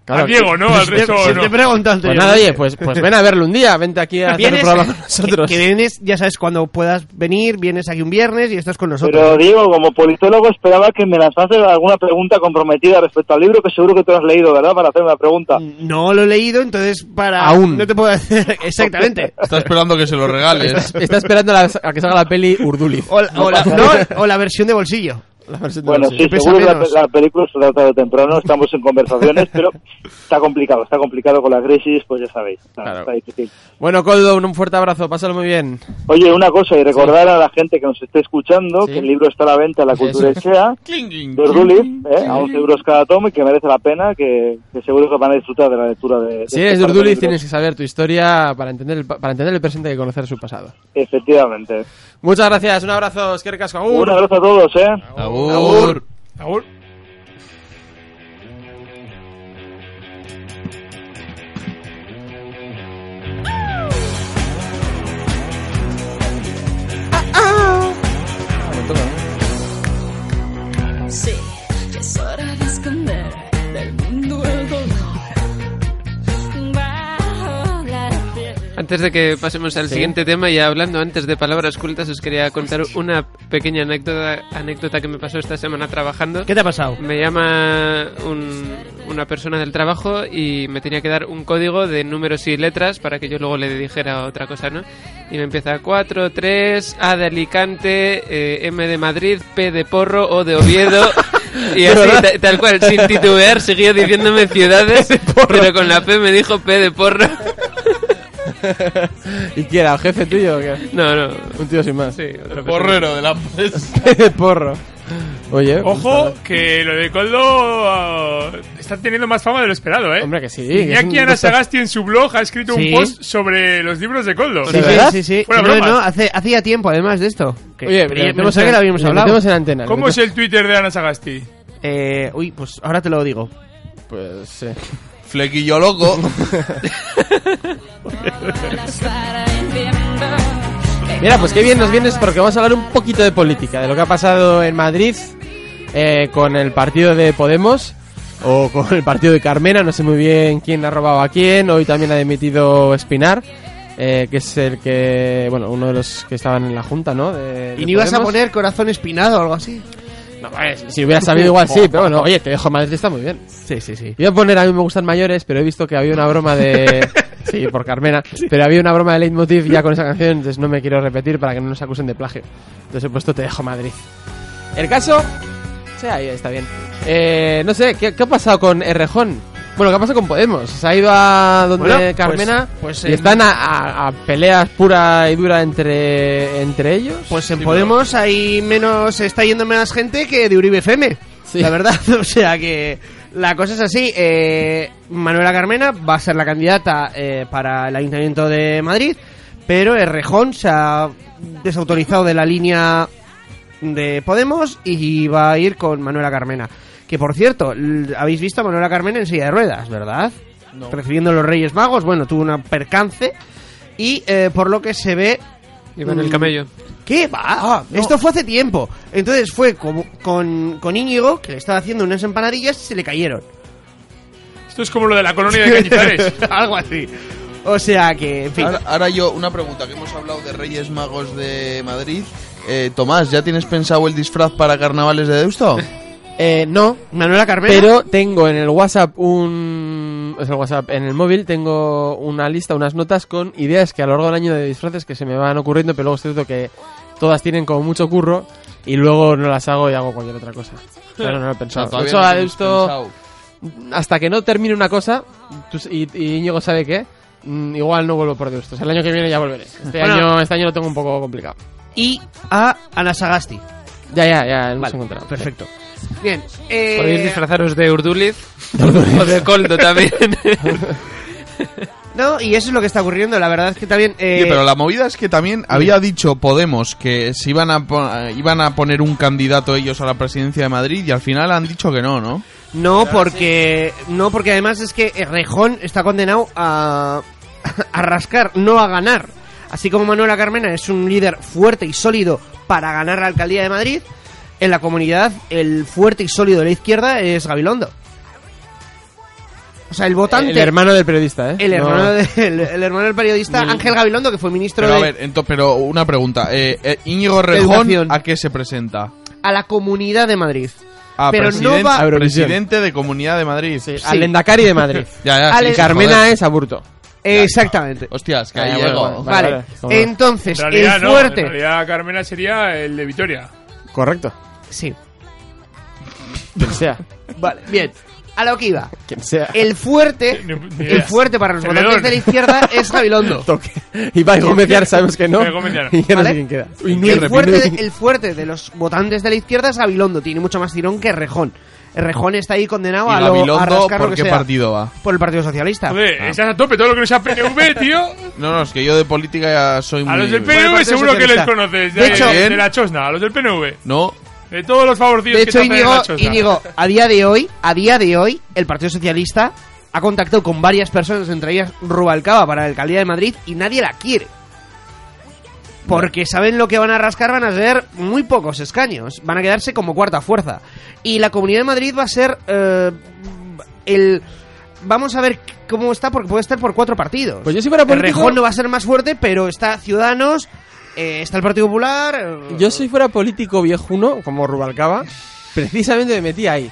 [SPEAKER 3] Claro. Diego, ¿no? Al resto,
[SPEAKER 2] Si
[SPEAKER 3] no.
[SPEAKER 2] te preguntan,
[SPEAKER 3] Pues nada, oye, pues, pues ven a verlo un día, vente aquí a hacer un
[SPEAKER 2] Vienes- (laughs)
[SPEAKER 3] programa con nosotros.
[SPEAKER 2] Que vienes, ya sabes, cuando puedas venir, vienes aquí un viernes y estás con nosotros.
[SPEAKER 15] Pero Diego, como politólogo esperaba que me lanzase alguna pregunta comprometida respecto al libro que seguro que tú lo has leído, ¿verdad? Para hacerme la pregunta.
[SPEAKER 2] No lo he leído, entonces para...
[SPEAKER 15] Aún.
[SPEAKER 2] No te puedo hacer... (laughs) Exactamente.
[SPEAKER 5] Está esperando que se lo regales.
[SPEAKER 3] Está, está esperando a, la- a que salga la peli Urduliz.
[SPEAKER 2] O, la- o la, no, o la versión de bolsillo.
[SPEAKER 3] La versión de
[SPEAKER 15] Bueno,
[SPEAKER 3] bolsillo.
[SPEAKER 15] sí, seguro que la, la película se trata de temprano, estamos en conversaciones, pero está complicado, está complicado con la crisis, pues ya sabéis, está, está difícil.
[SPEAKER 3] Bueno, Coldo, un fuerte abrazo, pásalo muy bien.
[SPEAKER 15] Oye, una cosa, y recordar a la gente que nos esté escuchando que el libro está a la venta en la cultura
[SPEAKER 3] Sí, sí. (laughs)
[SPEAKER 15] Echea, de Urduliz, ¿eh? a 11 euros cada tomo y que merece la pena, que, que seguro que van a disfrutar de la lectura de... de
[SPEAKER 3] Si
[SPEAKER 15] este
[SPEAKER 3] eres de
[SPEAKER 15] par de
[SPEAKER 3] Urduliz,
[SPEAKER 15] libros.
[SPEAKER 3] tienes que saber tu historia para entender, el, pa- para entender el presente y conocer su pasado.
[SPEAKER 15] Efectivamente.
[SPEAKER 3] Muchas gracias, un abrazo, es que recasco.
[SPEAKER 15] Un abrazo a todos, ¿eh?
[SPEAKER 3] Agur.
[SPEAKER 6] Agur.
[SPEAKER 11] Sí, ya es hora de esconder del mundo el dolor. Bajo la piel.
[SPEAKER 4] Antes de que pasemos al
[SPEAKER 11] Sí.
[SPEAKER 4] siguiente tema, y hablando antes de palabras cultas, os quería contar una pequeña anécdota, anécdota que me pasó esta semana trabajando.
[SPEAKER 2] ¿Qué te ha pasado?
[SPEAKER 4] Me llama un- una persona del trabajo y me tenía que dar un código de números y letras para que yo luego le dijera otra cosa, ¿no? Y me empieza 4, 3, A de Alicante, eh, M de Madrid, P de Porro, O de
[SPEAKER 2] (laughs)
[SPEAKER 4] Oviedo. Y
[SPEAKER 3] ¿De
[SPEAKER 4] así,
[SPEAKER 3] verdad?
[SPEAKER 4] ta- tal cual,
[SPEAKER 3] (laughs)
[SPEAKER 4] sin titubear, seguía diciéndome ciudades, pero con la P me dijo P de porro.
[SPEAKER 3] (laughs) ¿Y quién era? ¿El jefe tuyo? o qué?
[SPEAKER 4] No, no.
[SPEAKER 3] Un tío sin más.
[SPEAKER 4] Sí, otra persona.
[SPEAKER 5] Porrero de la empresa.
[SPEAKER 3] Porro. Oye.
[SPEAKER 6] Ojo, que lo de Coldo ah, está teniendo más fama de lo esperado, ¿eh?
[SPEAKER 3] Hombre, que sí. que es
[SPEAKER 6] Iñaki
[SPEAKER 3] un-
[SPEAKER 6] Ana Sagasti en su blog ha escrito
[SPEAKER 2] Sí.
[SPEAKER 6] un post sobre los libros de Coldo.
[SPEAKER 2] Sí, sí, sí, sí.
[SPEAKER 6] Fuera
[SPEAKER 2] No,
[SPEAKER 6] bromas.
[SPEAKER 2] no, hace, hacía tiempo además de esto. Que-
[SPEAKER 3] Oye,
[SPEAKER 2] pero
[SPEAKER 3] le
[SPEAKER 2] yo
[SPEAKER 3] metemos
[SPEAKER 2] pensaba
[SPEAKER 3] en-
[SPEAKER 2] que lo habíamos
[SPEAKER 3] le
[SPEAKER 2] hablado.
[SPEAKER 3] metemos en antena, le
[SPEAKER 6] ¿Cómo es el Twitter de Ana Sagasti?
[SPEAKER 2] Eh, uy, pues ahora te lo digo.
[SPEAKER 3] Pues sí.
[SPEAKER 5] Flequillo
[SPEAKER 3] (laughs)
[SPEAKER 5] loco.
[SPEAKER 3] Mira, pues qué bien nos vienes porque vamos a hablar un poquito de política, de lo que ha pasado en Madrid eh, con el partido de Podemos o con el partido de Carmena, no sé muy bien quién ha robado a quién, hoy también ha dimitido Espinar, eh, que es el que, bueno, uno de los que estaban en la Junta, ¿no? De- de
[SPEAKER 2] ¿Y ni ibas a
[SPEAKER 3] Podemos.
[SPEAKER 2] poner corazón espinado o algo así?
[SPEAKER 3] No, Si hubiera sabido igual sí,
[SPEAKER 2] (laughs)
[SPEAKER 3] pero bueno, oye, te dejo Madrid está muy bien.
[SPEAKER 2] Sí, sí, sí.
[SPEAKER 3] Iba a poner a mí me gustan mayores, pero he visto que había una
[SPEAKER 2] (laughs)
[SPEAKER 3] broma de... Sí, por Carmena. Pero había una broma de leitmotiv ya con esa canción, entonces no me quiero repetir para que no nos acusen de plagio. Entonces he puesto Te dejo Madrid. El caso... Sí, ahí está bien. Eh, no sé, ¿qué, qué ha pasado con Errejón? Bueno, ¿qué ha pasado con Podemos? Se ha ido a donde
[SPEAKER 2] Bueno, pues-
[SPEAKER 3] Carmena
[SPEAKER 2] pues
[SPEAKER 3] y
[SPEAKER 2] en-
[SPEAKER 3] están a, a- a peleas pura y dura entre, entre ellos.
[SPEAKER 2] Pues en Podemos hay menos, se está yendo menos gente que de Uribe FM. La verdad, (laughs) o sea que la cosa es así. eh, Manuela Carmena va a ser la candidata eh, para el Ayuntamiento de Madrid, pero Errejón se ha desautorizado de la línea de Podemos y va a ir con Manuela Carmena. Que por cierto, l- habéis visto a Manuela Carmena en silla de ruedas, ¿verdad? Recibiendo los Reyes Magos, bueno, tuvo un percance y eh, por lo que se ve
[SPEAKER 4] Iba en el
[SPEAKER 2] Mm.
[SPEAKER 4] camello.
[SPEAKER 2] ¿Qué va?
[SPEAKER 5] Ah,
[SPEAKER 2] Esto fue hace tiempo. Entonces fue como- con, con Íñigo, que le estaba haciendo unas empanadillas y se le cayeron.
[SPEAKER 6] Esto es como lo de la colonia de Cañizares.
[SPEAKER 5] (laughs)
[SPEAKER 2] Algo así. O sea que, en fin.
[SPEAKER 5] Ahora, ahora yo, una pregunta, que hemos hablado de Reyes Magos de Madrid. Eh, Tomás, ¿ya tienes pensado el disfraz para carnavales de
[SPEAKER 2] (laughs)
[SPEAKER 5] Deusto?
[SPEAKER 3] Eh, no.
[SPEAKER 2] Manuela Carmena.
[SPEAKER 3] Pero tengo en el WhatsApp un. Es el WhatsApp. En el móvil tengo una lista, unas notas con ideas que a lo largo del año de disfraces que se me van ocurriendo, pero luego es cierto que todas tienen como mucho curro y luego no las hago y hago cualquier otra cosa. Pero no lo he
[SPEAKER 5] (laughs)
[SPEAKER 3] pensado.
[SPEAKER 5] O sea, todavía
[SPEAKER 3] De hecho,
[SPEAKER 5] no
[SPEAKER 3] a
[SPEAKER 5] tienes
[SPEAKER 3] Deusto, Hasta que no termine una cosa, tú- y, y Íñigo sabe qué, mm, igual no vuelvo por Deusto. O sea, el año que viene ya volveré. Este,
[SPEAKER 2] Bueno.
[SPEAKER 3] año, este año lo tengo un poco complicado.
[SPEAKER 2] Y a Ana Sagasti.
[SPEAKER 3] Ya, ya, ya, hemos
[SPEAKER 2] Vale,
[SPEAKER 3] encontrado.
[SPEAKER 2] perfecto. Bien. eh,
[SPEAKER 4] Podéis disfrazaros de Urduliz o de Coldo
[SPEAKER 3] (laughs)
[SPEAKER 4] también.
[SPEAKER 2] No, y eso es lo que está ocurriendo. La verdad es que también. eh,
[SPEAKER 5] Oye, pero la movida es que también había dicho Podemos que se iban a, po- eh, iban a poner un candidato ellos a la presidencia de Madrid y al final han dicho que no, ¿no?
[SPEAKER 2] No, porque. No, porque además es que eh, Rejón está condenado a. (laughs) a rascar, no a ganar. Así como Manuela Carmena es un líder fuerte y sólido para ganar la alcaldía de Madrid, en la comunidad el fuerte y sólido de la izquierda es Gabilondo. O sea, el votante.
[SPEAKER 3] El hermano del periodista, ¿eh?
[SPEAKER 2] el
[SPEAKER 3] No-
[SPEAKER 2] hermano de- el- el hermano del periodista
[SPEAKER 3] Mm.
[SPEAKER 2] Ángel Gabilondo, que fue ministro
[SPEAKER 5] Pero a
[SPEAKER 2] de.
[SPEAKER 5] ver, ento- pero una pregunta. eh, eh, Íñigo Rejón, ¿a qué se presenta?
[SPEAKER 2] a la comunidad de Madrid.
[SPEAKER 5] A
[SPEAKER 2] pero
[SPEAKER 5] Ah, presidente,
[SPEAKER 2] no va
[SPEAKER 5] presidente de Comunidad de Madrid.
[SPEAKER 3] al Endacari de Madrid.
[SPEAKER 5] (laughs) ya, ya,
[SPEAKER 2] Al-
[SPEAKER 5] sí, sí,
[SPEAKER 3] Carmena
[SPEAKER 5] joder.
[SPEAKER 3] es Aburto.
[SPEAKER 2] Exactamente.
[SPEAKER 5] Hostias, que ahí
[SPEAKER 3] Ah, bueno,
[SPEAKER 5] llego.
[SPEAKER 3] bueno,
[SPEAKER 2] Vale.
[SPEAKER 3] vale, vale.
[SPEAKER 2] Entonces,
[SPEAKER 6] En realidad,
[SPEAKER 2] el
[SPEAKER 6] no,
[SPEAKER 2] fuerte.
[SPEAKER 6] En realidad, Carmena sería el de Vitoria.
[SPEAKER 3] Correcto.
[SPEAKER 2] Sí.
[SPEAKER 3] Quien sea.
[SPEAKER 2] Vale, bien. A lo que iba.
[SPEAKER 3] Quien sea.
[SPEAKER 2] El fuerte,
[SPEAKER 3] ni
[SPEAKER 2] el
[SPEAKER 3] idea.
[SPEAKER 2] fuerte para los votantes
[SPEAKER 3] Perdedor.
[SPEAKER 2] de la izquierda
[SPEAKER 5] (laughs)
[SPEAKER 2] es (laughs) Gabilondo.
[SPEAKER 3] Toque. Y Ibai Gómez ya sabemos que no.
[SPEAKER 6] Ibai Gómez ya no.
[SPEAKER 3] Y ya no
[SPEAKER 2] ¿Vale?
[SPEAKER 3] sé quién queda.
[SPEAKER 2] El fuerte, de, el fuerte de los votantes de la izquierda es Gabilondo. Tiene mucho más tirón que Rejón. Rejón está ahí condenado
[SPEAKER 5] ¿Y
[SPEAKER 2] a, lo, a
[SPEAKER 5] Gabilondo
[SPEAKER 2] rascar lo
[SPEAKER 5] por
[SPEAKER 2] que
[SPEAKER 5] qué
[SPEAKER 2] sea.
[SPEAKER 5] partido va? Ah.
[SPEAKER 2] Por el Partido Socialista.
[SPEAKER 6] Joder, estás a tope todo lo que no sea
[SPEAKER 2] (laughs)
[SPEAKER 6] PNV, tío.
[SPEAKER 5] No, no, es que yo de política ya soy muy...
[SPEAKER 6] A los del
[SPEAKER 5] Por el
[SPEAKER 6] PNV
[SPEAKER 5] Partido
[SPEAKER 6] seguro que les
[SPEAKER 5] Socialista.
[SPEAKER 6] conoces. De,
[SPEAKER 5] De hecho-
[SPEAKER 6] de la chosna, a los del PNV.
[SPEAKER 5] No.
[SPEAKER 6] De todos los favorcidos
[SPEAKER 2] De
[SPEAKER 6] que
[SPEAKER 2] hecho,
[SPEAKER 6] te hacen en
[SPEAKER 2] Íñigo,
[SPEAKER 6] la chosna.
[SPEAKER 2] Íñigo, a día de hoy, a día de hoy, el Partido Socialista ha contactado con varias personas, entre ellas Rubalcaba, para la alcaldía de Madrid, y nadie la quiere. Porque saben lo que van a rascar, van a ser muy pocos escaños. Van a quedarse como cuarta fuerza. Y la Comunidad de Madrid va a ser eh, el... Vamos a ver cómo está, porque puede estar por cuatro partidos.
[SPEAKER 3] Pues yo si fuera político-
[SPEAKER 2] Rejón no va a ser más fuerte, pero está Ciudadanos, eh, está el Partido Popular... eh,
[SPEAKER 3] Yo si fuera político viejuno, como Rubalcaba, precisamente me metí ahí.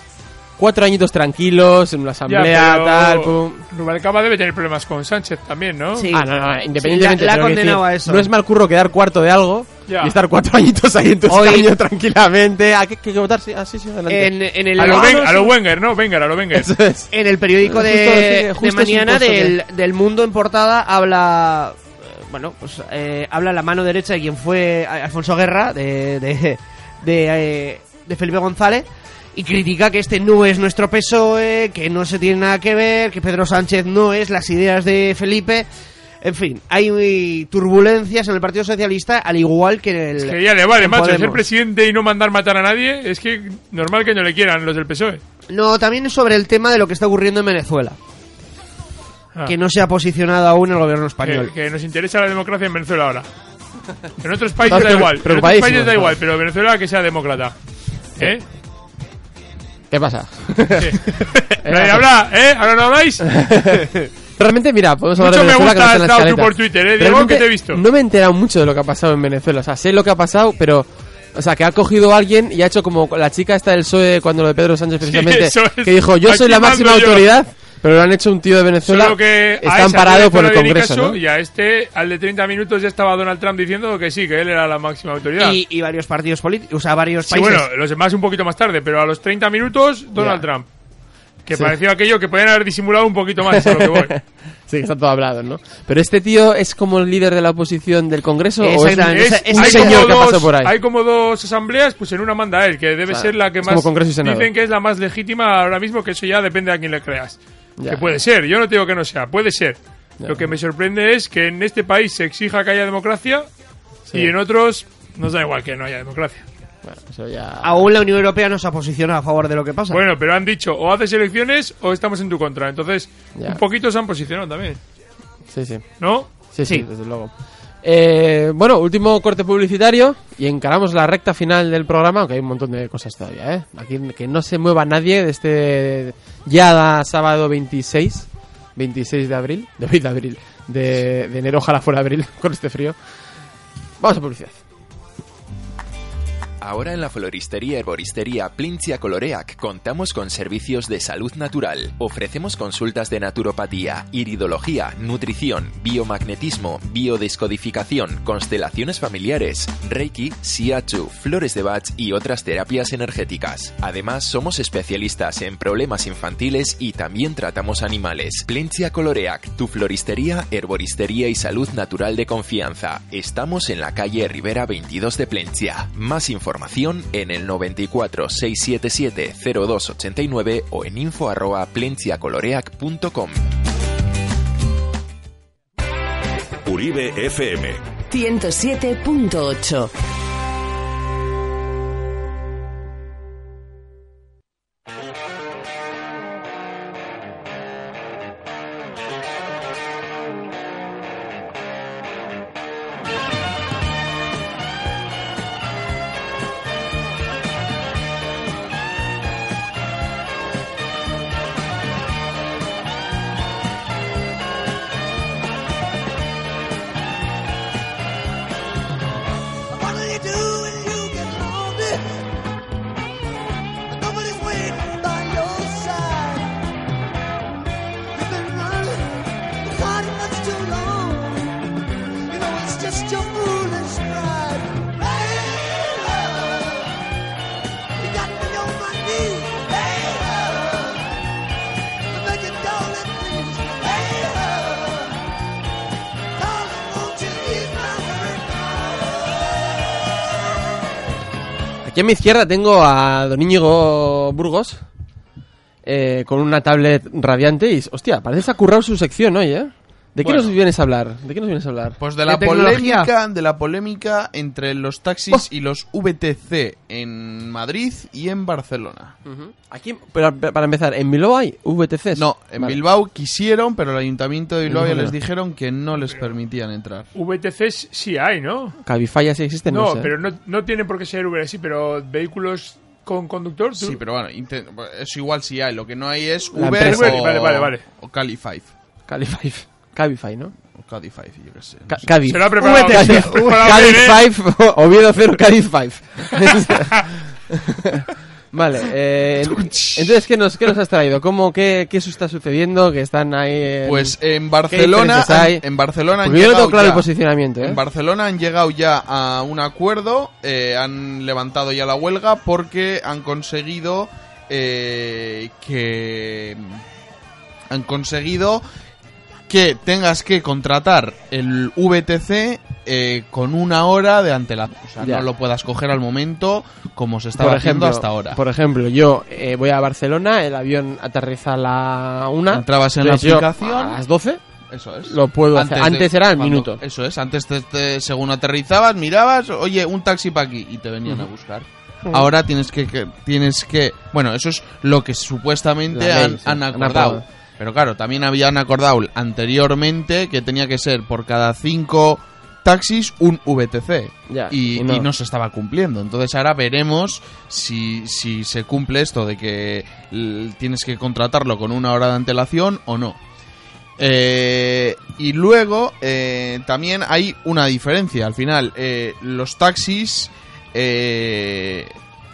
[SPEAKER 3] Cuatro añitos tranquilos, en
[SPEAKER 6] Ya,
[SPEAKER 3] una asamblea,
[SPEAKER 6] pero
[SPEAKER 3] tal, pum.
[SPEAKER 6] Rubalcaba debe tener problemas con Sánchez también, ¿no?
[SPEAKER 3] Ah, no, no, independientemente.
[SPEAKER 6] Sí, la- la
[SPEAKER 3] pero
[SPEAKER 6] ha
[SPEAKER 3] quiero
[SPEAKER 6] condenado
[SPEAKER 3] decir,
[SPEAKER 6] a eso.
[SPEAKER 3] No es mal curro quedar cuarto de algo
[SPEAKER 6] Ya.
[SPEAKER 3] y estar cuatro (laughs) añitos ahí en tu
[SPEAKER 2] Hoy-
[SPEAKER 3] escaño tranquilamente. ¿A qué qué votar? Sí, ah, sí, sí, adelante.
[SPEAKER 2] En- en el-
[SPEAKER 6] A lo,
[SPEAKER 2] Ah,
[SPEAKER 6] Wen-
[SPEAKER 2] no,
[SPEAKER 6] a lo
[SPEAKER 2] sí.
[SPEAKER 6] Wenger, ¿no? Wenger, a lo Wenger.
[SPEAKER 2] En el periódico
[SPEAKER 6] Justo
[SPEAKER 2] de,
[SPEAKER 6] decir-
[SPEAKER 2] de
[SPEAKER 6] justo es un
[SPEAKER 2] mañana
[SPEAKER 6] puesto
[SPEAKER 2] del, del Mundo en portada habla... eh, Bueno, pues eh, habla la mano derecha de quien fue a- Alfonso Guerra, de, de, de, eh, de Felipe González, y critica que este no es nuestro PSOE, E, que no se tiene nada que ver, que Pedro Sánchez no es las ideas de Felipe. En fin, hay turbulencias en el Partido Socialista, al igual que en el...
[SPEAKER 6] Es que ya le vale,
[SPEAKER 2] en
[SPEAKER 6] macho, ser
[SPEAKER 2] Podemos.
[SPEAKER 6] presidente y no mandar matar a nadie. Es que normal E, que no le quieran los del PSOE.
[SPEAKER 2] No, también sobre el tema de lo que está ocurriendo en Venezuela.
[SPEAKER 6] Ah.
[SPEAKER 2] Que no se ha posicionado aún el gobierno español.
[SPEAKER 6] Que, que nos interesa la democracia en Venezuela ahora. En otros países
[SPEAKER 2] Estás
[SPEAKER 6] da igual. En otros
[SPEAKER 2] preocupadísimo,
[SPEAKER 6] países da
[SPEAKER 2] ¿no?
[SPEAKER 6] igual, pero Venezuela que sea demócrata. ¿Eh?
[SPEAKER 2] Eh,
[SPEAKER 3] ¿Qué pasa?
[SPEAKER 6] Nadie habla, ¿eh? ¿Ahora no habláis?
[SPEAKER 3] Realmente, mira, podemos
[SPEAKER 6] Mucho
[SPEAKER 3] hablar de
[SPEAKER 6] me
[SPEAKER 3] Venezuela
[SPEAKER 6] gusta
[SPEAKER 3] que no está
[SPEAKER 6] has
[SPEAKER 3] en la
[SPEAKER 6] dado tú
[SPEAKER 3] escaleta.
[SPEAKER 6] por Twitter, eh, Diego,
[SPEAKER 3] Realmente
[SPEAKER 6] que te he visto.
[SPEAKER 3] No me he enterado mucho de lo que ha pasado en Venezuela. O sea, sé lo que ha pasado, pero. O sea, que ha cogido a alguien y ha hecho como la chica esta del PSOE cuando lo de Pedro Sánchez precisamente.
[SPEAKER 6] eso es.
[SPEAKER 3] Que dijo, yo soy la
[SPEAKER 6] Aquí
[SPEAKER 3] máxima
[SPEAKER 6] mando yo".
[SPEAKER 3] autoridad, pero lo han hecho un tío de Venezuela.
[SPEAKER 6] Solo que a
[SPEAKER 3] está
[SPEAKER 6] esa
[SPEAKER 3] amparado por
[SPEAKER 6] no
[SPEAKER 3] el
[SPEAKER 6] le di
[SPEAKER 3] Congreso,
[SPEAKER 6] caso
[SPEAKER 3] ¿no?
[SPEAKER 6] Y a este, al de 30 minutos, ya estaba Donald Trump diciendo que sí, que él era la máxima autoridad.
[SPEAKER 2] Y, y varios partidos políticos, o sea, varios
[SPEAKER 6] Sí,
[SPEAKER 2] países.
[SPEAKER 6] bueno, los demás un poquito más tarde, pero a los 30 minutos, Donald Trump. Que
[SPEAKER 3] Sí.
[SPEAKER 6] pareció aquello que podían haber disimulado un poquito más, a lo que (laughs) voy.
[SPEAKER 3] sí, que está todo hablado, ¿no? Pero este tío es como el líder de la oposición del Congreso.
[SPEAKER 6] Exactamente,
[SPEAKER 3] O es
[SPEAKER 6] es-
[SPEAKER 3] un- un,
[SPEAKER 6] hay
[SPEAKER 3] señor
[SPEAKER 6] como
[SPEAKER 3] que
[SPEAKER 6] dos-
[SPEAKER 3] pasó por ahí.
[SPEAKER 6] Hay como dos asambleas, pues en una manda él, que debe
[SPEAKER 3] Claro,
[SPEAKER 6] ser la que
[SPEAKER 3] es
[SPEAKER 6] más.
[SPEAKER 3] como Congreso y Senado.
[SPEAKER 6] Dicen que es la más legítima ahora mismo, que eso ya depende a quién le creas.
[SPEAKER 3] Ya.
[SPEAKER 6] Que puede ser, yo no te digo que no sea, puede ser.
[SPEAKER 3] Ya.
[SPEAKER 6] Lo que me sorprende es que en este país se exija que haya democracia
[SPEAKER 3] Sí.
[SPEAKER 6] y en otros nos da igual que no haya democracia.
[SPEAKER 3] Bueno, eso ya-
[SPEAKER 2] Aún la Unión Europea no se ha posicionado a favor de lo que pasa.
[SPEAKER 6] Bueno, pero han dicho o haces elecciones o estamos en tu contra. Entonces,
[SPEAKER 3] Ya.
[SPEAKER 6] un poquito se han posicionado también,
[SPEAKER 3] Sí, sí.
[SPEAKER 6] ¿no?
[SPEAKER 3] Sí, sí,
[SPEAKER 6] Sí.
[SPEAKER 3] desde luego. Eh, bueno, último corte publicitario y encaramos la recta final del programa, aunque hay un montón de cosas todavía. ¿eh? Aquí que no se mueva nadie de este ya da sábado 26, 26 de abril, de abril, de abril, de, de enero, ojalá fuera abril (laughs) con este frío. Vamos a publicidad.
[SPEAKER 7] Ahora en la floristería herboristería Plintia Coloreac contamos con servicios de salud natural. Ofrecemos consultas de naturopatía, iridología, nutrición, biomagnetismo, biodescodificación, constelaciones familiares, reiki, siachu, flores de bach y otras terapias energéticas. Además, somos especialistas en problemas infantiles y también tratamos animales. Plintia Coloreac, tu floristería, herboristería y salud natural de confianza. Estamos en la calle Rivera 22 de Plentia. Más información en el 94 677 0289 o en info arroba plenciacoloreac.com.
[SPEAKER 13] Uribe FM.
[SPEAKER 16] 107.8.
[SPEAKER 1] What do you do when you get lonely? Nobody's waiting by your side. You've been running the party much too long. You know it's just your foolish pride. Hey, love, you got me on my knees. Hey, love, you're making darling things. Hey, love, darling, won't you ease my hurt now?
[SPEAKER 3] Aquí a mi izquierda tengo a Don Íñigo Burgos eh, con una tablet radiante y, hostia, parece que se ha currado su sección hoy, ¿eh? ¿De qué
[SPEAKER 5] Bueno.
[SPEAKER 3] nos vienes a hablar? ¿De qué nos vienes a hablar?
[SPEAKER 5] Pues de la polémica, de la polémica entre los
[SPEAKER 6] Oh.
[SPEAKER 5] taxis y los VTC en Madrid y en Barcelona.
[SPEAKER 3] Aquí, pero, pero para empezar, ¿en Bilbao hay VTCs?
[SPEAKER 5] No, en
[SPEAKER 3] Vale.
[SPEAKER 5] Bilbao quisieron, pero el ayuntamiento de Bilbao ya
[SPEAKER 3] Bueno.
[SPEAKER 5] les dijeron que no les permitían entrar.
[SPEAKER 6] VTCs sí hay, ¿no?
[SPEAKER 3] Cabify así existe, no,
[SPEAKER 6] No,
[SPEAKER 3] sé.
[SPEAKER 6] pero no, no tiene por qué ser Uber, sí, pero vehículos con conductor. tú-
[SPEAKER 5] Sí, pero bueno, inte- eso igual sí hay. Lo que no hay es
[SPEAKER 6] La
[SPEAKER 5] Uber
[SPEAKER 6] empresa.
[SPEAKER 5] o,
[SPEAKER 6] Vale, vale, vale.
[SPEAKER 5] o Cali Five.
[SPEAKER 3] Cali Five. Cabify, ¿no?
[SPEAKER 5] O Cali Five, yo qué sé. no
[SPEAKER 3] Ca-
[SPEAKER 5] sé.
[SPEAKER 3] Cádiz. Cádiz- Cádiz Five, Oviedo 0, Cádiz 5. vale. eh, entonces, ¿qué nos, ¿qué nos has traído? ¿Cómo, qué, ¿Qué eso está sucediendo? Que están ahí... en-
[SPEAKER 5] Pues en
[SPEAKER 3] ¿Qué
[SPEAKER 5] Barcelona,
[SPEAKER 3] diferencias hay?
[SPEAKER 5] en Barcelona han
[SPEAKER 3] Porque yo no
[SPEAKER 5] llegado
[SPEAKER 3] tengo claro el
[SPEAKER 5] ya-
[SPEAKER 3] posicionamiento, ¿eh?
[SPEAKER 5] En Barcelona han llegado ya a un acuerdo, eh, han levantado ya la huelga porque han conseguido eh, que han conseguido que tengas que contratar el VTC eh, con una hora de antelación, o sea,
[SPEAKER 3] Ya.
[SPEAKER 5] no lo puedas coger al momento como se estaba haciendo hasta ahora.
[SPEAKER 3] Por ejemplo, yo eh, voy a Barcelona, el avión aterriza a la 1.
[SPEAKER 5] Entrabas en la aplicación.
[SPEAKER 3] a las 12.
[SPEAKER 5] Eso es.
[SPEAKER 3] Lo puedo hacer.
[SPEAKER 5] de-
[SPEAKER 3] Antes eran
[SPEAKER 5] cuando-
[SPEAKER 3] minutos.
[SPEAKER 5] Eso es, antes te- te- según aterrizabas, mirabas, oye, un taxi para aquí y te venían a
[SPEAKER 3] Ujú.
[SPEAKER 5] buscar.
[SPEAKER 3] Ujú.
[SPEAKER 5] Ahora tienes que, que- tienes que, bueno, eso es lo que supuestamente
[SPEAKER 3] La ley,
[SPEAKER 5] han,
[SPEAKER 3] sí,
[SPEAKER 5] han
[SPEAKER 3] han
[SPEAKER 5] acordado.
[SPEAKER 3] aprobado.
[SPEAKER 5] Pero claro, también habían acordado anteriormente que tenía que ser por cada cinco taxis un VTC
[SPEAKER 3] Ya,
[SPEAKER 5] y,
[SPEAKER 3] y
[SPEAKER 5] y
[SPEAKER 3] no.
[SPEAKER 5] no. se estaba cumpliendo. Entonces ahora veremos si, si se cumple esto de que l- tienes que contratarlo con una hora de antelación o no. Eh, y luego eh, también hay una diferencia. Al final, eh, los taxis. eh,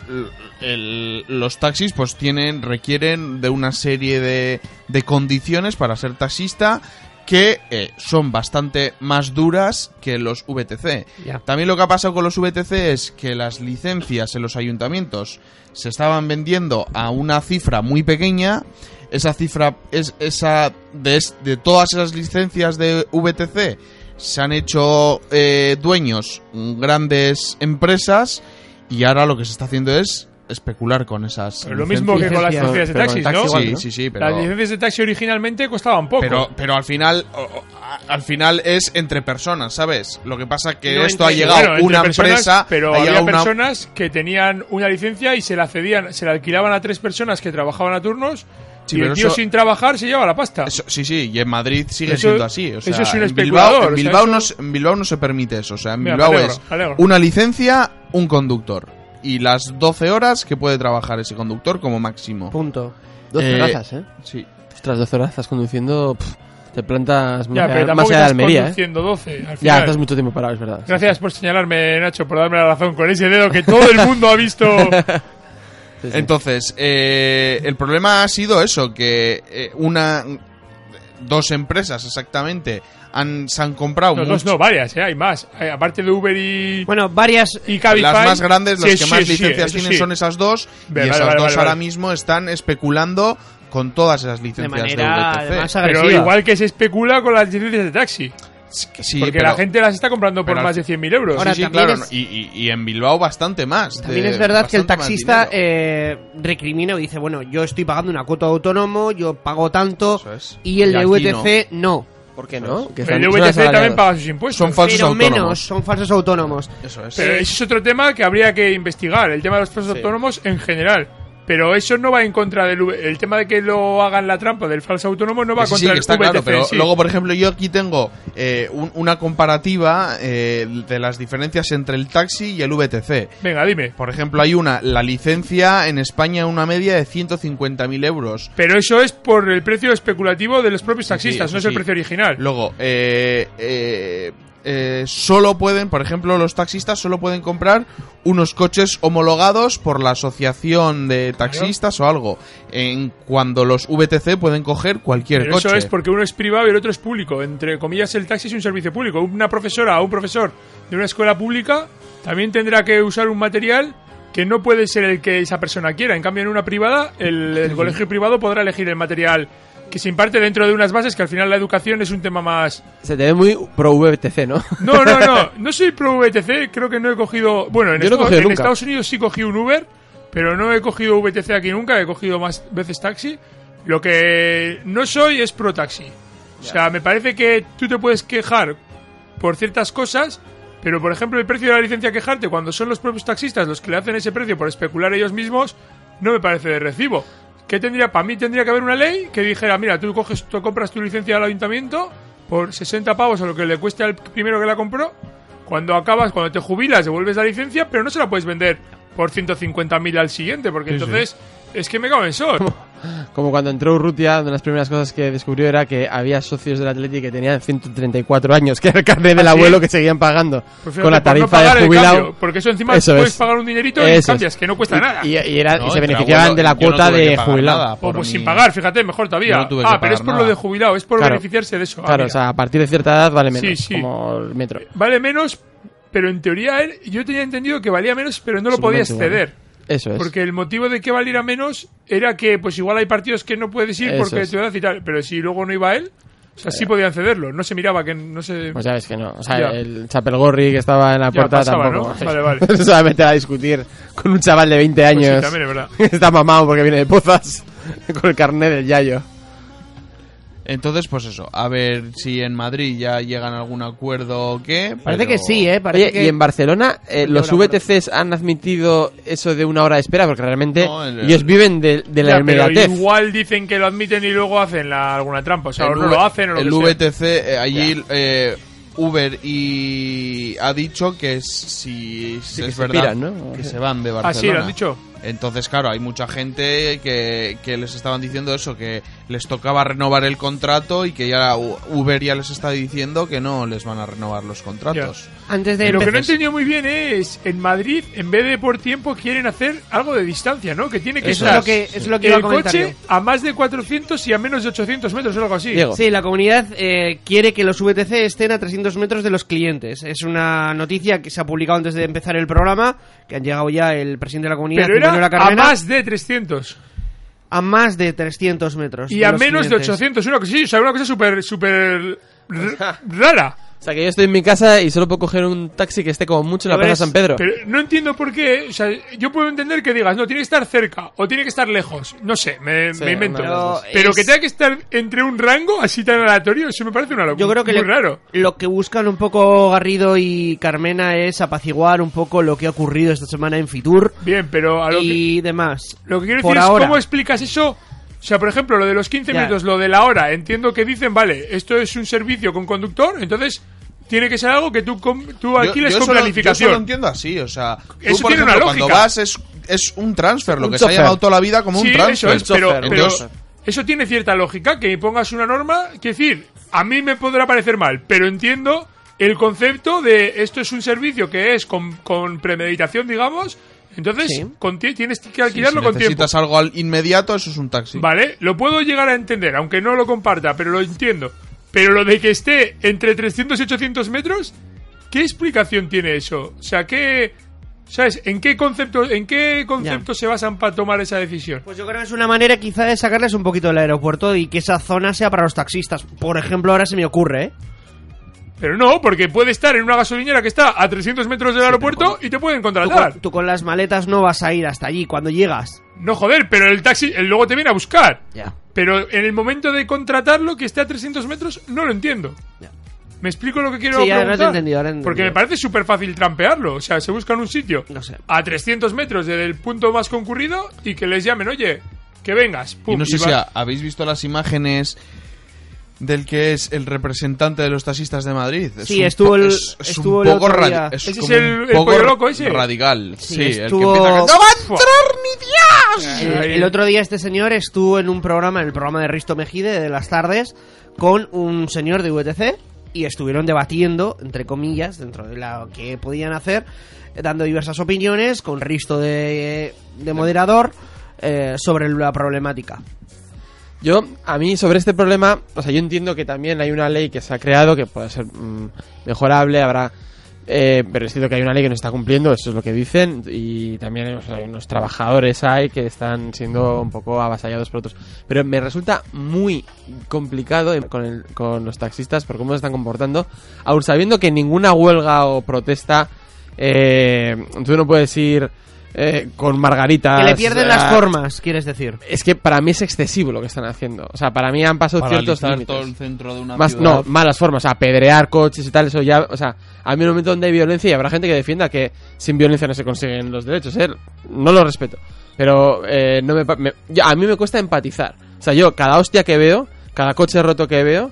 [SPEAKER 5] l- el- los taxis pues tienen requieren de una serie de, de condiciones para ser taxista que eh, son bastante más duras que los VTC.
[SPEAKER 4] Ya.
[SPEAKER 5] También lo que ha pasado con los VTC es que las licencias en los ayuntamientos se estaban vendiendo a una cifra muy pequeña. Esa cifra es esa de, es- de todas esas licencias de VTC se han hecho eh, dueños mm, grandes empresas y ahora lo que se está haciendo es especular con esas
[SPEAKER 6] Pero lo mismo que con las licencias de taxis, ¿no?
[SPEAKER 5] Sí, sí, sí, pero
[SPEAKER 6] Las licencias de taxi originalmente costaban poco.
[SPEAKER 5] pero, pero al final o- o- a- al final es entre personas, ¿sabes? Lo que pasa que
[SPEAKER 6] No
[SPEAKER 5] esto ha
[SPEAKER 6] entiendo.
[SPEAKER 5] llegado
[SPEAKER 6] Bueno, entre
[SPEAKER 5] una
[SPEAKER 6] personas,
[SPEAKER 5] empresa,
[SPEAKER 6] pero
[SPEAKER 5] ha
[SPEAKER 6] había
[SPEAKER 5] llegado una-
[SPEAKER 6] personas que tenían una licencia y se la cedían, se la alquilaban a tres personas que trabajaban a turnos
[SPEAKER 5] Sí,
[SPEAKER 6] y el
[SPEAKER 5] pero
[SPEAKER 6] tío
[SPEAKER 5] eso-
[SPEAKER 6] sin trabajar se lleva la pasta.
[SPEAKER 5] Sí, sí, y en Madrid sigue
[SPEAKER 6] Eso-
[SPEAKER 5] siendo así. o sea,
[SPEAKER 6] eso es un
[SPEAKER 5] en Bilbao,
[SPEAKER 6] especulador,
[SPEAKER 5] en
[SPEAKER 6] o sea,
[SPEAKER 5] Bilbao
[SPEAKER 6] eso-
[SPEAKER 5] no, se- en Bilbao no se permite eso. O sea, en
[SPEAKER 6] Mira, me
[SPEAKER 5] Bilbao
[SPEAKER 6] alegro,
[SPEAKER 5] es
[SPEAKER 6] me alegro.
[SPEAKER 5] una licencia, un conductor. Y las 12 horas que puede trabajar ese conductor como máximo.
[SPEAKER 2] Punto.
[SPEAKER 3] 12 horas, ¿eh?
[SPEAKER 5] Sí.
[SPEAKER 3] Ostras, 12 horas estás conduciendo. pf, te plantas
[SPEAKER 6] Ya,
[SPEAKER 3] más
[SPEAKER 6] pero
[SPEAKER 3] allá,
[SPEAKER 6] tampoco
[SPEAKER 3] más allá de
[SPEAKER 6] estás
[SPEAKER 3] Almería, ¿eh?
[SPEAKER 6] conduciendo 12, al
[SPEAKER 3] ya,
[SPEAKER 6] final.
[SPEAKER 3] estás mucho tiempo parado, es verdad.
[SPEAKER 6] Gracias por señalarme, Nacho, por darme la razón con ese dedo que todo el mundo ha
[SPEAKER 3] (laughs)
[SPEAKER 6] visto.
[SPEAKER 3] Sí, sí.
[SPEAKER 5] Entonces, eh, el problema ha sido eso, que eh, una dos empresas exactamente han, se han comprado
[SPEAKER 6] No, dos
[SPEAKER 5] mucho-
[SPEAKER 6] no, varias, ¿eh? hay más. Hay- aparte de Uber y.
[SPEAKER 2] Bueno, varias.
[SPEAKER 6] Y Cabify.
[SPEAKER 5] Las más grandes, las
[SPEAKER 6] Sí,
[SPEAKER 5] que
[SPEAKER 6] sí,
[SPEAKER 5] más
[SPEAKER 6] sí,
[SPEAKER 5] licencias
[SPEAKER 6] eso
[SPEAKER 5] tienen
[SPEAKER 6] sí.
[SPEAKER 5] son esas dos.
[SPEAKER 6] Vale,
[SPEAKER 5] y esas
[SPEAKER 6] vale,
[SPEAKER 5] dos
[SPEAKER 6] vale,
[SPEAKER 5] ahora
[SPEAKER 6] vale.
[SPEAKER 5] mismo están especulando con todas esas licencias de,
[SPEAKER 2] manera,
[SPEAKER 5] VTC.
[SPEAKER 2] además,
[SPEAKER 6] Pero igual que se especula con las licencias de taxi.
[SPEAKER 5] sí,
[SPEAKER 6] porque
[SPEAKER 5] pero-
[SPEAKER 6] la gente las está comprando por
[SPEAKER 5] pero-
[SPEAKER 6] más de 100.000 euros.
[SPEAKER 5] Sí, sí, claro, ¿no? y, y- y en Bilbao bastante más. de-
[SPEAKER 6] eh,
[SPEAKER 2] También es verdad que el
[SPEAKER 5] bastante más
[SPEAKER 2] taxista
[SPEAKER 5] dinero.
[SPEAKER 2] eh, recrimina y dice, bueno, yo estoy pagando una cuota de autónomo, yo pago tanto, y el
[SPEAKER 5] Y
[SPEAKER 2] de
[SPEAKER 5] aquí
[SPEAKER 2] VTC no. ¿Por qué
[SPEAKER 3] no? Que
[SPEAKER 6] El VTC también paga sus impuestos.
[SPEAKER 5] Son falsos
[SPEAKER 2] Pero
[SPEAKER 5] autónomos.
[SPEAKER 2] menos, son falsos autónomos.
[SPEAKER 5] Eso es.
[SPEAKER 6] Pero ese es otro tema que habría que investigar, el tema de los falsos autónomos en general. Pero eso no va en contra del V- el tema de que lo hagan la trampa del falso autónomo no va
[SPEAKER 5] Sí, sí,
[SPEAKER 6] contra
[SPEAKER 5] que
[SPEAKER 6] el
[SPEAKER 5] está
[SPEAKER 6] VTC
[SPEAKER 5] claro, pero
[SPEAKER 6] en sí.
[SPEAKER 5] luego, por ejemplo, yo aquí tengo eh, un- una comparativa eh, de las diferencias entre el taxi y el VTC.
[SPEAKER 6] Venga, dime.
[SPEAKER 5] Por ejemplo, hay una, la licencia en España una media de 150.000 euros.
[SPEAKER 6] Pero eso es por el precio especulativo de los propios taxistas,
[SPEAKER 5] eso
[SPEAKER 6] no es
[SPEAKER 5] sí.
[SPEAKER 6] el precio original.
[SPEAKER 5] Luego, eh, eh, eh, solo pueden, por ejemplo, los taxistas solo pueden comprar unos coches homologados por la asociación de taxistas o algo. En cuando los VTC pueden coger cualquier
[SPEAKER 6] Pero
[SPEAKER 5] coche.
[SPEAKER 6] eso es porque uno es privado y el otro es público. Entre comillas, el taxi es un servicio público. Una profesora o un profesor de una escuela pública también tendrá que usar un material que no puede ser el que esa persona quiera. En cambio, en una privada, el, el colegio privado podrá elegir el material que se imparte dentro de unas bases que al final la educación es un tema más...
[SPEAKER 3] Se te ve muy pro VTC, ¿no?
[SPEAKER 6] No, no, no. No soy pro VTC, creo que no he cogido... Bueno, en,
[SPEAKER 3] Yo no he
[SPEAKER 6] Estados-
[SPEAKER 3] cogido
[SPEAKER 6] en
[SPEAKER 3] nunca.
[SPEAKER 6] Estados Unidos sí cogí un Uber, pero no he cogido VTC aquí nunca, he cogido más veces taxi. Lo que no soy es pro taxi. O sea, me parece que tú te puedes quejar por ciertas cosas, pero por ejemplo el precio de la licencia quejarte cuando son los propios taxistas los que le hacen ese precio por especular ellos mismos, no me parece de recibo. ¿Qué tendría? Para mí tendría que haber una ley que dijera, mira, tú coges, tú compras tu licencia al ayuntamiento por 60 pavos a lo que le cueste al primero que la compró. Cuando acabas, cuando te jubilas, devuelves la licencia, pero no se la puedes vender por 150.000 al siguiente, porque
[SPEAKER 3] Sí, sí.
[SPEAKER 6] entonces es que me cago en
[SPEAKER 3] (laughs)
[SPEAKER 6] sol.
[SPEAKER 3] (laughs) Como cuando entró Urrutia, una de las primeras cosas que descubrió era que había socios del Atlético que tenían 134 años, que era el carnet del
[SPEAKER 6] ¿Ah, sí?
[SPEAKER 3] abuelo que seguían pagando
[SPEAKER 6] Pues fíjate,
[SPEAKER 3] con la
[SPEAKER 6] por no
[SPEAKER 3] tarifa
[SPEAKER 6] pagar el
[SPEAKER 3] de jubilado.
[SPEAKER 6] cambio, porque eso encima puedes pagar un dinerito y
[SPEAKER 3] Eso es.
[SPEAKER 6] cambias, que no cuesta
[SPEAKER 3] Y-
[SPEAKER 6] nada.
[SPEAKER 3] Y, y era- y
[SPEAKER 5] No,
[SPEAKER 3] se
[SPEAKER 5] entre
[SPEAKER 3] beneficiaban
[SPEAKER 5] abuelo,
[SPEAKER 3] de la
[SPEAKER 5] yo no
[SPEAKER 3] cuota
[SPEAKER 5] tuve que
[SPEAKER 3] de
[SPEAKER 5] pagar
[SPEAKER 3] jubilado.
[SPEAKER 5] nada
[SPEAKER 6] O pues
[SPEAKER 5] mi-
[SPEAKER 6] sin pagar, fíjate, mejor todavía.
[SPEAKER 5] Yo no tuve que
[SPEAKER 6] ah, pero
[SPEAKER 5] pagar
[SPEAKER 6] es por
[SPEAKER 5] nada.
[SPEAKER 6] lo de jubilado, es por
[SPEAKER 3] Claro.
[SPEAKER 6] beneficiarse de eso. Ah,
[SPEAKER 3] Claro,
[SPEAKER 6] mira.
[SPEAKER 3] o sea, a partir de cierta edad vale
[SPEAKER 6] Sí,
[SPEAKER 3] menos,
[SPEAKER 6] sí.
[SPEAKER 3] como el metro.
[SPEAKER 6] Vale menos, pero en teoría él- yo tenía entendido que valía menos, pero no lo podías
[SPEAKER 3] Suplemento igual.
[SPEAKER 6] ceder.
[SPEAKER 3] Eso es.
[SPEAKER 6] Porque el motivo de que valiera menos era que, pues igual hay partidos que no puedes ir
[SPEAKER 3] Eso
[SPEAKER 6] porque
[SPEAKER 3] es. Eh.
[SPEAKER 6] te edad y tal. Pero si luego no iba él, o sea, sí podían cederlo. No se miraba que no se.
[SPEAKER 3] Pues ya ves que no. O sea,
[SPEAKER 6] Ya.
[SPEAKER 3] el Chapelgorri que estaba en la
[SPEAKER 6] Ya,
[SPEAKER 3] puerta
[SPEAKER 6] pasaba,
[SPEAKER 3] tampoco.
[SPEAKER 6] ¿no? Vale,
[SPEAKER 3] (laughs)
[SPEAKER 6] vale.
[SPEAKER 3] No se va a meter a discutir con un chaval de 20
[SPEAKER 6] Pues
[SPEAKER 3] años.
[SPEAKER 6] sí, también es verdad.
[SPEAKER 3] que (laughs) Está mamado porque viene de pozas (laughs) con el carnet del Yayo.
[SPEAKER 5] Entonces, pues eso, a ver si en Madrid ya llegan a algún acuerdo o qué.
[SPEAKER 3] Parece
[SPEAKER 5] pero-
[SPEAKER 3] que sí, ¿eh? Parece Oye, que- y en Barcelona, eh, los VTCs han admitido eso de una hora de espera porque realmente
[SPEAKER 5] No, el-
[SPEAKER 3] ellos viven de, de la
[SPEAKER 6] Ya, pero
[SPEAKER 3] inmediatez.
[SPEAKER 6] igual dicen que lo admiten y luego hacen la- alguna trampa. O sea, o no
[SPEAKER 5] V-
[SPEAKER 6] lo hacen o lo
[SPEAKER 5] el
[SPEAKER 6] que sea.
[SPEAKER 5] VTC, eh, allí eh, Uber y ha dicho que es- si
[SPEAKER 3] que
[SPEAKER 5] es
[SPEAKER 3] se
[SPEAKER 5] verdad
[SPEAKER 3] piran, ¿no?
[SPEAKER 5] que se van de
[SPEAKER 6] Ah,
[SPEAKER 5] Barcelona.
[SPEAKER 6] sí, lo han dicho.
[SPEAKER 5] Entonces, claro, hay mucha gente que, que les estaban diciendo eso, que les tocaba renovar el contrato y que ya U- Uber ya les está diciendo que no les van a renovar los contratos.
[SPEAKER 2] Antes de
[SPEAKER 6] Lo que no he
[SPEAKER 2] empezar-
[SPEAKER 6] entendido muy bien es en Madrid, en vez de por tiempo, quieren hacer algo de distancia, ¿no? Que tiene que
[SPEAKER 2] Eso
[SPEAKER 6] estar
[SPEAKER 2] es lo que- es lo que iba
[SPEAKER 6] el
[SPEAKER 2] a comentar
[SPEAKER 6] coche a más de 400 y a menos de 800 metros o algo así.
[SPEAKER 2] Sí, la comunidad eh, quiere que los VTC estén a 300 metros de los clientes. Es una noticia que se ha publicado antes de empezar el programa, que han llegado ya el presidente de la comunidad,
[SPEAKER 6] Pero era
[SPEAKER 2] Manuela
[SPEAKER 6] a
[SPEAKER 2] Carmena,
[SPEAKER 6] más de 300
[SPEAKER 2] a más de 300 metros.
[SPEAKER 6] y
[SPEAKER 2] de
[SPEAKER 6] a
[SPEAKER 2] los
[SPEAKER 6] menos
[SPEAKER 2] clientes.
[SPEAKER 6] de 800. Una cosa, sí, o sea, una cosa súper, súper r- rara.
[SPEAKER 3] O sea, que yo estoy en mi casa y solo puedo coger un taxi que esté como mucho en la
[SPEAKER 6] Lo
[SPEAKER 2] Pues,
[SPEAKER 3] Plaza
[SPEAKER 6] ves,
[SPEAKER 3] San Pedro.
[SPEAKER 6] Pero no entiendo por qué. O sea, yo puedo entender que digas, no, tiene que estar cerca o tiene que estar lejos. No sé, me,
[SPEAKER 3] Sí,
[SPEAKER 6] me invento.
[SPEAKER 3] una de las
[SPEAKER 6] Pero,
[SPEAKER 3] dos.
[SPEAKER 6] que tenga que estar entre un rango así tan aleatorio, eso me parece una locura.
[SPEAKER 2] Yo creo que
[SPEAKER 6] muy
[SPEAKER 2] le-
[SPEAKER 6] raro.
[SPEAKER 2] lo que buscan un poco Garrido y Carmena es apaciguar un poco lo que ha ocurrido esta semana en Fitur
[SPEAKER 6] Bien, pero a lo
[SPEAKER 2] y demás.
[SPEAKER 6] Lo que quiero
[SPEAKER 2] Por
[SPEAKER 6] decir
[SPEAKER 2] ahora.
[SPEAKER 6] es cómo explicas eso O sea, por ejemplo, lo de los 15
[SPEAKER 2] Ya.
[SPEAKER 6] minutos, lo de la hora, entiendo que dicen, vale, esto es un servicio con conductor, entonces tiene que ser algo que tú, com- tú
[SPEAKER 5] Yo-
[SPEAKER 6] alquiles
[SPEAKER 5] yo
[SPEAKER 6] con
[SPEAKER 5] solo- Yo
[SPEAKER 6] planificación.
[SPEAKER 5] solo entiendo así, o sea, tú,
[SPEAKER 6] Eso
[SPEAKER 5] por
[SPEAKER 6] tiene
[SPEAKER 5] ejemplo,
[SPEAKER 6] una
[SPEAKER 5] cuando
[SPEAKER 6] lógica.
[SPEAKER 5] vas es, es un transfer, lo
[SPEAKER 6] Un
[SPEAKER 5] que se
[SPEAKER 6] chofer.
[SPEAKER 5] ha llamado toda la vida como
[SPEAKER 6] Sí,
[SPEAKER 5] un transfer.
[SPEAKER 6] Eso es, pero, pero
[SPEAKER 5] Entonces,
[SPEAKER 6] eso tiene cierta lógica, que pongas una norma, que decir, a mí me podrá parecer mal, pero entiendo el concepto de esto es un servicio que es con, con premeditación, digamos, entonces con tie- tienes que alquilarlo
[SPEAKER 5] si
[SPEAKER 6] con tiempo.
[SPEAKER 5] necesitas algo al- inmediato, eso es un taxi.
[SPEAKER 6] Vale, lo puedo llegar a entender, aunque no lo comparta, pero lo entiendo. Pero lo de que esté entre 300 y 800 metros, ¿qué explicación tiene eso? O sea, ¿qué, ¿sabes? ¿En qué concepto, en qué concepto se basan para tomar esa decisión?
[SPEAKER 2] Pues yo creo que es una manera quizá de sacarles un poquito del aeropuerto y que esa zona sea para los taxistas. Por ejemplo, ahora se me ocurre, ¿eh?
[SPEAKER 6] Pero no, porque puede estar en una gasolinera que está a 300 metros del aeropuerto y te pueden
[SPEAKER 2] Tú
[SPEAKER 6] contratar.
[SPEAKER 2] con, tú con las maletas no vas a ir hasta allí cuando llegas.
[SPEAKER 6] No joder, pero el taxi el luego te viene a buscar.
[SPEAKER 2] Ya.
[SPEAKER 6] Pero en el momento de contratarlo que esté a 300 metros, no lo entiendo. ¿Me explico lo que quiero
[SPEAKER 2] Sí, ya, ahora te he
[SPEAKER 6] preguntar?
[SPEAKER 2] entendido, ahora he entendido.
[SPEAKER 6] Porque me parece súper fácil trampearlo. O sea, se buscan un sitio a 300 metros del punto más concurrido y que les llamen, oye, que vengas.
[SPEAKER 5] Y
[SPEAKER 6] Pum,
[SPEAKER 5] no sé
[SPEAKER 6] y
[SPEAKER 5] si
[SPEAKER 6] va-
[SPEAKER 5] ha- habéis visto las imágenes del que es el representante de los taxistas de Madrid. Es
[SPEAKER 2] Sí,
[SPEAKER 5] un
[SPEAKER 2] estuvo
[SPEAKER 5] po-
[SPEAKER 2] el-
[SPEAKER 5] es, es
[SPEAKER 2] estuvo
[SPEAKER 5] un
[SPEAKER 2] el
[SPEAKER 5] poco
[SPEAKER 2] otro
[SPEAKER 5] radi-
[SPEAKER 2] día.
[SPEAKER 5] es
[SPEAKER 6] Ese es
[SPEAKER 5] como un
[SPEAKER 6] el- el
[SPEAKER 5] poco
[SPEAKER 6] pollo loco ese.
[SPEAKER 5] Radical.
[SPEAKER 2] Sí,
[SPEAKER 5] Sí,
[SPEAKER 2] estuvo-
[SPEAKER 5] el que empieza a cantar, ¡No va a entrar ni Dios!
[SPEAKER 2] El, el otro día este señor estuvo en un programa, en el programa de Risto Mejide de las tardes, con un señor de VTC y estuvieron debatiendo, entre comillas, dentro de lo que podían hacer, eh, dando diversas opiniones con Risto de, de moderador eh, sobre la problemática.
[SPEAKER 3] Yo, a mí sobre este problema, o sea, yo entiendo que también hay una ley que se ha creado que puede ser mm, mejorable, habrá... eh, pero es cierto que hay una ley que no está cumpliendo, eso es lo que dicen, y también o sea, hay unos trabajadores hay que están siendo un poco avasallados por otros. Pero me resulta muy complicado en- con, el- con los taxistas por cómo se están comportando, aun sabiendo que ninguna huelga o protesta, eh, tú no puedes ir eh, con margaritas... eh,
[SPEAKER 2] que le pierden
[SPEAKER 3] a-
[SPEAKER 2] las formas, quieres decir.
[SPEAKER 3] es que para mí es excesivo lo que están haciendo. O sea, para mí han pasado ciertos
[SPEAKER 5] Paralizar
[SPEAKER 3] límites.
[SPEAKER 5] todo el centro de una
[SPEAKER 3] Más,
[SPEAKER 5] ciudad.
[SPEAKER 3] no, malas formas, apedrear coches y tal, eso ya, o sea, a mí en un momento donde hay violencia y habrá gente que defienda que sin violencia no se consiguen los derechos, ¿eh? no lo respeto, pero eh, no me, pa- me- yo- a mí me cuesta empatizar, o sea, yo cada hostia que veo, cada coche roto que veo,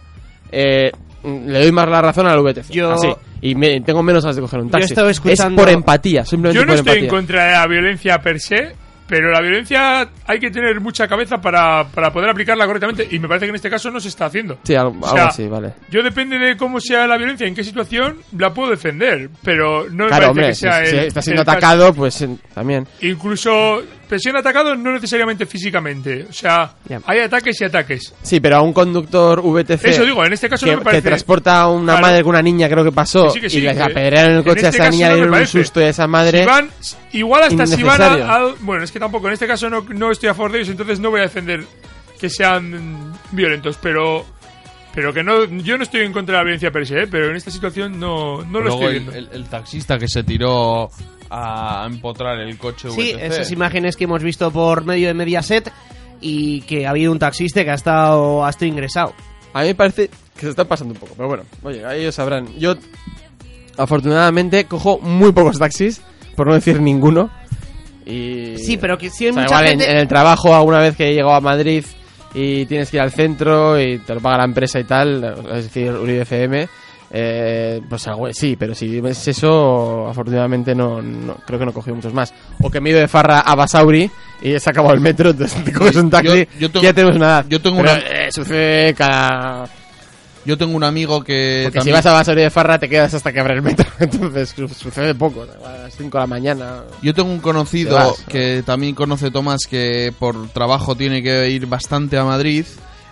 [SPEAKER 3] eh, mm, le doy más la razón al VTC,
[SPEAKER 2] Yo-
[SPEAKER 3] así, y me- tengo menos ganas de coger un
[SPEAKER 2] Yo
[SPEAKER 3] taxi,
[SPEAKER 2] estaba escuchando-
[SPEAKER 3] es por empatía, simplemente
[SPEAKER 6] Yo no
[SPEAKER 3] por
[SPEAKER 6] estoy en
[SPEAKER 3] empatía.
[SPEAKER 6] contra de la violencia per se, pero la violencia hay que tener mucha cabeza para, para poder aplicarla correctamente y me parece que en este caso no se está haciendo.
[SPEAKER 3] Sí, algo,
[SPEAKER 6] O sea,
[SPEAKER 3] algo así, vale.
[SPEAKER 6] Yo depende de cómo sea la violencia, en qué situación, la puedo defender, pero no me parece
[SPEAKER 3] Claro, hombre,
[SPEAKER 6] que
[SPEAKER 3] si,
[SPEAKER 6] sea
[SPEAKER 3] si
[SPEAKER 6] el-
[SPEAKER 3] está siendo
[SPEAKER 6] el caso.
[SPEAKER 3] atacado, pues en- también.
[SPEAKER 6] Incluso presión atacado no necesariamente físicamente, o sea,
[SPEAKER 3] Ya.
[SPEAKER 6] hay ataques y ataques.
[SPEAKER 3] Sí, pero a un conductor VTC.
[SPEAKER 6] Eso digo, en este caso
[SPEAKER 3] que,
[SPEAKER 6] no me parece-
[SPEAKER 3] que transporta a una
[SPEAKER 6] Claro.
[SPEAKER 3] madre con una niña, creo que pasó.
[SPEAKER 6] Que sí, que sí,
[SPEAKER 3] y les
[SPEAKER 6] que-
[SPEAKER 3] apedrearon en el
[SPEAKER 6] en
[SPEAKER 3] coche a
[SPEAKER 6] este
[SPEAKER 3] esa
[SPEAKER 6] caso
[SPEAKER 3] niña
[SPEAKER 6] no
[SPEAKER 3] le
[SPEAKER 6] me
[SPEAKER 3] dieron un
[SPEAKER 6] parece.
[SPEAKER 3] susto a esa madre.
[SPEAKER 6] Si van- igual hasta si van
[SPEAKER 3] Innecesario.
[SPEAKER 6] a, a- Bueno, es que tampoco, en este caso no, no estoy a favor de ellos, entonces no voy a defender que sean violentos, pero... Pero que no, yo no estoy en contra de la violencia per se, ¿eh? pero en esta situación no, no lo
[SPEAKER 5] Luego
[SPEAKER 6] estoy
[SPEAKER 5] el-
[SPEAKER 6] viendo.
[SPEAKER 5] el- el taxista que se tiró a empotrar el coche
[SPEAKER 2] Sí,
[SPEAKER 5] VTC.
[SPEAKER 3] eh.
[SPEAKER 2] esas imágenes que hemos visto por medio de Mediaset y que ha habido un taxista que ha estado, ha estado ingresado.
[SPEAKER 3] A mí me parece que se está pasando un poco, pero bueno, oye, ahí ellos sabrán. Yo, afortunadamente, cojo muy pocos taxis, por no decir ninguno. Y...
[SPEAKER 2] Sí, pero que sí hay
[SPEAKER 3] O sea,
[SPEAKER 2] mucha
[SPEAKER 3] igual en-
[SPEAKER 2] gente-
[SPEAKER 3] en, el trabajo, alguna vez que he llegado a Madrid y tienes que ir al centro y te lo paga la empresa y tal, es decir, Uribe FM, eh, pues algo, sí, pero si es eso, afortunadamente no, no- creo que no he cogido muchos más. O que me he ido de farra a Basauri y se ha acabado el metro, entonces te coges un taxi
[SPEAKER 5] yo tengo-
[SPEAKER 3] y ya tenemos nada.
[SPEAKER 5] yo tengo
[SPEAKER 3] Pero,
[SPEAKER 5] una-
[SPEAKER 3] eh, sucede cada...
[SPEAKER 5] Yo tengo un amigo que
[SPEAKER 3] Porque si
[SPEAKER 5] también-
[SPEAKER 3] vas a Basauri de farra te quedas hasta que abra el metro, (laughs) entonces su- sucede poco, a las 5 de la mañana.
[SPEAKER 5] Yo tengo un conocido
[SPEAKER 3] Te vas.
[SPEAKER 5] que también conoce Tomás que por trabajo tiene que ir bastante a Madrid.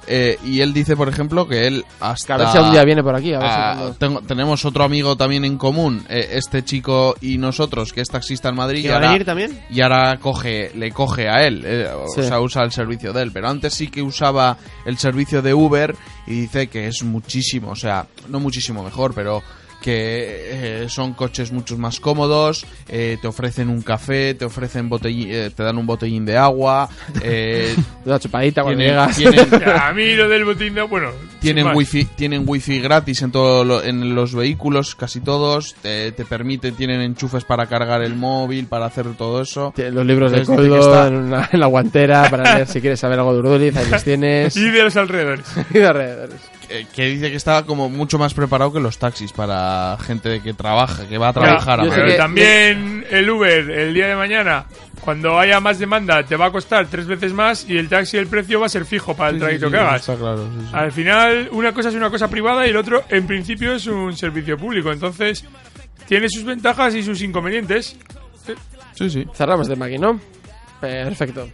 [SPEAKER 5] eh, y él dice, por ejemplo, que él hasta...
[SPEAKER 3] a ver si algún día viene por aquí, a ver si
[SPEAKER 5] Ah,
[SPEAKER 3] cuando-
[SPEAKER 5] tengo- tenemos otro amigo también en común, eh, este chico y nosotros, que es taxista en Madrid. y
[SPEAKER 2] ¿Que va a
[SPEAKER 5] ahora-
[SPEAKER 2] venir también?
[SPEAKER 5] Y ahora coge, le coge a él, eh, o
[SPEAKER 2] Sí.
[SPEAKER 5] sea, usa el servicio de él. Pero antes sí que usaba el servicio de Uber y dice que es muchísimo, o sea, no muchísimo mejor, pero que eh, son coches mucho más cómodos, eh, te ofrecen un café, te ofrecen botelli- eh, te dan un botellín de
[SPEAKER 3] (laughs)
[SPEAKER 5] agua, eh,
[SPEAKER 3] una chupadita
[SPEAKER 6] cuando (laughs)
[SPEAKER 3] llegas. (laughs)
[SPEAKER 6] A mí lo del botín de... Bueno, sin
[SPEAKER 5] tienen
[SPEAKER 6] más.
[SPEAKER 5] wifi tienen wifi gratis en todos en los vehículos casi todos te, te permite tienen enchufes para cargar el móvil para hacer todo eso
[SPEAKER 3] Los libros de
[SPEAKER 5] Entonces, dice que
[SPEAKER 3] código
[SPEAKER 5] está-
[SPEAKER 3] en, una- en la guantera para leer si quieres saber algo de Urduliz, ahí
[SPEAKER 5] (laughs)
[SPEAKER 3] los tienes.
[SPEAKER 6] Y de los alrededores.
[SPEAKER 3] (laughs) Y de alrededores.
[SPEAKER 5] Eh, que, que dice que está como mucho más preparado que los taxis para gente que trabaja que va a trabajar a
[SPEAKER 6] pero también el Uber el día de mañana, cuando haya más demanda, te va a costar tres veces más y el taxi el precio va a ser fijo para el trayecto que hagas.
[SPEAKER 5] está claro sí, sí.
[SPEAKER 6] Al final, una cosa es una cosa privada y el otro, en principio, es un servicio público. Entonces, tiene sus ventajas y sus inconvenientes.
[SPEAKER 5] Sí, sí.
[SPEAKER 3] Cerramos de máquina, ¿no? Perfecto.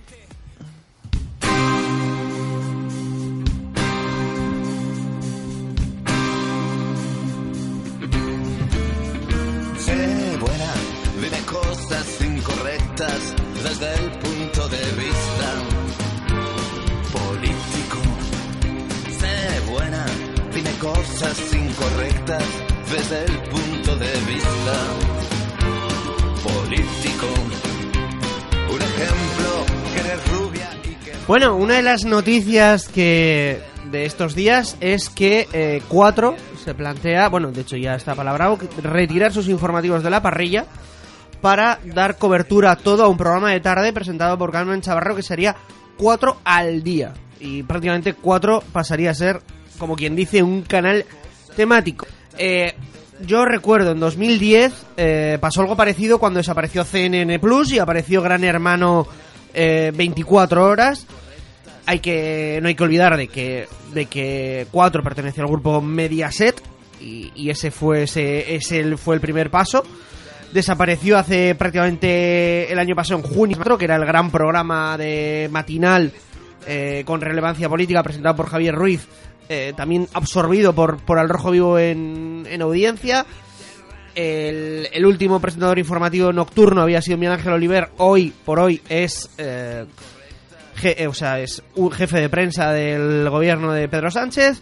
[SPEAKER 16] Sé buena, vive cosas incorrectas desde el punto de vista político. Sé buena, vive cosas incorrectas desde el punto de vista político. Un ejemplo que eres rubia y que...
[SPEAKER 2] Bueno, una de las noticias que de estos días es que eh, Cuatro se plantea, bueno, de hecho ya está palabrado, que retirar sus informativos de la parrilla para dar cobertura a todo a un programa de tarde presentado por Carmen Chavarro que sería Cuatro al día. Y prácticamente Cuatro pasaría a ser, como quien dice, un canal temático. Eh, yo recuerdo en 2010 eh, pasó algo parecido cuando desapareció CNN Plus y apareció Gran Hermano eh, 24 horas. Hay que no hay que olvidar de que de que 4 pertenece al grupo Mediaset y, y ese fue ese, ese fue el primer paso. Desapareció hace prácticamente el año pasado en junio, que era el gran programa de matinal eh, con relevancia política presentado por Javier Ruiz, eh, también absorbido por, por Al Rojo Vivo en, en audiencia. El, el último presentador informativo nocturno había sido Miguel Ángel Oliver, hoy por hoy es, eh, je- eh, o sea, es un jefe de prensa del gobierno de Pedro Sánchez.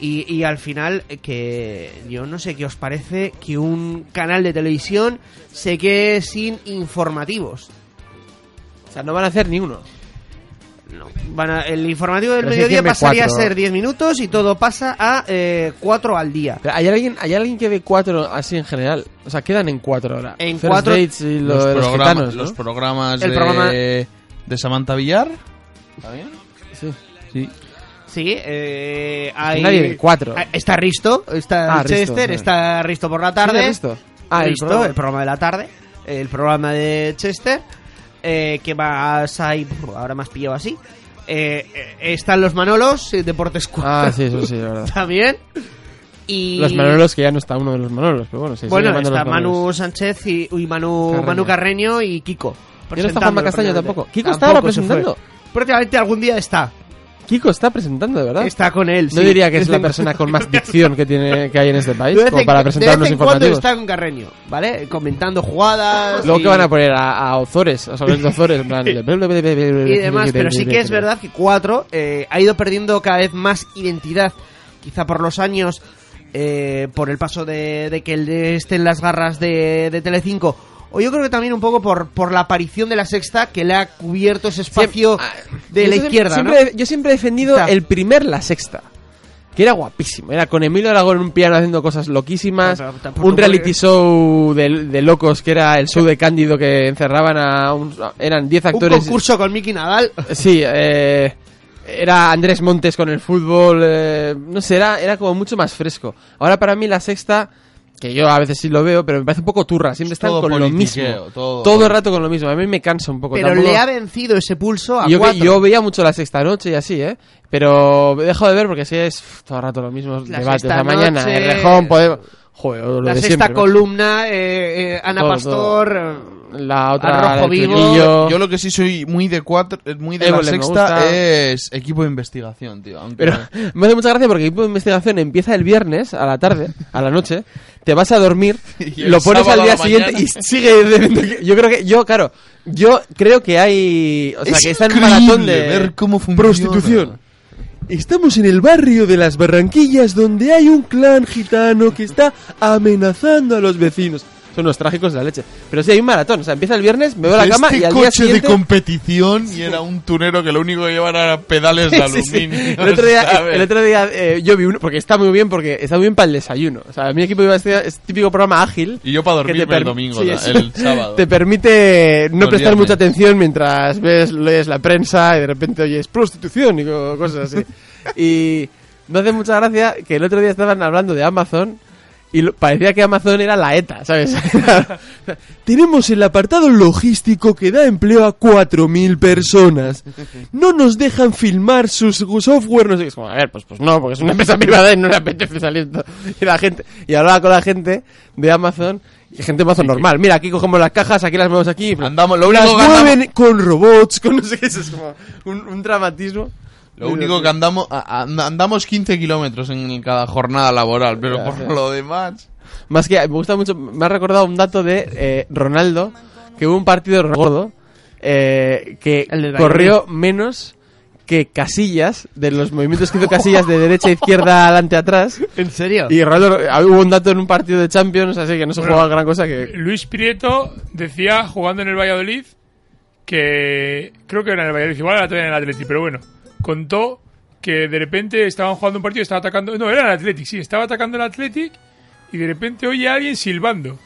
[SPEAKER 2] Y, y al final, eh, que yo no sé qué os parece que un canal de televisión se quede sin informativos. O sea, no van a hacer ni uno. No. Van a- el informativo del
[SPEAKER 3] Pero si
[SPEAKER 2] mediodía
[SPEAKER 3] tiene
[SPEAKER 2] pasaría
[SPEAKER 3] cuatro.
[SPEAKER 2] a ser 10 minutos y todo pasa a 4 al día.
[SPEAKER 3] Pero ¿Hay alguien, ¿Hay alguien que ve cuatro así en general? O sea, quedan en cuatro ahora.
[SPEAKER 2] En
[SPEAKER 3] First
[SPEAKER 2] cuatro-
[SPEAKER 3] Dates y lo
[SPEAKER 5] los,
[SPEAKER 3] de los
[SPEAKER 5] programas
[SPEAKER 3] gitanos, ¿no?
[SPEAKER 5] los programas
[SPEAKER 2] El
[SPEAKER 5] de,
[SPEAKER 2] programa-
[SPEAKER 5] de Samantha Villar ¿Está bien?
[SPEAKER 3] Sí.
[SPEAKER 5] Sí.
[SPEAKER 2] Sí, eh, hay...
[SPEAKER 3] Nadie de cuatro.
[SPEAKER 2] Ah, Está Risto, está
[SPEAKER 3] Ah, Risto,
[SPEAKER 2] Chester,
[SPEAKER 3] sí.
[SPEAKER 2] está Risto por la tarde.
[SPEAKER 3] ¿Quién es Risto? Ah, el
[SPEAKER 2] Risto,
[SPEAKER 3] programa.
[SPEAKER 2] el programa de la tarde, el programa de Chester, eh, que más hay, Uf, ahora más pillado así. Eh, eh, están los Manolos, eh, Deportes 4.
[SPEAKER 3] Ah, sí, eso sí, la verdad.
[SPEAKER 2] También. Y...
[SPEAKER 3] Los Manolos, que ya no está uno de los Manolos, pero bueno, sí. sigue
[SPEAKER 2] Bueno,
[SPEAKER 3] llamando
[SPEAKER 2] está
[SPEAKER 3] los Manolos.
[SPEAKER 2] Manu Sánchez y uy, Manu,
[SPEAKER 3] Carreño.
[SPEAKER 2] Manu Carreño y Kiko.
[SPEAKER 3] ¿Y no está Juanma
[SPEAKER 2] presentándolo
[SPEAKER 3] Castaño
[SPEAKER 2] prácticamente.
[SPEAKER 3] tampoco? ¿Kiko está ahora
[SPEAKER 2] Tampoco se fue.
[SPEAKER 3] presentando?
[SPEAKER 2] Prácticamente algún día está.
[SPEAKER 3] Kiko está presentando, de verdad.
[SPEAKER 2] Está con él,
[SPEAKER 3] No
[SPEAKER 2] sí.
[SPEAKER 3] diría que
[SPEAKER 2] (laughs)
[SPEAKER 3] es la persona con más dicción que tiene que hay en este país,
[SPEAKER 2] De vez
[SPEAKER 3] como
[SPEAKER 2] en-
[SPEAKER 3] para
[SPEAKER 2] de
[SPEAKER 3] presentarnos
[SPEAKER 2] vez en cuando
[SPEAKER 3] informativos.
[SPEAKER 2] está con Carreño, ¿vale? Comentando jugadas.
[SPEAKER 3] Luego
[SPEAKER 2] y-
[SPEAKER 3] que van a poner a, a Ozores, a Solvento Ozores,
[SPEAKER 2] (laughs)
[SPEAKER 3] en plan...
[SPEAKER 2] y
[SPEAKER 3] Y
[SPEAKER 2] demás, pero sí
[SPEAKER 3] (laughs)
[SPEAKER 2] que es verdad que 4 eh, ha ido perdiendo cada vez más identidad, quizá por los años, eh, por el paso de, de que él esté en las garras de, de Telecinco, o yo creo que también un poco por, por la aparición de la sexta que le ha cubierto ese espacio de
[SPEAKER 3] ah, Yo
[SPEAKER 2] la
[SPEAKER 3] siempre-
[SPEAKER 2] izquierda, ¿no?
[SPEAKER 3] siempre- Yo siempre he defendido el primer La Sexta. Que era guapísimo. Era con Emilio Aragón en un piano haciendo cosas loquísimas.
[SPEAKER 2] Pero tampoco
[SPEAKER 3] Un reality
[SPEAKER 2] que-
[SPEAKER 3] show de, de locos que era el show de Cándido que encerraban a... un- a- eran 10
[SPEAKER 2] Un
[SPEAKER 3] actores.
[SPEAKER 2] concurso con Miki Nadal.
[SPEAKER 3] Sí, eh, era Andrés Montes con el fútbol. eh, no sé, era, era como mucho más fresco. Ahora para mí La Sexta... Que yo a veces sí lo veo, pero me parece un poco turra. Siempre están
[SPEAKER 5] todo
[SPEAKER 3] con lo mismo.
[SPEAKER 5] politiqueo, todo-
[SPEAKER 3] el rato con lo mismo. A mí me cansa un poco.
[SPEAKER 2] Pero
[SPEAKER 3] Tampoco-
[SPEAKER 2] le ha vencido ese pulso a
[SPEAKER 3] yo, que-
[SPEAKER 2] 4.
[SPEAKER 3] yo veía mucho la sexta noche y así, ¿eh? Pero he dejado de ver porque sí es uf, todo el rato los mismos
[SPEAKER 2] La
[SPEAKER 3] debates.
[SPEAKER 2] Sexta
[SPEAKER 3] La mañana,
[SPEAKER 2] Noche,
[SPEAKER 3] el rejón, Podemos... Joder, lo
[SPEAKER 2] La
[SPEAKER 3] de
[SPEAKER 2] sexta
[SPEAKER 3] siempre, ¿no?
[SPEAKER 2] columna, eh, eh, Ana
[SPEAKER 3] Todo,
[SPEAKER 2] Pastor,
[SPEAKER 3] La
[SPEAKER 2] Al
[SPEAKER 3] otra,
[SPEAKER 2] Rojo
[SPEAKER 3] la del
[SPEAKER 2] Vivo.
[SPEAKER 3] Trujillo.
[SPEAKER 5] yo lo que sí soy muy de cuatro eh, muy de la
[SPEAKER 3] Évole, me
[SPEAKER 5] sexta eh.
[SPEAKER 3] gusta.
[SPEAKER 5] es equipo de investigación tío aunque-
[SPEAKER 3] Pero (laughs) me hace mucha gracia porque el equipo de investigación empieza el viernes a la tarde, a la noche, te vas a dormir,
[SPEAKER 5] (laughs) Y el
[SPEAKER 3] lo pones
[SPEAKER 5] sábado
[SPEAKER 3] al
[SPEAKER 5] a
[SPEAKER 3] día
[SPEAKER 5] la
[SPEAKER 3] siguiente y
[SPEAKER 5] mañana.
[SPEAKER 3] sigue. de- Yo creo que, yo, claro, yo creo que hay. O sea,
[SPEAKER 5] Es
[SPEAKER 3] que está en
[SPEAKER 5] increíble
[SPEAKER 3] maratón de.
[SPEAKER 5] ver cómo funciona.
[SPEAKER 3] prostitución.
[SPEAKER 17] Estamos en el barrio de las Barranquillas donde hay un clan gitano que está amenazando a los vecinos.
[SPEAKER 3] Son unos trágicos de la leche. Pero sí, hay un maratón. O sea, empieza el viernes, me voy a la cama
[SPEAKER 5] este
[SPEAKER 3] y al día
[SPEAKER 5] coche de
[SPEAKER 3] siguiente...
[SPEAKER 5] competición y era un tunero que lo único que llevaba era pedales de
[SPEAKER 3] (laughs) Sí, sí.
[SPEAKER 5] aluminio. (laughs)
[SPEAKER 3] El otro día,
[SPEAKER 5] ¿sabes?
[SPEAKER 3] el otro día, eh, yo vi uno, porque está muy bien, porque está muy bien para el desayuno. O sea, mi equipo iba a ser es típico programa ágil.
[SPEAKER 5] Y yo para
[SPEAKER 3] que te
[SPEAKER 5] dormirme el
[SPEAKER 3] perm-
[SPEAKER 5] domingo,
[SPEAKER 3] sí,
[SPEAKER 5] la-
[SPEAKER 3] sí.
[SPEAKER 5] el sábado.
[SPEAKER 3] Te permite no
[SPEAKER 5] Los
[SPEAKER 3] prestar
[SPEAKER 5] viernes.
[SPEAKER 3] mucha atención mientras ves, lees la prensa y de repente oyes prostitución y co- cosas así. y me hace mucha gracia que el otro día estaban hablando de Amazon y lo- parecía que Amazon era la ETA, ¿sabes?
[SPEAKER 17] Tenemos el apartado logístico que da empleo a 4.000 personas. No nos dejan filmar su su software, no sé qué. Es como,
[SPEAKER 3] A ver, pues, pues no, porque es una empresa (laughs) privada y no le apetece salir. to- Y la gente, y hablaba con la gente de Amazon, y gente de Amazon normal. Mira, aquí cogemos las cajas, aquí las movemos aquí.
[SPEAKER 5] Andamos, lo
[SPEAKER 3] las
[SPEAKER 5] único que andamos-
[SPEAKER 3] mueven con robots, con no sé qué, eso es como un, un dramatismo.
[SPEAKER 5] Lo único que andamos a- a- andamos 15 kilómetros en en cada jornada laboral, pero por
[SPEAKER 3] Gracias.
[SPEAKER 5] lo demás.
[SPEAKER 3] Más que, me gusta mucho, me ha recordado un dato de eh, Ronaldo, que hubo un partido de Ronaldo gordo, eh, que
[SPEAKER 2] Bayern.
[SPEAKER 3] corrió menos que Casillas, de los movimientos que hizo Casillas de derecha a izquierda, adelante atrás.
[SPEAKER 2] ¿En serio?
[SPEAKER 3] Y Ronaldo, ah, hubo un dato en un partido de Champions, así que no se
[SPEAKER 6] Bueno,
[SPEAKER 3] jugaba gran cosa que...
[SPEAKER 6] Luis Prieto decía, jugando en el Valladolid, que creo que era en el Valladolid, igual era todavía en el Atleti, pero bueno, contó que de repente estaban jugando un partido, estaba atacando, no, era el Athletic, sí, estaba atacando el Athletic y de repente oye a alguien silbando.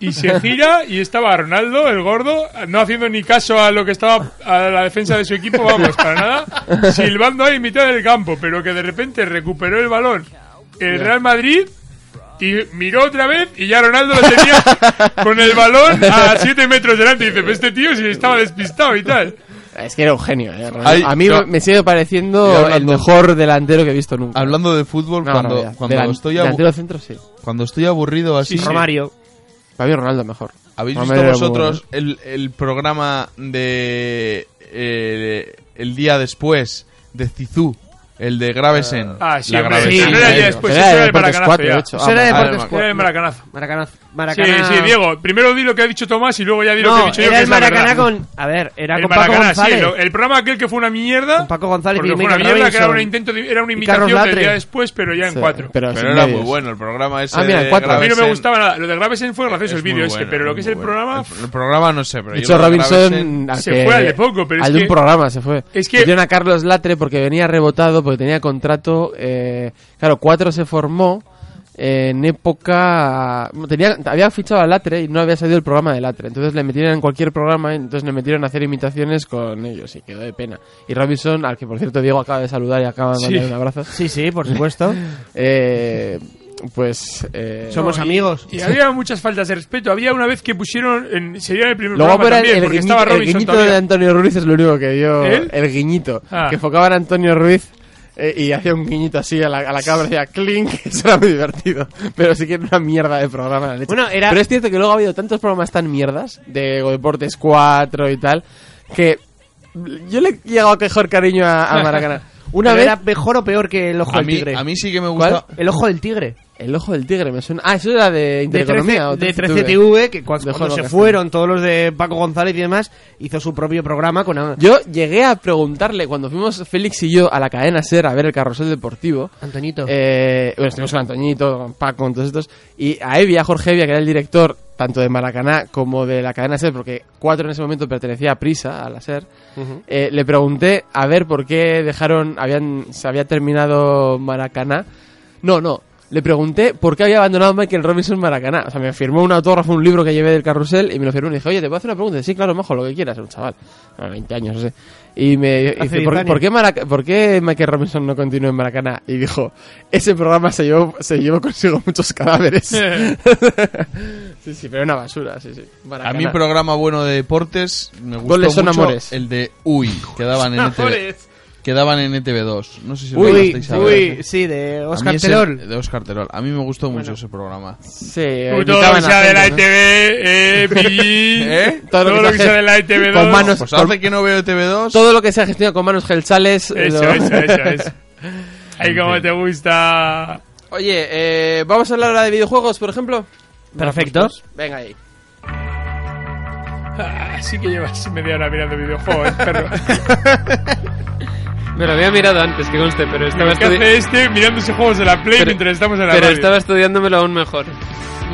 [SPEAKER 6] Y se gira y estaba Ronaldo, el gordo, no haciendo ni caso a lo que estaba a la defensa de su equipo, vamos, para nada, silbando ahí en mitad del campo, pero que de repente recuperó el balón el Real Madrid y miró otra vez y ya Ronaldo lo tenía con el balón a 7 metros delante. Y dice, "Pero este tío si estaba despistado y tal.
[SPEAKER 3] Es que era un genio, eh, Ronaldo.
[SPEAKER 5] Ay,
[SPEAKER 3] A mí
[SPEAKER 5] no.
[SPEAKER 3] me sigue
[SPEAKER 5] Y
[SPEAKER 3] pareciendo
[SPEAKER 5] hablando-
[SPEAKER 3] el mejor delantero que he visto nunca.
[SPEAKER 5] Hablando de fútbol,
[SPEAKER 3] Una
[SPEAKER 5] cuando,
[SPEAKER 3] barbaridad.
[SPEAKER 5] cuando
[SPEAKER 3] Delan-
[SPEAKER 5] estoy
[SPEAKER 3] delantero
[SPEAKER 5] aburrido.
[SPEAKER 3] centro, sí.
[SPEAKER 5] Cuando estoy aburrido así.
[SPEAKER 3] Sí, sí. Romario. Para mí Ronaldo mejor.
[SPEAKER 5] ¿Habéis
[SPEAKER 3] Romario
[SPEAKER 5] visto
[SPEAKER 3] era muy
[SPEAKER 5] vosotros el, el programa de. eh, el día después de Cizú? El de Gravesen.
[SPEAKER 6] Ah, sí,
[SPEAKER 5] La
[SPEAKER 6] hombre,
[SPEAKER 5] Gravesen.
[SPEAKER 6] sí, no era el día después, Era eso era el Deportes Maracanazo, cuatro, ya. de hecho.
[SPEAKER 2] Eso era
[SPEAKER 6] Ah,
[SPEAKER 2] Deportes
[SPEAKER 6] vale,
[SPEAKER 2] cuatro.
[SPEAKER 6] era el Maracanazo.
[SPEAKER 2] Maracanazo.
[SPEAKER 6] Sí, sí, Diego, primero di lo que ha dicho Tomás y luego ya di lo
[SPEAKER 2] No,
[SPEAKER 6] que he dicho yo.
[SPEAKER 2] era
[SPEAKER 6] que
[SPEAKER 2] el
[SPEAKER 6] es la
[SPEAKER 2] Maracaná
[SPEAKER 6] verdad.
[SPEAKER 2] con- a ver, era
[SPEAKER 6] el
[SPEAKER 2] con Paco
[SPEAKER 6] Maracaná, sí,
[SPEAKER 2] González.
[SPEAKER 6] el, el programa aquel que fue una mierda. Paco
[SPEAKER 2] González y
[SPEAKER 6] fue una
[SPEAKER 2] Michael
[SPEAKER 6] mierda que era
[SPEAKER 2] Robinson.
[SPEAKER 6] un intento, de- era una
[SPEAKER 2] Y Carlos
[SPEAKER 6] imitación del
[SPEAKER 2] Latre.
[SPEAKER 6] día después, pero ya en
[SPEAKER 5] Sí,
[SPEAKER 6] cuatro.
[SPEAKER 5] pero Pero sin era medios. muy bueno el programa ese Ah, mira, de cuatro.
[SPEAKER 6] A mí no me
[SPEAKER 5] Gravesen.
[SPEAKER 6] gustaba nada. Lo de Gravesen fue gracioso el
[SPEAKER 5] Es muy
[SPEAKER 6] vídeo este,
[SPEAKER 5] bueno,
[SPEAKER 6] pero lo que
[SPEAKER 5] es
[SPEAKER 6] es el
[SPEAKER 5] muy bueno.
[SPEAKER 6] programa.
[SPEAKER 5] El programa no sé, pero
[SPEAKER 3] De
[SPEAKER 5] yo
[SPEAKER 3] hecho,
[SPEAKER 5] creo que
[SPEAKER 3] Robinson
[SPEAKER 5] Gravesen-
[SPEAKER 3] a
[SPEAKER 6] Se
[SPEAKER 3] que-
[SPEAKER 6] fue al de poco, pero es
[SPEAKER 3] al de
[SPEAKER 6] que-
[SPEAKER 3] un programa se fue.
[SPEAKER 6] es que-
[SPEAKER 3] Metieron a Carlos Latre porque venía rebotado, porque tenía contrato. eh, claro, cuatro se formó eh, en época. Tenía, había fichado a Latre y no había salido el programa de Latre. Entonces le metieron en cualquier programa y entonces le metieron a hacer imitaciones con ellos y quedó de pena. Y Robinson, al que por cierto Diego acaba de saludar y acaba de
[SPEAKER 2] Sí.
[SPEAKER 3] mandar un abrazo.
[SPEAKER 2] Sí, sí, por supuesto.
[SPEAKER 3] (laughs) eh, pues. eh,
[SPEAKER 6] No, y- Y, había muchas faltas de respeto. Había una vez que pusieron. En, sería el primer
[SPEAKER 3] Luego
[SPEAKER 6] programa
[SPEAKER 3] era el,
[SPEAKER 6] también,
[SPEAKER 3] el
[SPEAKER 6] porque
[SPEAKER 3] guiñito,
[SPEAKER 6] estaba
[SPEAKER 3] el
[SPEAKER 6] Robinson
[SPEAKER 3] guiñito
[SPEAKER 6] todavía.
[SPEAKER 3] de Antonio Ruiz es lo único que dio
[SPEAKER 6] ¿El?
[SPEAKER 3] ¿El? guiño.
[SPEAKER 6] Ah.
[SPEAKER 3] Que enfocaban a Antonio Ruiz eh, y hacía un guiñito así a la, a la cámara, decía clink, (laughs) eso era muy divertido. Pero sí que era una mierda de programa, la leche.
[SPEAKER 2] Bueno, era-
[SPEAKER 3] Pero es cierto que luego ha habido tantos programas tan mierdas, de Deportes 4 y tal, que yo le he llegado a quejar cariño a,
[SPEAKER 2] (laughs)
[SPEAKER 3] a Maracana. Una
[SPEAKER 2] Pero
[SPEAKER 3] vez...
[SPEAKER 2] era mejor o peor que el ojo
[SPEAKER 3] A
[SPEAKER 2] del
[SPEAKER 3] mí-
[SPEAKER 2] tigre.
[SPEAKER 3] a mí sí que me gusta-
[SPEAKER 2] ¿Cuál? El ojo del tigre.
[SPEAKER 3] El ojo del tigre me suena... Ah, eso era de
[SPEAKER 2] De 13,
[SPEAKER 3] Intereconomía. o
[SPEAKER 2] de
[SPEAKER 3] 13TV.
[SPEAKER 2] 13TV, que cuando,
[SPEAKER 3] De
[SPEAKER 2] cuando
[SPEAKER 3] Jorge
[SPEAKER 2] se
[SPEAKER 3] Castaño.
[SPEAKER 2] fueron todos los de Paco González y demás, hizo su propio programa con... a-
[SPEAKER 3] Yo llegué a preguntarle cuando fuimos Félix y yo a la cadena Ser a ver el carrusel deportivo.
[SPEAKER 2] Antoñito.
[SPEAKER 3] Eh, bueno, estuvimos con Antoñito, con Paco, con todos estos. Y a Evia, Jorge Evia, que era el director tanto de Maracaná como de la cadena Ser, porque cuatro en ese momento pertenecía a Prisa, a la Ser.
[SPEAKER 2] Ujú.
[SPEAKER 3] Eh, le pregunté a ver por qué dejaron, habían, se había terminado Maracaná. No, no. Le pregunté por qué había abandonado Michael Robinson Maracaná. O sea, me firmó un autógrafo, un libro que llevé del carrusel y me lo firmó. Y le dije, oye, te puedo hacer una pregunta. Sí, claro, majo, lo que quieras, un chaval. Bueno, 20 años, no sé. Y me y dice,
[SPEAKER 2] diez
[SPEAKER 3] ¿por,
[SPEAKER 2] años.
[SPEAKER 3] por qué Maraca- por qué Michael Robinson no continuó en Maracaná? Y dijo, ese programa se llevó, se llevó consigo
[SPEAKER 2] (laughs)
[SPEAKER 3] muchos cadáveres. (laughs) sí, sí, pero una basura, sí, sí.
[SPEAKER 5] A
[SPEAKER 3] Maracaná.
[SPEAKER 5] mí programa bueno de deportes me gustó
[SPEAKER 3] Goles son
[SPEAKER 5] mucho
[SPEAKER 3] amores.
[SPEAKER 5] el de Uy, quedaban en ETV,
[SPEAKER 2] Amores.
[SPEAKER 5] quedaban en E ETV2. No sé si
[SPEAKER 2] Uy,
[SPEAKER 5] lo llegasteis a
[SPEAKER 2] uy,
[SPEAKER 5] ver.
[SPEAKER 2] sí, de
[SPEAKER 5] A
[SPEAKER 2] Óscar
[SPEAKER 5] mí ese-
[SPEAKER 2] Terol. eh,
[SPEAKER 5] De Oscar Terol. A mí me gustó mucho ese programa.
[SPEAKER 3] Sí, eh,
[SPEAKER 6] Tú, todo lo que sea de la E ITV,
[SPEAKER 3] (laughs)
[SPEAKER 6] eh, Pillín,
[SPEAKER 5] ¿Eh?
[SPEAKER 6] todo, lo que sea de la E ITV2.
[SPEAKER 3] Con manos,
[SPEAKER 5] Pues
[SPEAKER 3] con-
[SPEAKER 5] hace que no veo ETV2.
[SPEAKER 3] Todo lo que sea gestionado con manos gelchales.
[SPEAKER 6] Eso,
[SPEAKER 3] lo-
[SPEAKER 6] eso, eso,
[SPEAKER 3] (laughs)
[SPEAKER 6] eso. Ay, cómo te gusta.
[SPEAKER 3] Oye, eh, vamos a hablar ahora de videojuegos, por ejemplo.
[SPEAKER 2] Perfecto.
[SPEAKER 3] Venga ahí.
[SPEAKER 6] Ah,
[SPEAKER 3] (laughs)
[SPEAKER 6] Así que llevas media hora mirando videojuegos, perro.
[SPEAKER 4] Me lo había mirado antes, que conste, pero estaba
[SPEAKER 6] ¿Qué
[SPEAKER 4] estudi-
[SPEAKER 6] hace este mirándose juegos de la Play
[SPEAKER 4] Pero-
[SPEAKER 6] mientras estamos en la
[SPEAKER 4] Pero
[SPEAKER 6] radio?
[SPEAKER 4] estaba estudiándomelo aún mejor.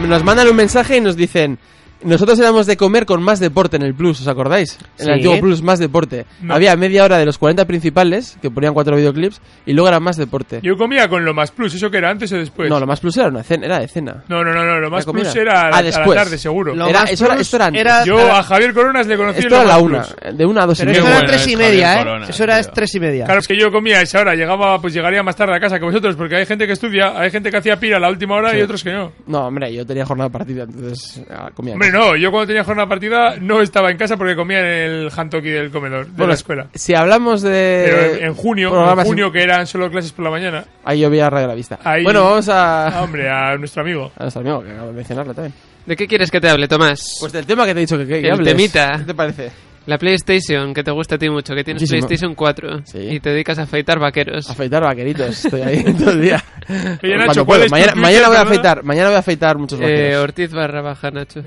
[SPEAKER 3] Nos mandan un mensaje y nos dicen... Nosotros éramos de comer con más deporte en el Plus, ¿os acordáis? En
[SPEAKER 4] Sí.
[SPEAKER 3] el antiguo Plus, más deporte.
[SPEAKER 6] No.
[SPEAKER 3] Había media hora de los 40 principales, que ponían cuatro videoclips, y luego era más deporte.
[SPEAKER 6] Yo comía con lo más plus, ¿eso que era antes o después?
[SPEAKER 3] No, lo más Plus era, una cena, era de cena.
[SPEAKER 6] No, no, no, no, lo más
[SPEAKER 3] comida.
[SPEAKER 6] plus era a la-
[SPEAKER 3] Ah,
[SPEAKER 6] a la
[SPEAKER 3] después.
[SPEAKER 6] tarde, seguro.
[SPEAKER 3] Lo Era- más eso era- plus esto era antes. era-
[SPEAKER 6] Yo
[SPEAKER 3] era-
[SPEAKER 6] a Javier Coronas le conocí en
[SPEAKER 3] Esto
[SPEAKER 6] lo
[SPEAKER 3] era la
[SPEAKER 6] más
[SPEAKER 3] una,
[SPEAKER 6] plus.
[SPEAKER 3] de una a dos y
[SPEAKER 6] Pero
[SPEAKER 3] media.
[SPEAKER 6] eso era Qué bueno
[SPEAKER 2] Tres y
[SPEAKER 6] es Javier
[SPEAKER 2] media, ¿eh?
[SPEAKER 6] Corona,
[SPEAKER 2] Eso era es tres y media.
[SPEAKER 6] Claro, es que yo comía a esa hora, llegaba, pues llegaría más tarde a casa que vosotros, porque hay gente que estudia, hay gente que hacía pira a la última hora
[SPEAKER 3] Sí.
[SPEAKER 6] y otros que no.
[SPEAKER 3] No, hombre, yo tenía jornada partida, entonces ah, comía.
[SPEAKER 6] Hombre, no, yo cuando tenía jornada partida no estaba en casa porque comía en el hantoki del comedor, de
[SPEAKER 3] Bueno, eh,
[SPEAKER 6] la escuela.
[SPEAKER 3] Si hablamos de.
[SPEAKER 6] Pero en- en junio, en
[SPEAKER 3] programas-
[SPEAKER 6] junio Ah. que eran solo clases por la mañana.
[SPEAKER 3] Ahí yo vi a Radio La Vista. Ah,
[SPEAKER 6] ahí-
[SPEAKER 3] Bueno, vamos a.
[SPEAKER 6] Ah, hombre, a nuestro amigo.
[SPEAKER 3] A nuestro amigo, que acabo de mencionarlo también.
[SPEAKER 4] ¿De qué quieres que te hable, Tomás?
[SPEAKER 3] Pues del tema que te he dicho que, que
[SPEAKER 4] El
[SPEAKER 3] hables.
[SPEAKER 4] temita.
[SPEAKER 3] ¿Qué te parece?
[SPEAKER 4] La PlayStation, que te gusta a ti mucho, que tienes
[SPEAKER 3] Muchísimo.
[SPEAKER 4] PlayStation 4 y te dedicas a afeitar vaqueros.
[SPEAKER 3] Afeitar vaqueritos, estoy ahí (laughs) todo el día.
[SPEAKER 4] Oye, Nacho, ¿cuál
[SPEAKER 3] Cuando puedo.
[SPEAKER 4] es tu
[SPEAKER 3] mañana,
[SPEAKER 4] Twitter,
[SPEAKER 3] mañana voy a
[SPEAKER 4] perdona?
[SPEAKER 3] afeitar, mañana voy a afeitar muchos
[SPEAKER 4] Eh,
[SPEAKER 3] vaqueros.
[SPEAKER 4] Ortiz barra baja, Nacho.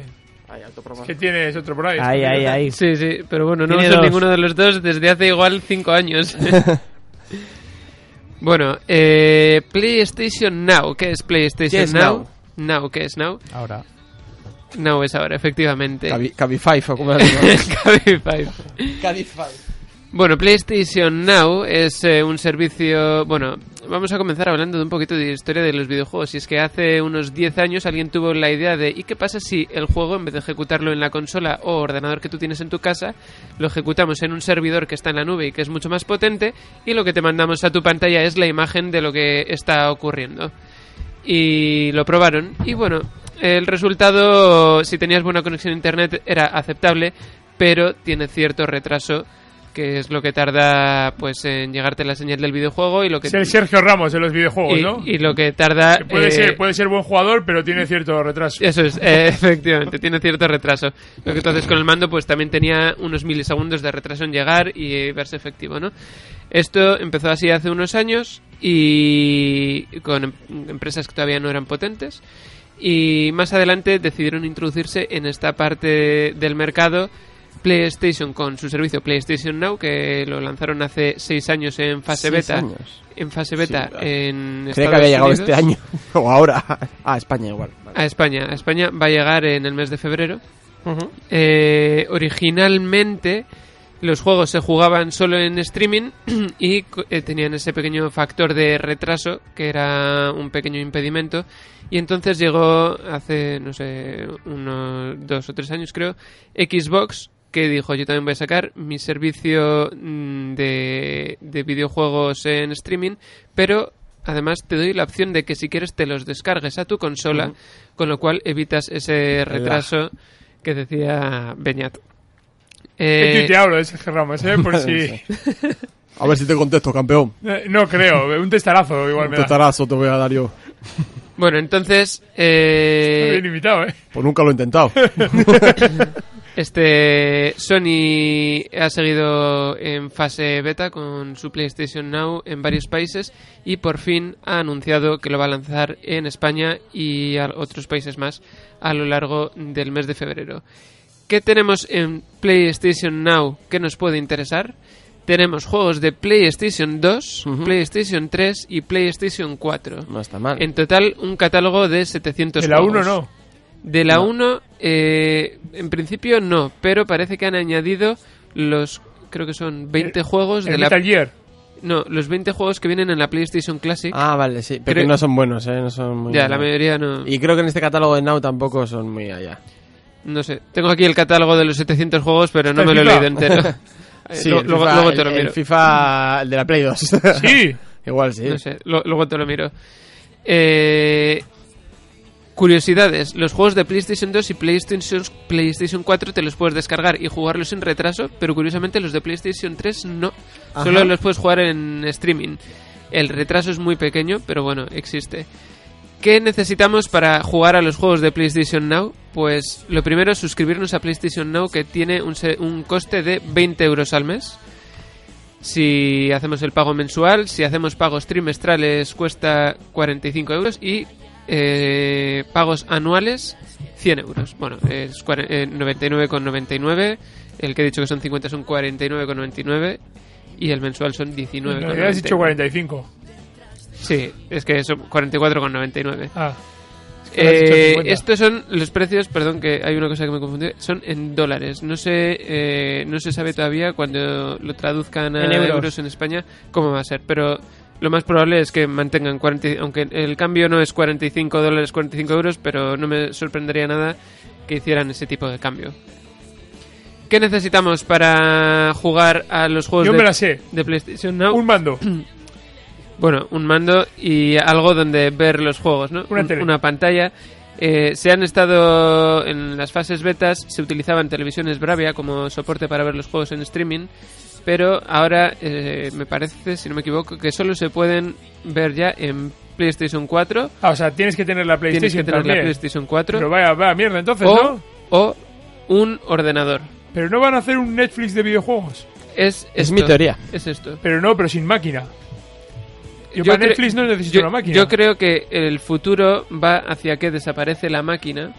[SPEAKER 6] Que tienes otro por ahí.
[SPEAKER 4] Ahí, ahí, ahí. Sí, sí, pero bueno, no
[SPEAKER 6] Tiene
[SPEAKER 4] uso
[SPEAKER 6] dos.
[SPEAKER 4] ninguno de los dos desde hace igual 5 años. (laughs) bueno, eh, PlayStation Now. ¿Qué es PlayStation
[SPEAKER 3] ¿Qué es
[SPEAKER 4] Now? Now? ¿qué es Now?
[SPEAKER 6] Ahora.
[SPEAKER 4] Now es ahora, efectivamente.
[SPEAKER 3] Cabi- Cabify,
[SPEAKER 4] (laughs)
[SPEAKER 3] o como lo digo.
[SPEAKER 4] Cabify. Bueno, PlayStation Now es eh, un servicio... Bueno, vamos a comenzar hablando de un poquito de historia de los videojuegos. Y es que hace unos 10 años alguien tuvo la idea de ¿y qué pasa si el juego, en vez de ejecutarlo en la consola o ordenador que tú tienes en tu casa, lo ejecutamos en un servidor que está en la nube y que es mucho más potente y lo que te mandamos a tu pantalla es la imagen de lo que está ocurriendo? y lo probaron. Y bueno, el resultado, si tenías buena conexión a internet, era aceptable, pero tiene cierto retraso, que es lo que tarda pues en llegarte la señal del videojuego y lo
[SPEAKER 6] (laughs)
[SPEAKER 4] que
[SPEAKER 6] Es el Sergio Ramos de los videojuegos,
[SPEAKER 4] y,
[SPEAKER 6] ¿no?
[SPEAKER 4] y lo que tarda
[SPEAKER 6] Que puede,
[SPEAKER 4] eh,
[SPEAKER 6] ser, puede ser buen jugador, pero tiene cierto retraso.
[SPEAKER 4] eso es, eh, (laughs) efectivamente, tiene cierto retraso. Lo que entonces con el mando pues también tenía unos milisegundos de retraso en llegar y eh, verse efectivo, ¿no? Esto empezó así hace unos años y con em- empresas que todavía no eran potentes y más adelante decidieron introducirse en esta parte del mercado PlayStation con su servicio PlayStation Now que lo lanzaron hace seis años en fase
[SPEAKER 3] Seis
[SPEAKER 4] beta.
[SPEAKER 3] años.
[SPEAKER 4] En fase beta en
[SPEAKER 3] Creía que
[SPEAKER 4] Estados
[SPEAKER 3] había llegado
[SPEAKER 4] Unidos.
[SPEAKER 3] este año. o ahora. (laughs) A España igual. Vale.
[SPEAKER 4] A España. A España va a llegar en el mes de febrero. Eh, originalmente los juegos se jugaban solo en streaming (clears throat) y co- eh, tenían ese pequeño factor de retraso que era un pequeño impedimento y entonces llegó hace no sé unos dos o tres años creo Xbox que dijo yo también voy a sacar mi servicio mm, de, de videojuegos en streaming pero además te doy la opción de que si quieres te los descargues a tu consola
[SPEAKER 3] Ujú.
[SPEAKER 4] con lo cual evitas ese retraso que decía Beñat.
[SPEAKER 6] ¿Qué
[SPEAKER 4] Eh,
[SPEAKER 6] tuiteado hablo de Sergio Ramos, eh?
[SPEAKER 4] (laughs)
[SPEAKER 6] Por si...
[SPEAKER 17] A ver si te contesto, campeón.
[SPEAKER 6] Eh, (laughs) No creo, un testarazo igual me
[SPEAKER 17] Te
[SPEAKER 6] da.
[SPEAKER 17] tarazo te voy a dar yo.
[SPEAKER 4] bueno, entonces eh,
[SPEAKER 6] Está bien invitado, ¿eh?
[SPEAKER 17] Pues nunca lo he
[SPEAKER 6] (laughs)
[SPEAKER 17] intentado.
[SPEAKER 4] este Sony ha seguido en fase beta con su PlayStation Now en varios países y por fin ha anunciado que lo va a lanzar en España y a otros países más a lo largo del mes de febrero. ¿Qué tenemos en PlayStation Now que nos puede interesar? Tenemos juegos de PlayStation 2, PlayStation 3 y PlayStation 4.
[SPEAKER 3] No está mal.
[SPEAKER 4] En total, un catálogo de 700
[SPEAKER 6] De la
[SPEAKER 4] juegos.
[SPEAKER 6] 1 no.
[SPEAKER 4] De la
[SPEAKER 6] No.
[SPEAKER 4] 1, eh, en principio no, pero parece que han añadido los, creo que son
[SPEAKER 3] Eh,
[SPEAKER 4] 20 juegos
[SPEAKER 6] el
[SPEAKER 4] de la...
[SPEAKER 6] Metal Gear.
[SPEAKER 4] No, los 20 juegos que vienen en la PlayStation Classic.
[SPEAKER 3] Ah, vale, sí. Pero
[SPEAKER 4] Creo-
[SPEAKER 3] que no son buenos, ¿eh? No son muy
[SPEAKER 4] Ya, la
[SPEAKER 3] buenos.
[SPEAKER 4] mayoría no...
[SPEAKER 3] Y creo que en este catálogo de Now tampoco son muy allá.
[SPEAKER 4] No sé, tengo aquí el catálogo de los 700 juegos, pero no
[SPEAKER 3] El
[SPEAKER 4] me lo he
[SPEAKER 3] FIFA.
[SPEAKER 4] leído entero.
[SPEAKER 3] (laughs)
[SPEAKER 4] (laughs)
[SPEAKER 6] (laughs)
[SPEAKER 4] Eh,
[SPEAKER 3] sí,
[SPEAKER 4] lo-
[SPEAKER 3] el
[SPEAKER 4] luego,
[SPEAKER 3] FIFA,
[SPEAKER 4] luego te lo
[SPEAKER 3] el- el
[SPEAKER 4] miro.
[SPEAKER 3] FIFA, el de la Play 2.
[SPEAKER 4] (laughs)
[SPEAKER 6] Sí.
[SPEAKER 3] (laughs) Igual sí.
[SPEAKER 4] No sé, lo- luego te lo miro. Eh, curiosidades. Los juegos de PlayStation 2 y PlayStation, PlayStation 4 te los puedes descargar y jugarlos sin retraso, pero curiosamente los de PlayStation 3 no.
[SPEAKER 2] Ajá.
[SPEAKER 4] Solo los puedes jugar en streaming. El retraso es muy pequeño, pero bueno, existe. ¿Qué necesitamos para jugar a los juegos de PlayStation Now? Pues lo primero es suscribirnos a PlayStation Now que tiene un, se- un coste de 20 euros al mes. Si hacemos el pago mensual, si hacemos pagos trimestrales cuesta 45 euros y eh, pagos anuales 100 euros. Bueno, es cuare- eh, 99,99. El que he dicho que son 50 son 49,99. y el mensual son 19.
[SPEAKER 6] Me habías dicho 45.
[SPEAKER 4] Sí, es que son 44,99.
[SPEAKER 6] Ah. Es que me has dicho
[SPEAKER 4] Eh,
[SPEAKER 6] 50.
[SPEAKER 4] estos son los precios, perdón que hay una cosa que me confundí, son en dólares. No se, eh, no se sabe todavía cuando lo traduzcan a
[SPEAKER 2] En euros.
[SPEAKER 4] en España cómo va a ser, pero lo más probable es que mantengan 40, y- aunque el cambio no es 45 dólares, 45 euros, pero no me sorprendería nada que hicieran ese tipo de cambio. ¿Qué necesitamos para jugar a los juegos
[SPEAKER 6] Yo
[SPEAKER 4] de,
[SPEAKER 6] me la sé.
[SPEAKER 4] de PlayStation Now?
[SPEAKER 6] Un mando.
[SPEAKER 4] (clears throat) Bueno, un mando y algo donde ver los juegos, ¿no?
[SPEAKER 6] Una
[SPEAKER 4] Un-
[SPEAKER 6] tele.
[SPEAKER 4] pantalla. Eh, se han estado en las fases betas, se utilizaban televisiones Bravia como soporte para ver los juegos en streaming, pero ahora eh, me parece, si no me equivoco, que solo se pueden ver ya en PlayStation 4.
[SPEAKER 6] Ah, o sea, tienes que tener la PlayStation
[SPEAKER 4] Tienes que tener la
[SPEAKER 6] también.
[SPEAKER 4] PlayStation 4.
[SPEAKER 6] Pero vaya, vaya mierda, entonces,
[SPEAKER 4] o,
[SPEAKER 6] ¿no?
[SPEAKER 4] o un ordenador.
[SPEAKER 6] Pero no van a hacer un Netflix de videojuegos.
[SPEAKER 4] Es,
[SPEAKER 3] Es mi
[SPEAKER 4] esto,
[SPEAKER 3] teoría.
[SPEAKER 4] Es esto.
[SPEAKER 6] Pero no, pero sin máquina. Yo, para
[SPEAKER 4] creo-
[SPEAKER 6] Netflix no necesito
[SPEAKER 4] yo-
[SPEAKER 6] una máquina.
[SPEAKER 4] Yo creo que el futuro va hacia que desaparece la máquina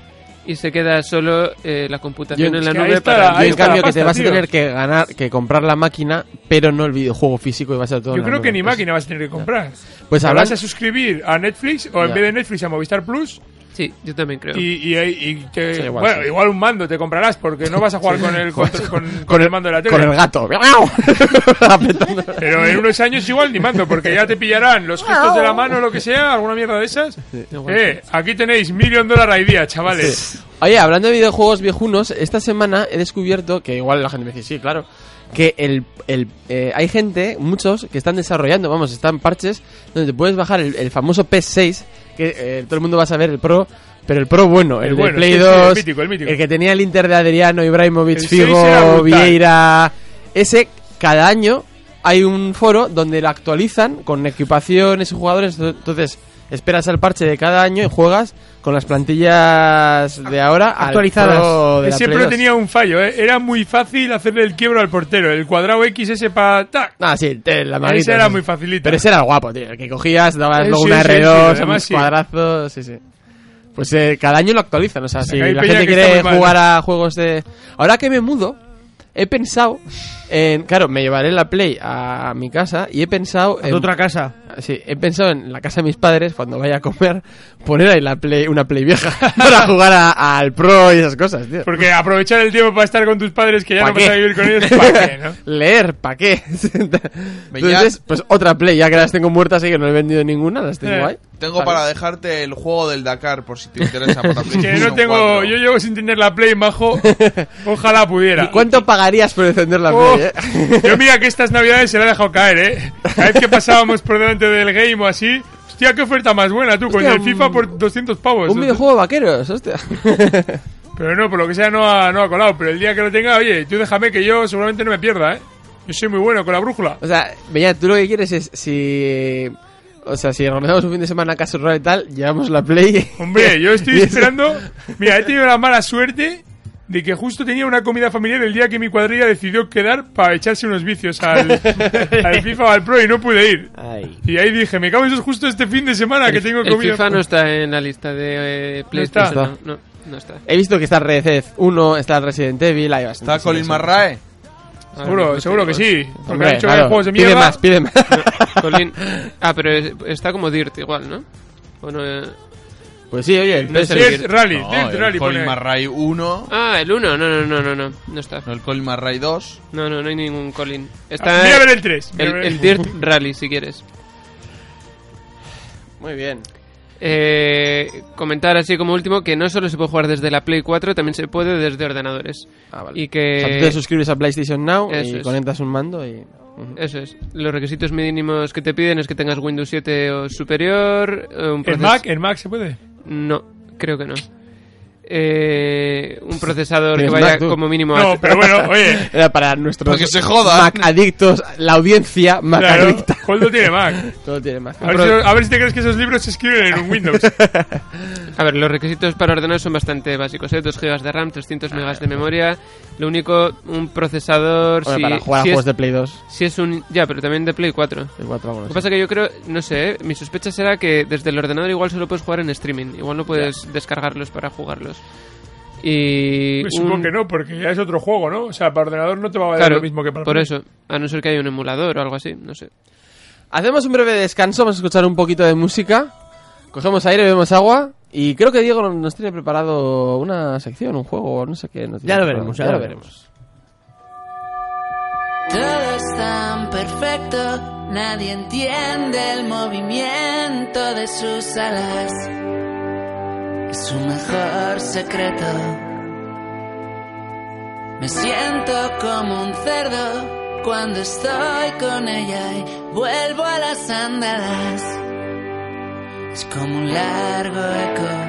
[SPEAKER 4] y se queda solo eh, la computación en la nube para
[SPEAKER 3] Yo, en cambio que te vas a tener que ganar, que comprar la máquina, pero no el videojuego físico y vas a todo. en
[SPEAKER 6] Yo
[SPEAKER 3] la
[SPEAKER 6] creo
[SPEAKER 3] nube.
[SPEAKER 6] que ni máquina vas a tener que comprar.
[SPEAKER 3] Pues
[SPEAKER 6] Te
[SPEAKER 3] hablan-
[SPEAKER 6] vas a suscribir a Netflix o en
[SPEAKER 3] Ya.
[SPEAKER 6] vez de Netflix a Movistar Plus.
[SPEAKER 4] Sí, yo también creo.
[SPEAKER 6] Y, y- y te-
[SPEAKER 4] Sí, igual,
[SPEAKER 6] bueno,
[SPEAKER 4] sí.
[SPEAKER 6] igual un mando te comprarás porque no vas a jugar
[SPEAKER 4] Sí.
[SPEAKER 6] con el control- con, con el mando de la tele.
[SPEAKER 3] Con
[SPEAKER 6] (laughs)
[SPEAKER 3] el gato. (laughs) Apretando.
[SPEAKER 6] Pero en unos años igual ni mando, porque ya te pillarán los gestos de la mano o lo que sea, alguna mierda de esas. Eh, aquí tenéis Million Dollar Idea, chavales.
[SPEAKER 3] Sí. Oye, hablando de videojuegos viejunos, esta semana he descubierto que igual la gente me dice, sí, claro, que el, el, eh, hay gente, muchos, que están desarrollando, vamos, están parches, donde te puedes bajar el, el famoso PS6, que eh, todo el mundo va a saber el Pro, pero el Pro bueno, el,
[SPEAKER 6] El
[SPEAKER 3] de
[SPEAKER 6] bueno,
[SPEAKER 3] Play
[SPEAKER 6] sí, sí, el
[SPEAKER 3] 2,
[SPEAKER 6] mítico, el mítico.
[SPEAKER 3] que tenía el Inter de Adriano, Ibrahimovic,
[SPEAKER 6] El 6 era
[SPEAKER 3] Figo,
[SPEAKER 6] brutal.
[SPEAKER 3] Vieira, ese, cada año hay un foro donde lo actualizan con equipaciones y jugadores, entonces... Esperas al parche de cada año y juegas con las plantillas de ahora al pro de la
[SPEAKER 6] siempre
[SPEAKER 3] Play 2.
[SPEAKER 6] tenía un fallo, ¿eh? Era muy fácil hacerle el quiebro al portero. El cuadrado X ese para...
[SPEAKER 3] Ah, sí, te- la maguita,
[SPEAKER 6] Ese era
[SPEAKER 3] sí.
[SPEAKER 6] muy facilita.
[SPEAKER 3] Pero ese era el guapo, tío. El que cogías, dabas
[SPEAKER 6] Eh,
[SPEAKER 3] luego
[SPEAKER 6] sí,
[SPEAKER 3] una
[SPEAKER 6] sí, sí,
[SPEAKER 3] R2,
[SPEAKER 6] además
[SPEAKER 3] unos
[SPEAKER 6] sí.
[SPEAKER 3] cuadrazos, sí, sí. Pues eh, cada año lo actualizan, o sea, si
[SPEAKER 6] hay
[SPEAKER 3] la
[SPEAKER 6] peña
[SPEAKER 3] gente
[SPEAKER 6] que está
[SPEAKER 3] quiere
[SPEAKER 6] muy mal.
[SPEAKER 3] jugar a juegos de... Ahora que me mudo, he pensado en... Claro, me llevaré la Play a mi casa y he pensado...
[SPEAKER 2] A
[SPEAKER 3] en
[SPEAKER 2] tu otra casa.
[SPEAKER 3] Sí, he pensado en la casa de mis padres, cuando vaya a comer, poner ahí la play, una Play vieja (laughs) para jugar a- al Pro y esas cosas, tío.
[SPEAKER 6] Porque aprovechar el tiempo para estar con tus padres que ya
[SPEAKER 3] ¿Pa
[SPEAKER 6] no vas a
[SPEAKER 3] qué?
[SPEAKER 6] vivir con ellos, ¿para
[SPEAKER 3] (laughs)
[SPEAKER 6] qué, no?
[SPEAKER 3] Leer, ¿pa' qué? (laughs) Entonces, pues otra play, ya que las tengo muertas y que no he vendido ninguna, las
[SPEAKER 5] Eh,
[SPEAKER 3] tengo ahí.
[SPEAKER 5] Tengo para dejarte el juego del Dakar, por si te interesa. para
[SPEAKER 6] (laughs) Que
[SPEAKER 5] PlayStation
[SPEAKER 6] no tengo...
[SPEAKER 5] 4.
[SPEAKER 6] Yo llevo sin tener la Play,
[SPEAKER 3] (laughs)
[SPEAKER 6] majo. Ojalá pudiera.
[SPEAKER 3] ¿Y cuánto pagarías por encender la
[SPEAKER 6] Oh, (laughs)
[SPEAKER 3] play, eh?
[SPEAKER 6] Yo mira que estas navidades se la he dejado caer, ¿eh? Cada vez que pasábamos por delante del game o así... Hostia, qué oferta más buena, tú, con
[SPEAKER 3] Hostia,
[SPEAKER 6] el FIFA por 200 pavos.
[SPEAKER 3] Un videojuego de vaqueros, hostia.
[SPEAKER 6] Pero no, por lo que sea no ha, no ha colado. Pero el día que lo tenga, oye, tú déjame que yo seguramente no me pierda, ¿eh? Yo soy muy bueno con la brújula.
[SPEAKER 3] O sea, Beñat, tú lo que quieres es si. O sea, si organizamos un fin de semana casa rural y tal, llevamos la play. (laughs)
[SPEAKER 4] (laughs)
[SPEAKER 6] Hombre, yo
[SPEAKER 3] Y
[SPEAKER 6] estoy
[SPEAKER 3] eso-
[SPEAKER 6] esperando... Mira, he tenido la mala suerte de que justo tenía una comida familiar el día que mi cuadrilla decidió quedar para echarse unos vicios
[SPEAKER 4] (laughs)
[SPEAKER 6] al, al FIFA o al Pro y no pude ir. Y ahí dije, me cago en eso justo este fin de semana que tengo
[SPEAKER 4] el
[SPEAKER 6] comida.
[SPEAKER 4] FIFA no está en la lista de eh, PlayStation.
[SPEAKER 3] está.
[SPEAKER 4] No, no, no está.
[SPEAKER 3] He visto que está Red Dead 1, está Resident Evil, ahí va.
[SPEAKER 5] ¿Está Colin Marrae?
[SPEAKER 4] Ah,
[SPEAKER 6] Seguro, seguro que sí. Porque
[SPEAKER 3] Hombre,
[SPEAKER 6] han hecho
[SPEAKER 3] claro.
[SPEAKER 6] juegos de
[SPEAKER 3] Pide
[SPEAKER 6] mierda.
[SPEAKER 3] más, pide más.
[SPEAKER 4] No, Colin- ah, pero es- está como Dirt igual, ¿no? O no, eh,
[SPEAKER 3] Pues sí, oye, el
[SPEAKER 4] no es el
[SPEAKER 3] PS.
[SPEAKER 4] Dirt.
[SPEAKER 6] Rally,
[SPEAKER 5] No, el Colin Marrae 1.
[SPEAKER 4] Ah, el 1, no, no, no, no, no, no está.
[SPEAKER 5] No, el Colin Marrae 2.
[SPEAKER 4] No, no, no hay ningún Colin.
[SPEAKER 6] Ah,
[SPEAKER 4] Está
[SPEAKER 6] voy a ver el tres, voy a
[SPEAKER 4] El,
[SPEAKER 6] ver el-
[SPEAKER 4] el Dirt Rally, si quieres.
[SPEAKER 3] Muy bien.
[SPEAKER 4] Eh, comentar así como último que no solo se puede jugar desde la Play 4, también se puede desde ordenadores.
[SPEAKER 5] Ah,
[SPEAKER 4] Y
[SPEAKER 3] O
[SPEAKER 4] que...
[SPEAKER 3] sea, tú te suscribes a PlayStation Now
[SPEAKER 4] Eh, Eso
[SPEAKER 3] y
[SPEAKER 4] es.
[SPEAKER 3] conectas un mando y.
[SPEAKER 4] Eso es. Los requisitos mínimos que te piden es que tengas Windows 7 o superior. eh, Un
[SPEAKER 6] ¿En
[SPEAKER 4] proces-
[SPEAKER 6] Mac? ¿En Mac se puede?
[SPEAKER 4] No, creo que no. Eh, un procesador que
[SPEAKER 3] Tienes
[SPEAKER 4] vaya
[SPEAKER 3] Mac, tú.
[SPEAKER 4] como mínimo a- (laughs)
[SPEAKER 3] Era para nuestros.
[SPEAKER 4] Para que se jodan.
[SPEAKER 3] Mac adictos, la audiencia Mac
[SPEAKER 6] Claro.
[SPEAKER 3] adicta.
[SPEAKER 6] Coldo Pues tiene Mac.
[SPEAKER 4] (laughs)
[SPEAKER 3] Todo tiene Mac.
[SPEAKER 6] A ver, si, a ver si te crees que esos libros se escriben en un Windows.
[SPEAKER 4] (laughs) A ver, los requisitos para ordenar son bastante básicos, ¿eh? 2 GB de RAM, 300 MB de memoria. Lo único, un procesador...
[SPEAKER 3] Hombre,
[SPEAKER 4] si-
[SPEAKER 3] para jugar a
[SPEAKER 4] si
[SPEAKER 3] juegos
[SPEAKER 4] es-
[SPEAKER 3] de Play 2.
[SPEAKER 4] Si es un... Ya, pero también de Play 4.
[SPEAKER 3] Play 4, bueno,
[SPEAKER 4] Lo que
[SPEAKER 3] sí.
[SPEAKER 4] pasa que yo creo... No sé, ¿eh? Mi sospecha será que desde el ordenador igual solo puedes jugar en streaming. Igual no puedes descargarlos para jugarlos. Y
[SPEAKER 6] Pues Supongo
[SPEAKER 4] un-
[SPEAKER 6] que no, porque ya es otro juego, ¿no? O sea, para ordenador no te va a valer
[SPEAKER 4] Claro,
[SPEAKER 6] lo mismo que para
[SPEAKER 4] por
[SPEAKER 6] Play.
[SPEAKER 4] eso. A no ser que haya un emulador o algo así, no sé.
[SPEAKER 3] Hacemos un breve descanso, vamos a escuchar un poquito de música. Cogemos aire, bebemos agua. Y creo que Diego nos tiene preparado una sección, un juego, no sé qué. nos tiene
[SPEAKER 2] Ya lo
[SPEAKER 3] preparado.
[SPEAKER 2] veremos, pues ya lo
[SPEAKER 11] Todo es tan perfecto, nadie entiende el movimiento de sus alas. Es su mejor secreto. Me siento como un cerdo cuando estoy con ella y vuelvo a las andadas. Es como un largo eco.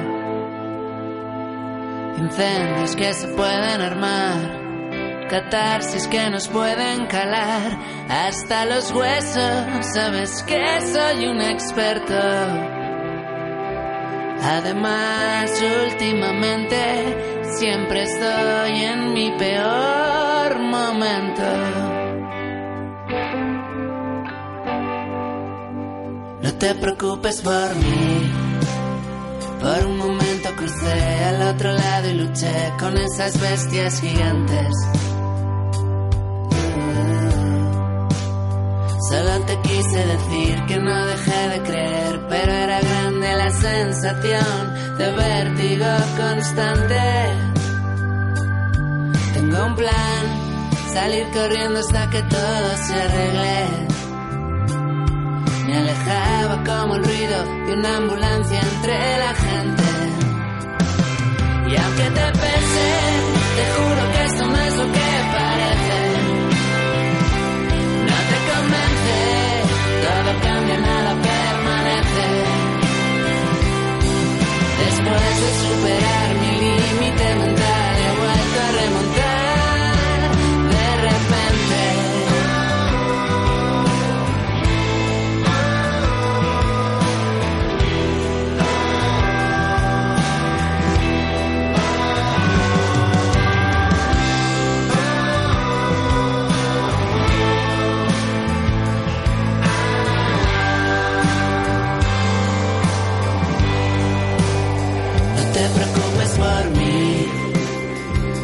[SPEAKER 11] Incendios que se pueden armar. Catarsis que nos pueden calar hasta los huesos. Sabes que soy un experto. Además, últimamente siempre estoy en mi peor momento. No te preocupes por mí. Por un momento crucé al otro lado y luché con esas bestias gigantes. Solo te quise decir que no dejé de creer, pero era grande la sensación de vértigo constante. Tengo un plan, salir corriendo hasta que todo se arregle. Me alejaba como el ruido de una ambulancia entre la gente. Y aunque te pese, te juro que esto no es lo que parece. No te convence, todo cambia, nada permanece. Después de superar mi límite mental, he vuelto a remontar de repente. No te preocupes por mí.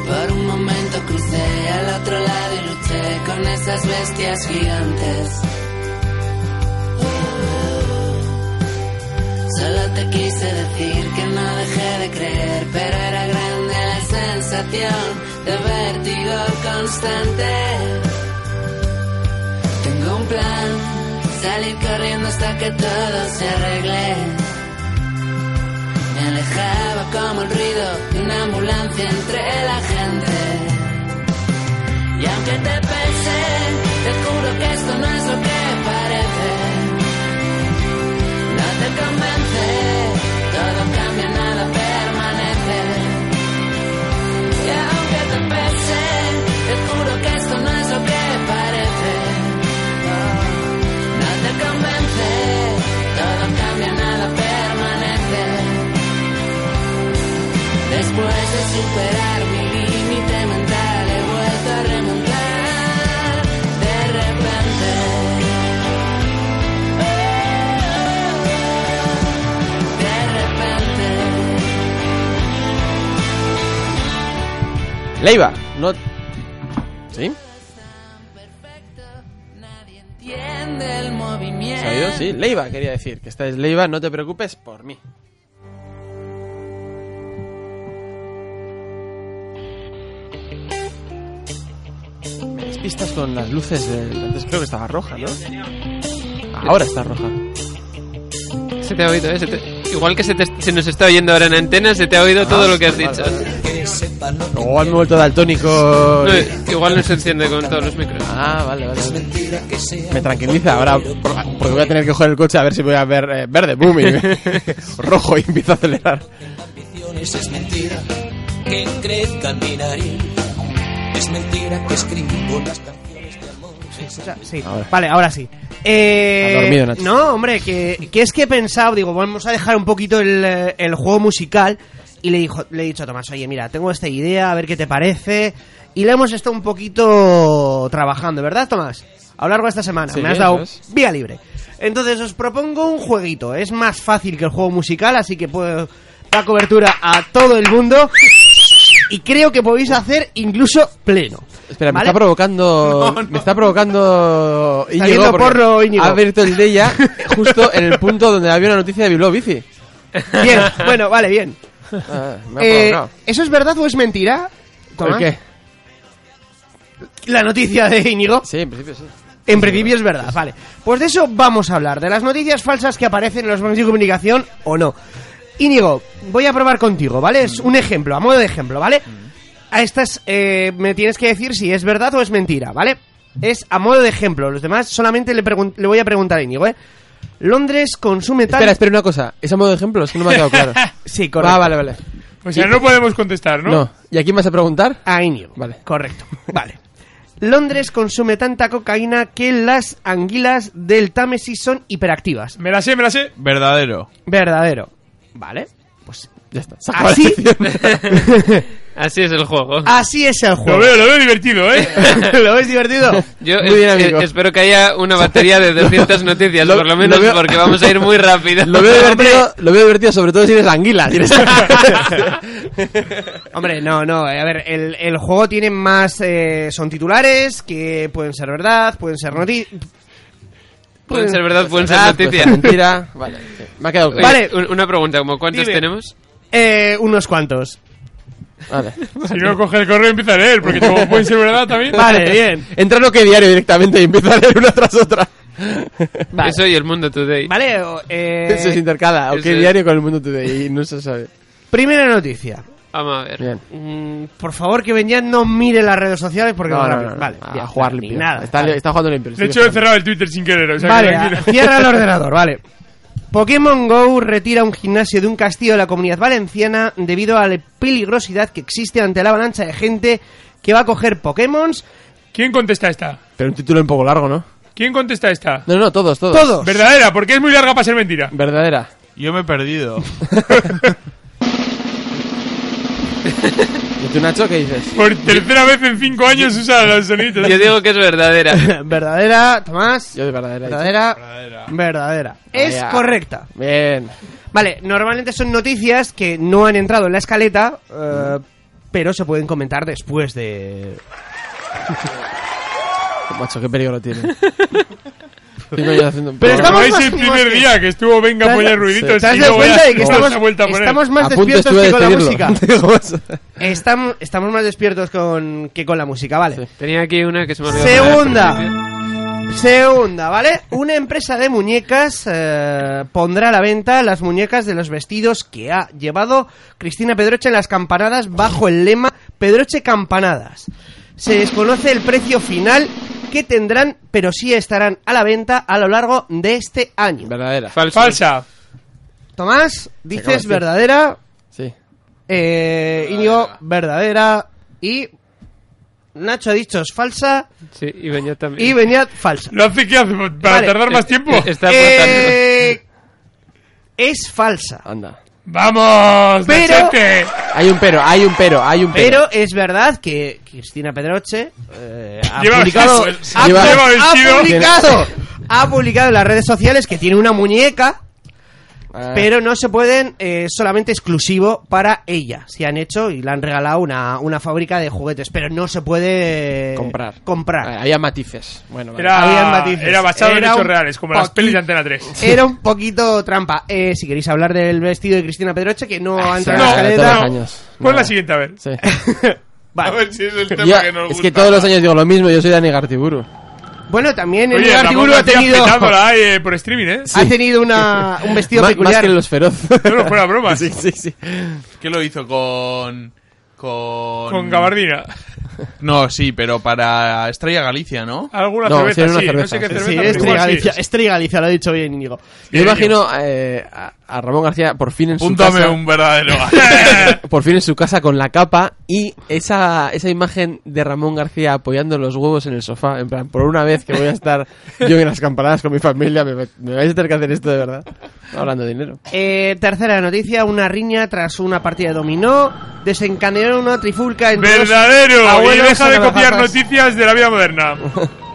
[SPEAKER 11] Por un momento crucé al otro lado y luché con esas bestias gigantes. Solo te quise decir que no dejé de creer, pero era grande la sensación de vértigo constante. Tengo un plan, salir corriendo hasta que todo se arregle. Me alejaba como el ruido de una ambulancia entre la gente. Y aunque te pensé, te juro que esto no es lo que parece. No te convence, todo cambia, nada permanece. Y aunque te pensé, te juro que esto no es lo que parece. No te convence, todo cambia, nada permanece. Después de superar mi límite mental, he vuelto a remontar de repente. De repente.
[SPEAKER 3] Leiva, no... ¿Sí?
[SPEAKER 11] Entiende el
[SPEAKER 3] ¿Se ha oído?
[SPEAKER 11] movimiento.
[SPEAKER 3] Sí, Leiva quería decir, que esta es Leiva, no te preocupes por mí. Me despistas con las luces de... Antes creo que estaba roja, ¿no? Ahora está roja.
[SPEAKER 4] Se te ha oído, ¿eh? Se te- Igual que se, te- se nos está oyendo ahora en antena, se te ha oído
[SPEAKER 3] Ah,
[SPEAKER 4] todo lo que has dicho.
[SPEAKER 3] Igual me he vuelto daltónico.
[SPEAKER 4] No, igual no se enciende con todos los micros.
[SPEAKER 3] Ah, vale, vale. Me tranquiliza ahora, por- porque voy a tener que coger el coche a ver si voy a ver eh, verde, boom, (laughs) y- rojo y empiezo a acelerar.
[SPEAKER 18] Es mentira que crezcan mi nariz. Es mentira que escribo las canciones de amor.
[SPEAKER 2] Sí, vale, ahora sí. Eh,
[SPEAKER 3] Ha dormido, Nacho.
[SPEAKER 2] No, hombre, que, que es que he pensado, digo, vamos a dejar un poquito el, eh, el juego musical. Y le, dijo, le he dicho a Tomás, oye, mira, tengo esta idea, a ver qué te parece. Y le hemos estado un poquito trabajando, ¿verdad, Tomás? A lo largo de esta semana.
[SPEAKER 3] Sí,
[SPEAKER 2] Me has dado
[SPEAKER 3] eso es.
[SPEAKER 2] vía libre. Entonces os propongo un jueguito. Es más fácil que el juego musical, así que puedo dar cobertura a todo el mundo. y creo que podéis hacer incluso pleno.
[SPEAKER 3] Espera, me
[SPEAKER 2] ¿Vale?
[SPEAKER 3] está
[SPEAKER 2] (laughs)
[SPEAKER 3] provocando. Me está provocando.
[SPEAKER 2] Está
[SPEAKER 3] Íñigo
[SPEAKER 2] viendo
[SPEAKER 3] porque
[SPEAKER 2] porno, Íñigo.
[SPEAKER 3] Ha abierto el de ella justo en el punto donde había una noticia de Bilbao (laughs) Bici.
[SPEAKER 2] Bien, bueno, vale, bien.
[SPEAKER 3] Ah, (laughs) me ha
[SPEAKER 2] Eh,
[SPEAKER 3] provocado.
[SPEAKER 2] ¿Eso es verdad o es mentira? Tomás?
[SPEAKER 3] ¿El qué?
[SPEAKER 2] La noticia de Íñigo.
[SPEAKER 3] Sí, en principio sí.
[SPEAKER 2] En principio es verdad, vale. Pues de eso vamos a hablar, de las noticias falsas que aparecen en los medios de comunicación o no. Íñigo, voy a probar contigo, ¿vale? Es un ejemplo, a modo de ejemplo, ¿vale? A estas eh, me tienes que decir si es verdad o es mentira, ¿vale? Es a modo de ejemplo, los demás solamente le, pregun- le voy a preguntar a Íñigo, ¿eh? Londres consume tal...
[SPEAKER 3] Espera, espera una cosa. ¿Es a modo de ejemplo? Es que no me ha quedado claro.
[SPEAKER 2] (laughs) Sí, correcto.
[SPEAKER 3] Ah,
[SPEAKER 2] (laughs)
[SPEAKER 3] vale, vale.
[SPEAKER 6] O sea, no podemos contestar, ¿no?
[SPEAKER 3] No. ¿Y aquí me vas a preguntar?
[SPEAKER 2] A Íñigo.
[SPEAKER 3] Vale. (laughs)
[SPEAKER 2] Correcto. Vale. Londres consume tanta cocaína que las anguilas del Támesis son hiperactivas.
[SPEAKER 6] Me la sé, me la sé.
[SPEAKER 5] Verdadero.
[SPEAKER 2] Verdadero.
[SPEAKER 3] (laughs)
[SPEAKER 2] Vale. Pues
[SPEAKER 3] ya está.
[SPEAKER 6] Ah,
[SPEAKER 3] (laughs)
[SPEAKER 2] Así,
[SPEAKER 4] (laughs) Así es el juego.
[SPEAKER 2] así es el juego.
[SPEAKER 4] Lo veo, lo
[SPEAKER 6] veo divertido, ¿eh?
[SPEAKER 4] (laughs)
[SPEAKER 2] ¿Lo ves divertido?
[SPEAKER 4] Yo
[SPEAKER 2] Muy
[SPEAKER 4] es-
[SPEAKER 2] bien,
[SPEAKER 4] eh,
[SPEAKER 2] amigo.
[SPEAKER 4] espero que haya una batería de 200 noticias, por lo menos,
[SPEAKER 3] lo veo-
[SPEAKER 4] porque vamos a ir muy rápido.
[SPEAKER 3] (laughs) Lo veo divertido, lo veo divertido sobre todo si eres anguila. si eres-
[SPEAKER 2] Hombre, no, no. eh, A ver, el, el juego tiene más... eh, son titulares que pueden ser verdad, pueden ser noticias...
[SPEAKER 4] Pueden ser verdad, pueden ser
[SPEAKER 3] verdad, puede
[SPEAKER 4] noticia.
[SPEAKER 3] ser Ah,
[SPEAKER 4] (laughs)
[SPEAKER 3] pues mentira. (laughs) Vale, sí. me ha quedado claro.
[SPEAKER 4] Vale, un- una pregunta, ¿cómo cuántos
[SPEAKER 2] Dime.
[SPEAKER 4] tenemos?
[SPEAKER 2] Eh, unos cuantos.
[SPEAKER 3] Vale.
[SPEAKER 6] Si no coge el correo empieza a leer, porque como puede ser verdad
[SPEAKER 3] (laughs)
[SPEAKER 6] también.
[SPEAKER 2] Vale, bien.
[SPEAKER 3] Entra en OK Diario directamente y empieza a leer una tras otra.
[SPEAKER 2] Vale.
[SPEAKER 4] Eso y el mundo today.
[SPEAKER 2] Vale, o- eh,
[SPEAKER 3] (laughs) Eso se intercala. OK
[SPEAKER 4] Eso es.
[SPEAKER 3] Diario con el mundo today y no se sabe.
[SPEAKER 2] primera noticia.
[SPEAKER 4] Vamos a ver.
[SPEAKER 2] Mm, por favor, que Benyan no mire las redes sociales porque
[SPEAKER 3] No,
[SPEAKER 2] va
[SPEAKER 3] no,
[SPEAKER 2] rápido.
[SPEAKER 3] no, Ah, no.
[SPEAKER 2] Vale,
[SPEAKER 3] a
[SPEAKER 2] bien,
[SPEAKER 3] jugar
[SPEAKER 2] ni
[SPEAKER 3] limpio.
[SPEAKER 2] Nada.
[SPEAKER 3] está,
[SPEAKER 2] vale.
[SPEAKER 3] está jugando limpio.
[SPEAKER 6] De
[SPEAKER 3] sigue
[SPEAKER 6] hecho, he
[SPEAKER 3] jugando.
[SPEAKER 6] cerrado el Twitter sin querer, o sea
[SPEAKER 2] Vale,
[SPEAKER 6] que tranquilo.
[SPEAKER 2] a- cierra
[SPEAKER 3] (laughs)
[SPEAKER 2] el ordenador, (laughs) vale. Pokémon Go retira un gimnasio de un castillo de la comunidad valenciana debido a la peligrosidad que existe ante la avalancha de gente que va a coger Pokémon.
[SPEAKER 6] ¿Quién contesta esta?
[SPEAKER 3] Pero un título un poco largo, ¿no?
[SPEAKER 6] ¿Quién contesta esta?
[SPEAKER 3] No, no, todos, todos.
[SPEAKER 2] Todos.
[SPEAKER 6] Verdadera, porque es muy larga para ser mentira.
[SPEAKER 3] Verdadera.
[SPEAKER 5] Yo me he perdido.
[SPEAKER 3] ¿Y tú, Este Nacho, qué dices?
[SPEAKER 6] Por tercera vez en cinco años usa los sonidos.
[SPEAKER 4] Yo digo que es verdadera.
[SPEAKER 2] Verdadera, Tomás.
[SPEAKER 3] Yo de verdadera. he dicho.
[SPEAKER 2] Verdadera. Verdadera. Es
[SPEAKER 3] Vaya.
[SPEAKER 2] correcta.
[SPEAKER 3] Bien.
[SPEAKER 2] Vale, normalmente son noticias que no han entrado en la escaleta, eh, pero se pueden comentar después
[SPEAKER 3] (laughs)
[SPEAKER 2] de...
[SPEAKER 3] Oh, Macho, qué peligro tiene. Cinco años haciendo
[SPEAKER 2] (laughs)
[SPEAKER 3] un
[SPEAKER 2] Pero estamos
[SPEAKER 3] programa.
[SPEAKER 6] Es
[SPEAKER 2] más
[SPEAKER 6] el
[SPEAKER 2] que-
[SPEAKER 6] primer día que estuvo venga a
[SPEAKER 2] ¿Te has-
[SPEAKER 6] poner ruiditos.
[SPEAKER 2] ¿Te has
[SPEAKER 6] y
[SPEAKER 2] dado
[SPEAKER 6] luego ya
[SPEAKER 2] cuenta de que
[SPEAKER 6] no
[SPEAKER 2] estamos,
[SPEAKER 6] se ha vuelto a poner.
[SPEAKER 2] estamos
[SPEAKER 3] A
[SPEAKER 2] más
[SPEAKER 3] punto
[SPEAKER 2] despiertos
[SPEAKER 3] estuve
[SPEAKER 2] que
[SPEAKER 3] de
[SPEAKER 2] con la música?
[SPEAKER 3] (laughs)
[SPEAKER 2] (laughs)
[SPEAKER 3] decirlo.
[SPEAKER 2] Estamos, estamos más despiertos con, que con la música, vale.
[SPEAKER 4] Tenía aquí una que se me olvidó.
[SPEAKER 2] Segunda. Segunda, ¿vale? Una empresa de muñecas eh, pondrá a la venta las muñecas de los vestidos que ha llevado Cristina Pedroche en las campanadas bajo el lema Pedroche Campanadas. Se desconoce el precio final que tendrán, pero sí estarán a la venta a lo largo de este año.
[SPEAKER 3] Verdadera.
[SPEAKER 4] Falso.
[SPEAKER 6] Falsa.
[SPEAKER 2] Tomás,
[SPEAKER 3] acaba de
[SPEAKER 2] dices
[SPEAKER 3] decir.
[SPEAKER 2] verdadera,
[SPEAKER 3] Sí.
[SPEAKER 2] eh, Íñigo, verdadera y Nacho ha dicho es falsa
[SPEAKER 4] Sí, y venía también.
[SPEAKER 2] y Beniat falsa.
[SPEAKER 6] ¿Lo hace qué hace? ¿Para
[SPEAKER 2] Vale.
[SPEAKER 6] tardar más tiempo?
[SPEAKER 4] Está apuntando.
[SPEAKER 2] Eh, es falsa.
[SPEAKER 3] Anda.
[SPEAKER 6] ¡Vamos!
[SPEAKER 2] Pero-
[SPEAKER 6] Nachete!
[SPEAKER 3] Hay un pero, hay un pero, hay un pero.
[SPEAKER 2] Pero es verdad que Cristina Pedroche eh, ha
[SPEAKER 6] Lleva-
[SPEAKER 2] publicado, ha,
[SPEAKER 3] lleva-
[SPEAKER 2] ha
[SPEAKER 6] lleva vestido.
[SPEAKER 2] publicado, ha publicado en las redes sociales que tiene una muñeca,
[SPEAKER 3] Ah,
[SPEAKER 2] pero no se pueden eh, solamente exclusivo para ella. Se han hecho y le han regalado una, una fábrica de juguetes, pero no se puede
[SPEAKER 3] comprar.
[SPEAKER 2] comprar.
[SPEAKER 3] Ah, había matices. Bueno, vale.
[SPEAKER 2] Habían
[SPEAKER 6] Era,
[SPEAKER 2] matices.
[SPEAKER 6] era basado en
[SPEAKER 2] Era
[SPEAKER 6] hechos
[SPEAKER 2] un
[SPEAKER 6] reales, como las
[SPEAKER 2] poquito-
[SPEAKER 6] pelis de Antena 3.
[SPEAKER 2] Era un poquito trampa. Eh, si queréis hablar del vestido de Cristina Pedroche, que no ha
[SPEAKER 3] Ah, Sí,
[SPEAKER 2] entrado
[SPEAKER 6] no,
[SPEAKER 2] en la
[SPEAKER 3] todos
[SPEAKER 2] escaleta.
[SPEAKER 3] los años.
[SPEAKER 6] (laughs) Pon
[SPEAKER 3] No.
[SPEAKER 6] la siguiente, a ver.
[SPEAKER 3] Sí.
[SPEAKER 6] (laughs)
[SPEAKER 2] Vale.
[SPEAKER 6] A ver si es el
[SPEAKER 3] (laughs)
[SPEAKER 6] tema
[SPEAKER 3] Yo-
[SPEAKER 6] que nos
[SPEAKER 3] es
[SPEAKER 6] gusta.
[SPEAKER 3] que todos los años digo lo mismo, yo soy Dani Gartiburu.
[SPEAKER 2] Bueno, también el
[SPEAKER 6] Oye, Ramón
[SPEAKER 2] Gartiburu ha
[SPEAKER 6] García
[SPEAKER 2] tenido,
[SPEAKER 6] petándola ahí, eh, por streaming, ¿eh?
[SPEAKER 2] (laughs) ha tenido una, un vestido
[SPEAKER 3] Ma- más
[SPEAKER 2] peculiar.
[SPEAKER 3] que
[SPEAKER 6] (laughs)
[SPEAKER 3] los feroz. (laughs)
[SPEAKER 6] No, no, fuera
[SPEAKER 2] (laughs)
[SPEAKER 6] bromas.
[SPEAKER 3] Sí, sí, sí.
[SPEAKER 5] ¿Qué lo hizo con. Con.
[SPEAKER 6] Con gabardina.
[SPEAKER 5] (laughs) No, sí, pero para Estrella Galicia, ¿no?
[SPEAKER 6] Alguna
[SPEAKER 3] No,
[SPEAKER 6] cerveza,
[SPEAKER 3] sí, era una
[SPEAKER 6] sí. No
[SPEAKER 3] cerveza,
[SPEAKER 6] sé qué
[SPEAKER 3] sí.
[SPEAKER 6] cerveza,
[SPEAKER 2] Sí,
[SPEAKER 6] pero
[SPEAKER 2] Estrella
[SPEAKER 6] igual sí.
[SPEAKER 2] Galicia, Estrella Galicia, lo ha dicho bien Íñigo.
[SPEAKER 3] Yo imagino eh, a, a Ramón García por fin en su
[SPEAKER 5] Púntame
[SPEAKER 3] casa.
[SPEAKER 18] (laughs)
[SPEAKER 5] un verdadero.
[SPEAKER 3] Por fin en su casa con la capa y esa, esa imagen de Ramón García apoyando los huevos en el sofá. En plan, por una vez que voy a estar yo en las campanadas con mi familia, me, me vais a tener que hacer esto de verdad. Hablando de dinero.
[SPEAKER 2] Eh, tercera noticia, una riña tras una partida de dominó desencadenó una trifulca entre dos
[SPEAKER 6] Verdadero. Y
[SPEAKER 2] abuelos
[SPEAKER 6] deja de copiar
[SPEAKER 2] anaranjados.
[SPEAKER 6] noticias de la vida moderna.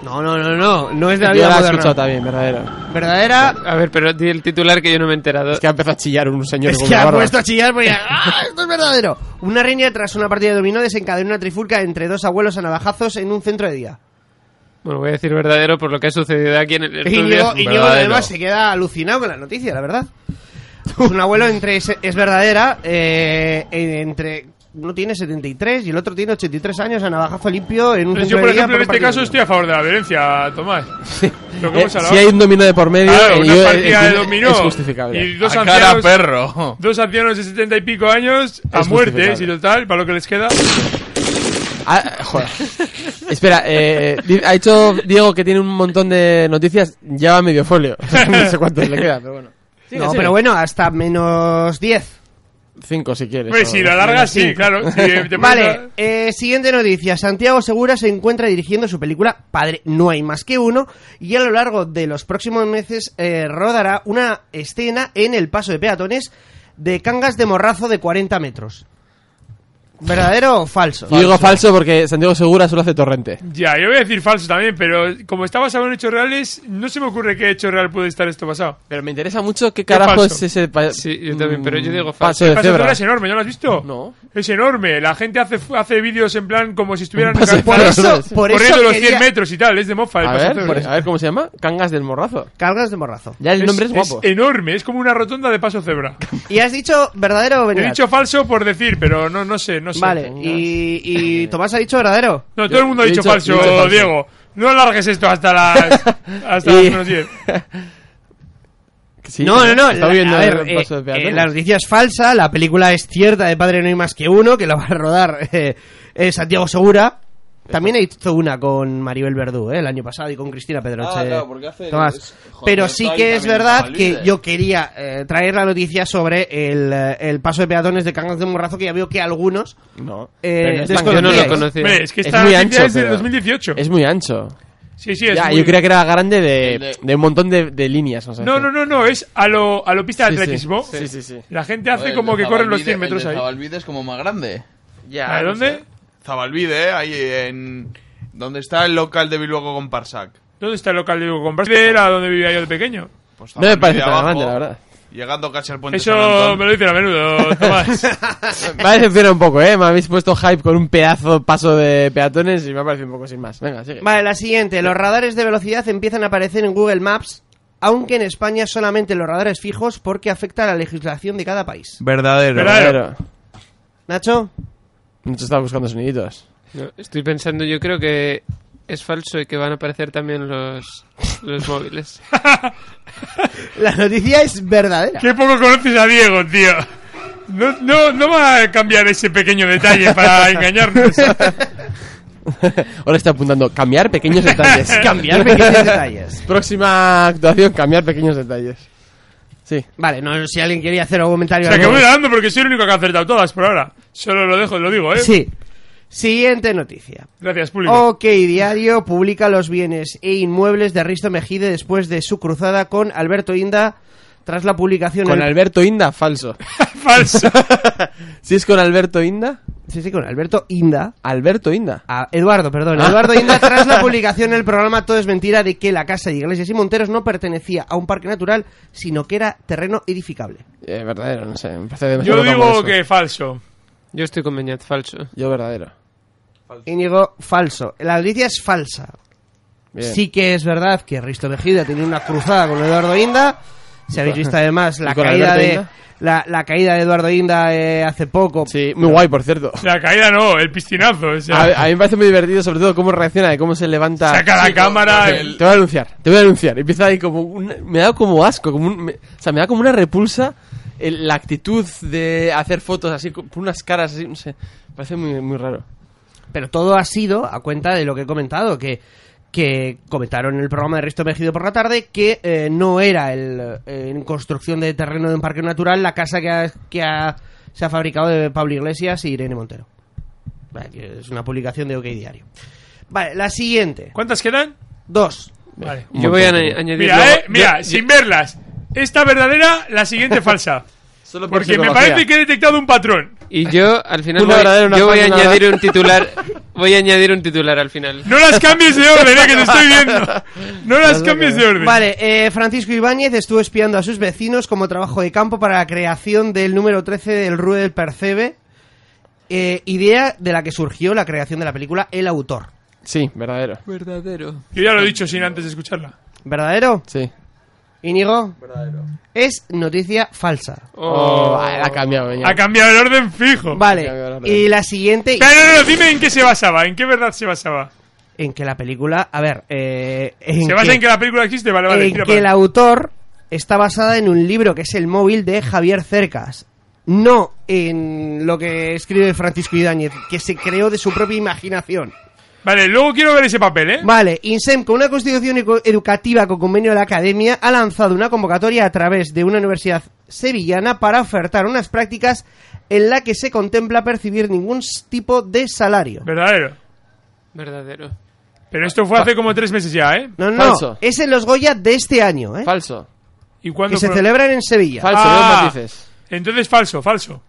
[SPEAKER 2] No, no, no, no. No es de la
[SPEAKER 3] Yo
[SPEAKER 2] vida
[SPEAKER 3] la he
[SPEAKER 2] moderna.
[SPEAKER 3] escuchado también, verdadera.
[SPEAKER 2] Verdadera.
[SPEAKER 4] A ver, pero di el titular que yo no me he enterado. Es
[SPEAKER 3] que ha empezado a chillar un señor
[SPEAKER 2] Es que ha puesto a chillar porque ¡Ah, esto es verdadero! Una riña tras una partida de dominó desencadenó una trifulca entre dos abuelos a navajazos en un centro de día.
[SPEAKER 4] Bueno, voy a decir verdadero por lo que ha sucedido aquí en el estudio.
[SPEAKER 2] Íñigo, Íñigo
[SPEAKER 4] Verdadero.
[SPEAKER 2] además se queda alucinado con la noticia, la verdad. Un abuelo entre es, es verdadera, eh, entre uno tiene 73 y el otro tiene 83 años a navajazo limpio en un
[SPEAKER 6] Entonces,
[SPEAKER 2] centro
[SPEAKER 6] yo, por
[SPEAKER 2] de día
[SPEAKER 6] ejemplo, en
[SPEAKER 2] por
[SPEAKER 6] este
[SPEAKER 2] partido.
[SPEAKER 6] caso estoy a favor de la violencia, Tomás. Lo que
[SPEAKER 3] Eh,
[SPEAKER 6] hemos hablado.
[SPEAKER 3] si hay un dominó de por medio,
[SPEAKER 6] Claro,
[SPEAKER 3] eh,
[SPEAKER 6] una
[SPEAKER 3] yo-
[SPEAKER 6] partida
[SPEAKER 3] es-
[SPEAKER 6] de dominó.
[SPEAKER 3] es justificable.
[SPEAKER 6] Y dos
[SPEAKER 3] A cara
[SPEAKER 6] ancianos,
[SPEAKER 3] perro.
[SPEAKER 6] Dos ancianos de setenta y pico años a
[SPEAKER 3] Es
[SPEAKER 6] muertes y
[SPEAKER 3] justificable.
[SPEAKER 6] total, para lo que les queda.
[SPEAKER 3] Ah, joder. Espera, eh, di- ha dicho Diego que tiene un montón de noticias. Lleva medio folio. (laughs) no sé cuántos le queda, pero bueno. Sigue,
[SPEAKER 2] No,
[SPEAKER 3] sigue.
[SPEAKER 2] pero bueno, hasta menos 10.
[SPEAKER 3] Cinco si quieres.
[SPEAKER 6] Hombre,
[SPEAKER 3] o-
[SPEAKER 6] si lo alargas, sí,
[SPEAKER 3] Cinco.
[SPEAKER 6] claro. Si
[SPEAKER 2] (laughs)
[SPEAKER 3] (laughs)
[SPEAKER 6] te pones a-
[SPEAKER 2] Vale, eh, siguiente noticia. Santiago Segura se encuentra dirigiendo su película Padre No hay más que uno y a lo largo de los próximos meses eh, rodará una escena en el paso de peatones de Cangas de Morrazo de 40 metros. ¿Verdadero o falso?
[SPEAKER 3] Yo digo falso porque Santiago Segura solo hace torrente.
[SPEAKER 6] Ya, yo voy a decir falso también, pero como está basado en hechos reales, no se me ocurre qué hecho real puede estar esto basado.
[SPEAKER 3] Pero me interesa mucho qué carajo es ese pa-
[SPEAKER 4] Sí, yo también, pero yo digo
[SPEAKER 3] mm,
[SPEAKER 4] falso.
[SPEAKER 3] paso de
[SPEAKER 6] El paso de
[SPEAKER 3] cebra.
[SPEAKER 6] cebra es enorme, ¿no lo has visto? No. Es enorme. La gente hace, hace vídeos en plan como si estuvieran
[SPEAKER 3] Un paso de
[SPEAKER 6] cantadas (laughs)
[SPEAKER 3] cebra, ¿no? Por
[SPEAKER 6] corriendo
[SPEAKER 3] eso
[SPEAKER 6] los
[SPEAKER 3] quería-
[SPEAKER 6] 100 metros y tal. Es de mofa el
[SPEAKER 3] A
[SPEAKER 6] paso de
[SPEAKER 3] ver,
[SPEAKER 6] cebra.
[SPEAKER 3] por- a ver cómo se llama. Cangas del morrazo.
[SPEAKER 2] Cangas de Morrazo.
[SPEAKER 3] Ya el nombre es guapo.
[SPEAKER 6] enorme, es como una rotonda de paso cebra.
[SPEAKER 2] ¿Y has dicho verdadero o
[SPEAKER 6] He
[SPEAKER 2] verdadero?
[SPEAKER 6] dicho falso por decir, pero no, no sé, no sé.
[SPEAKER 2] Vale, y, y Tomás ha dicho verdadero.
[SPEAKER 6] No, todo el mundo ha dicho, falso, Diego. No largues esto hasta
[SPEAKER 2] (laughs)
[SPEAKER 6] las, hasta
[SPEAKER 2] Y-
[SPEAKER 6] las menos
[SPEAKER 2] (laughs)
[SPEAKER 6] 10.
[SPEAKER 3] Sí,
[SPEAKER 2] no, no, no.
[SPEAKER 3] está
[SPEAKER 2] la-
[SPEAKER 3] viendo
[SPEAKER 2] a
[SPEAKER 3] el
[SPEAKER 2] ver, eh,
[SPEAKER 3] paso de peatones.
[SPEAKER 2] eh, la noticia es falsa, la película es cierta de Padre No hay más que uno, que la va a rodar eh, eh, Santiago Segura. También hizo una con Maribel Verdú eh, el año pasado y con Cristina Pedroche.
[SPEAKER 5] Ah, claro, porque hace-
[SPEAKER 2] Tomás.
[SPEAKER 5] es- joder,
[SPEAKER 2] Pero
[SPEAKER 5] esto
[SPEAKER 2] sí
[SPEAKER 5] ahí
[SPEAKER 2] que es
[SPEAKER 5] también
[SPEAKER 2] verdad
[SPEAKER 5] está
[SPEAKER 2] que
[SPEAKER 5] libre.
[SPEAKER 2] yo quería eh, traer la noticia sobre el, eh, el paso de peatones de Cangas de Morrazo, que ya veo que algunos
[SPEAKER 3] No.
[SPEAKER 2] eh,
[SPEAKER 3] Pero no es tan-
[SPEAKER 2] desconocíais.
[SPEAKER 3] yo no lo conocía.
[SPEAKER 6] Hombre, es que
[SPEAKER 3] Es
[SPEAKER 6] esta
[SPEAKER 3] muy
[SPEAKER 6] noticia
[SPEAKER 3] ancho,
[SPEAKER 6] es del
[SPEAKER 3] pero-
[SPEAKER 6] 2018.
[SPEAKER 3] Es muy ancho.
[SPEAKER 6] Sí, sí, es
[SPEAKER 3] Ya,
[SPEAKER 6] muy-
[SPEAKER 3] yo creía que era grande
[SPEAKER 6] El
[SPEAKER 3] de,
[SPEAKER 6] de-
[SPEAKER 3] de un montón de, de líneas. No, sé.
[SPEAKER 6] No, no, no, no, es a lo, a lo pista de
[SPEAKER 3] Sí, sí.
[SPEAKER 6] atletismo.
[SPEAKER 3] Sí, sí, sí.
[SPEAKER 6] La gente hace
[SPEAKER 5] Joder,
[SPEAKER 6] como
[SPEAKER 5] el de
[SPEAKER 6] que corren los
[SPEAKER 5] Zabalbide-
[SPEAKER 6] 100 metros
[SPEAKER 5] el de
[SPEAKER 6] ahí.
[SPEAKER 5] Zabalbide es como más grande.
[SPEAKER 3] Ya,
[SPEAKER 6] ¿A
[SPEAKER 5] no
[SPEAKER 6] dónde?
[SPEAKER 5] sé. Zabalbide, ¿eh? ahí en... Donde está el local de Bilbao con Parsac.
[SPEAKER 6] ¿Dónde está el local de Hugo Compras? Era donde vivía yo de pequeño.
[SPEAKER 5] Pues
[SPEAKER 3] No me parece
[SPEAKER 5] Zabalbide
[SPEAKER 3] tan
[SPEAKER 5] abajo,
[SPEAKER 3] grande, la verdad.
[SPEAKER 5] Llegando casi al puente San
[SPEAKER 6] Eso
[SPEAKER 5] Antón.
[SPEAKER 6] me lo dicen a menudo, Tomás.
[SPEAKER 5] (laughs)
[SPEAKER 3] Me ha decepcionado un poco, ¿eh? Me habéis puesto hype con un pedazo paso de peatones y me ha parecido un poco sin más. Venga, sigue.
[SPEAKER 2] Vale, la siguiente. Los radares de velocidad empiezan a aparecer en Google Maps, aunque en España solamente los radares fijos porque afecta a la legislación de cada país.
[SPEAKER 5] Verdadero.
[SPEAKER 3] Verdadero.
[SPEAKER 2] Nacho,
[SPEAKER 3] Mucho estaba buscando soniditos.
[SPEAKER 4] No, estoy pensando, yo creo que es falso y que van a aparecer también los,
[SPEAKER 3] (laughs)
[SPEAKER 4] los móviles.
[SPEAKER 2] la noticia es verdadera.
[SPEAKER 6] Qué poco conoces a Diego, tío. No, no, no va a cambiar ese pequeño detalle
[SPEAKER 2] (laughs)
[SPEAKER 6] para engañarnos.
[SPEAKER 3] Ahora está apuntando cambiar pequeños detalles.
[SPEAKER 2] Cambiar pequeños detalles.
[SPEAKER 3] Próxima actuación, cambiar pequeños detalles. Sí.
[SPEAKER 2] Vale, no si alguien quería hacer algún comentario.
[SPEAKER 6] O sea, que
[SPEAKER 2] algo.
[SPEAKER 6] voy ganando porque soy el único que ha acertado todas por ahora. Solo lo dejo, lo digo, ¿eh?
[SPEAKER 2] Sí. Siguiente noticia.
[SPEAKER 6] Gracias, público.
[SPEAKER 2] Ok, Diario publica los bienes e inmuebles de Risto Mejide después de su cruzada con Alberto Inda tras la publicación.
[SPEAKER 3] Con
[SPEAKER 2] en-
[SPEAKER 3] Alberto Inda, falso.
[SPEAKER 2] (laughs)
[SPEAKER 6] falso.
[SPEAKER 3] si es con Alberto Inda.
[SPEAKER 2] Sí, sí, con Alberto Inda.
[SPEAKER 3] Alberto Inda.
[SPEAKER 2] Ah, Eduardo, perdón. (laughs) Eduardo Inda, tras
[SPEAKER 3] (laughs)
[SPEAKER 2] la publicación en el programa Todo es Mentira de que la casa de Iglesias y Monteros no pertenecía a un parque natural, sino que era terreno edificable.
[SPEAKER 3] Eh, verdadero, no sé. Me parece demasiado
[SPEAKER 6] Yo digo
[SPEAKER 3] campo
[SPEAKER 6] que falso.
[SPEAKER 4] Yo estoy con Beñat, falso.
[SPEAKER 3] Yo verdadero.
[SPEAKER 2] Íñigo, falso. La noticia es falsa.
[SPEAKER 3] Bien.
[SPEAKER 2] Sí que es verdad que Risto Mejida tenía una cruzada con Eduardo Inda. Si habéis visto además
[SPEAKER 3] ¿Y
[SPEAKER 2] la
[SPEAKER 3] con
[SPEAKER 2] caída
[SPEAKER 3] Alberto
[SPEAKER 2] de
[SPEAKER 3] Inda?
[SPEAKER 2] la, la caída de Eduardo Inda eh, hace poco.
[SPEAKER 3] Sí, muy guay, por cierto.
[SPEAKER 6] La caída no, el piscinazo. O sea,
[SPEAKER 3] A, a mí me parece muy divertido, sobre todo cómo reacciona, de cómo se levanta.
[SPEAKER 6] Saca la
[SPEAKER 3] Sí,
[SPEAKER 6] cámara,
[SPEAKER 3] te-
[SPEAKER 6] el-
[SPEAKER 3] Te voy a anunciar, te voy a anunciar. Empieza ahí como. un- me da como asco, como un- me- o sea, me da como una repulsa el- la actitud de hacer fotos así, con con unas caras así, no sé. Parece muy, muy raro.
[SPEAKER 2] Pero todo ha sido a cuenta de lo que he comentado, que, que comentaron en el programa de Risto Mejido por la tarde que eh, no era el, eh, en construcción de terreno de un parque natural la casa que, ha- que ha- se ha fabricado de Pablo Iglesias y Irene Montero. Vale, que es una publicación de OK Diario. Vale, la siguiente.
[SPEAKER 6] ¿Cuántas quedan?
[SPEAKER 2] Dos.
[SPEAKER 6] Vale.
[SPEAKER 4] Yo voy a añ- añadir
[SPEAKER 6] Mira,
[SPEAKER 4] luego-
[SPEAKER 6] eh, mira,
[SPEAKER 4] yo-
[SPEAKER 6] sin verlas. Esta verdadera, la siguiente
[SPEAKER 4] (laughs)
[SPEAKER 6] falsa.
[SPEAKER 3] Solo
[SPEAKER 6] Porque me parece que he detectado un patrón.
[SPEAKER 4] Y yo, al final,
[SPEAKER 6] Una
[SPEAKER 4] voy,
[SPEAKER 6] verdadera, una
[SPEAKER 4] yo voy a
[SPEAKER 6] falsa, una
[SPEAKER 4] añadir
[SPEAKER 3] (laughs)
[SPEAKER 6] verdadera.
[SPEAKER 4] un titular. Voy a añadir un titular al final.
[SPEAKER 6] No las cambies de orden, eh, que te estoy viendo. No las cambies de orden.
[SPEAKER 2] Vale, eh, Francisco Ibáñez estuvo espiando a sus vecinos como trabajo de campo para la creación del número 13 del Rue del Percebe, eh, idea de la que surgió la creación de la película El Autor.
[SPEAKER 3] Sí, verdadero.
[SPEAKER 4] Verdadero.
[SPEAKER 6] Yo ya lo he dicho sin antes de escucharla.
[SPEAKER 2] ¿Verdadero?
[SPEAKER 3] Sí.
[SPEAKER 2] Íñigo. Verdadero. Es noticia falsa.
[SPEAKER 3] Oh, vale, ha cambiado. ya.
[SPEAKER 6] Ha cambiado el orden fijo.
[SPEAKER 2] Vale. Y la siguiente...
[SPEAKER 6] Pero no, no, no, dime en qué se basaba, en qué verdad se basaba.
[SPEAKER 2] En que la película... A ver, eh, en
[SPEAKER 6] ¿Se basa en que la película existe? Vale, vale.
[SPEAKER 2] en
[SPEAKER 6] tira
[SPEAKER 2] que
[SPEAKER 6] para-
[SPEAKER 2] el autor está basada en un libro que es El móvil de Javier Cercas. No en lo que escribe Francisco Idáñez, que se creó de su propia imaginación.
[SPEAKER 6] Vale, luego quiero ver ese papel, ¿eh?
[SPEAKER 2] Vale, INSEM, con una constitución eco- educativa con convenio de la academia, ha lanzado una convocatoria a través de una universidad sevillana para ofertar unas prácticas en la que se contempla percibir ningún s- tipo de salario.
[SPEAKER 6] Verdadero.
[SPEAKER 4] Verdadero.
[SPEAKER 6] Pero esto fue hace como tres meses ya, ¿eh?
[SPEAKER 2] No, no, es en los Goya de este año, ¿eh?
[SPEAKER 3] Falso.
[SPEAKER 6] ¿Y cuándo
[SPEAKER 2] Que se
[SPEAKER 6] fue?
[SPEAKER 2] celebran en Sevilla.
[SPEAKER 6] Ah, Entonces falso, falso.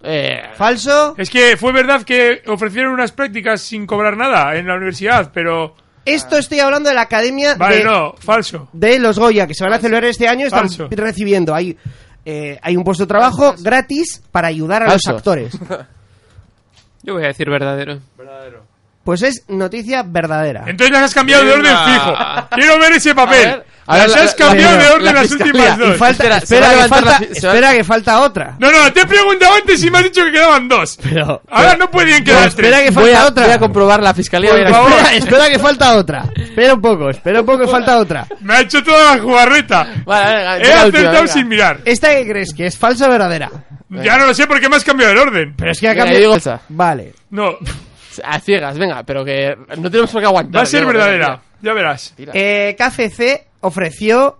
[SPEAKER 2] ¿Falso?
[SPEAKER 6] Es que fue verdad que ofrecieron unas prácticas sin cobrar nada en la universidad, pero...
[SPEAKER 2] Esto estoy hablando de la academia
[SPEAKER 6] Vale,
[SPEAKER 2] de...
[SPEAKER 6] no, falso.
[SPEAKER 2] de los Goya que se van a celebrar este año están
[SPEAKER 6] Falso.
[SPEAKER 2] recibiendo. Hay, eh, hay un puesto de trabajo gratis para ayudar a
[SPEAKER 4] Falso.
[SPEAKER 2] los actores.
[SPEAKER 4] Yo voy a decir verdadero.
[SPEAKER 2] Pues es noticia verdadera.
[SPEAKER 6] Entonces las has cambiado de orden fijo. Quiero ver ese papel. las has cambiado de orden las últimas
[SPEAKER 2] Mira,
[SPEAKER 6] dos.
[SPEAKER 2] Y falta, espera, que falta, espera que falta otra.
[SPEAKER 6] No, no, te he preguntado antes y me has dicho que quedaban dos.
[SPEAKER 2] Pero,
[SPEAKER 6] Ahora no podían quedar
[SPEAKER 2] Pues espera
[SPEAKER 6] tres.
[SPEAKER 2] que falta
[SPEAKER 3] voy a,
[SPEAKER 2] otra.
[SPEAKER 3] Voy a comprobar la fiscalía.
[SPEAKER 2] Por
[SPEAKER 3] Voy a-
[SPEAKER 2] favor. espera, espera que falta otra. Espera un poco, espera un poco que falta otra.
[SPEAKER 6] Me ha hecho toda la jugarreta.
[SPEAKER 3] Vale, venga,
[SPEAKER 6] He
[SPEAKER 3] venga, la última,
[SPEAKER 6] acertado
[SPEAKER 3] venga.
[SPEAKER 6] sin mirar.
[SPEAKER 2] ¿Esta que crees que es falsa o verdadera?
[SPEAKER 6] Ya no lo sé porque me has cambiado el orden.
[SPEAKER 2] Pero es que ha
[SPEAKER 3] Venga,
[SPEAKER 2] cambiado.
[SPEAKER 3] yo digo esa.
[SPEAKER 2] Vale.
[SPEAKER 6] No,
[SPEAKER 3] A ciegas, venga, pero que no tenemos por qué aguantar.
[SPEAKER 6] va a ser
[SPEAKER 3] Diego,
[SPEAKER 6] verdadera.
[SPEAKER 3] venga.
[SPEAKER 6] Ya verás.
[SPEAKER 2] Eh, KCC ofreció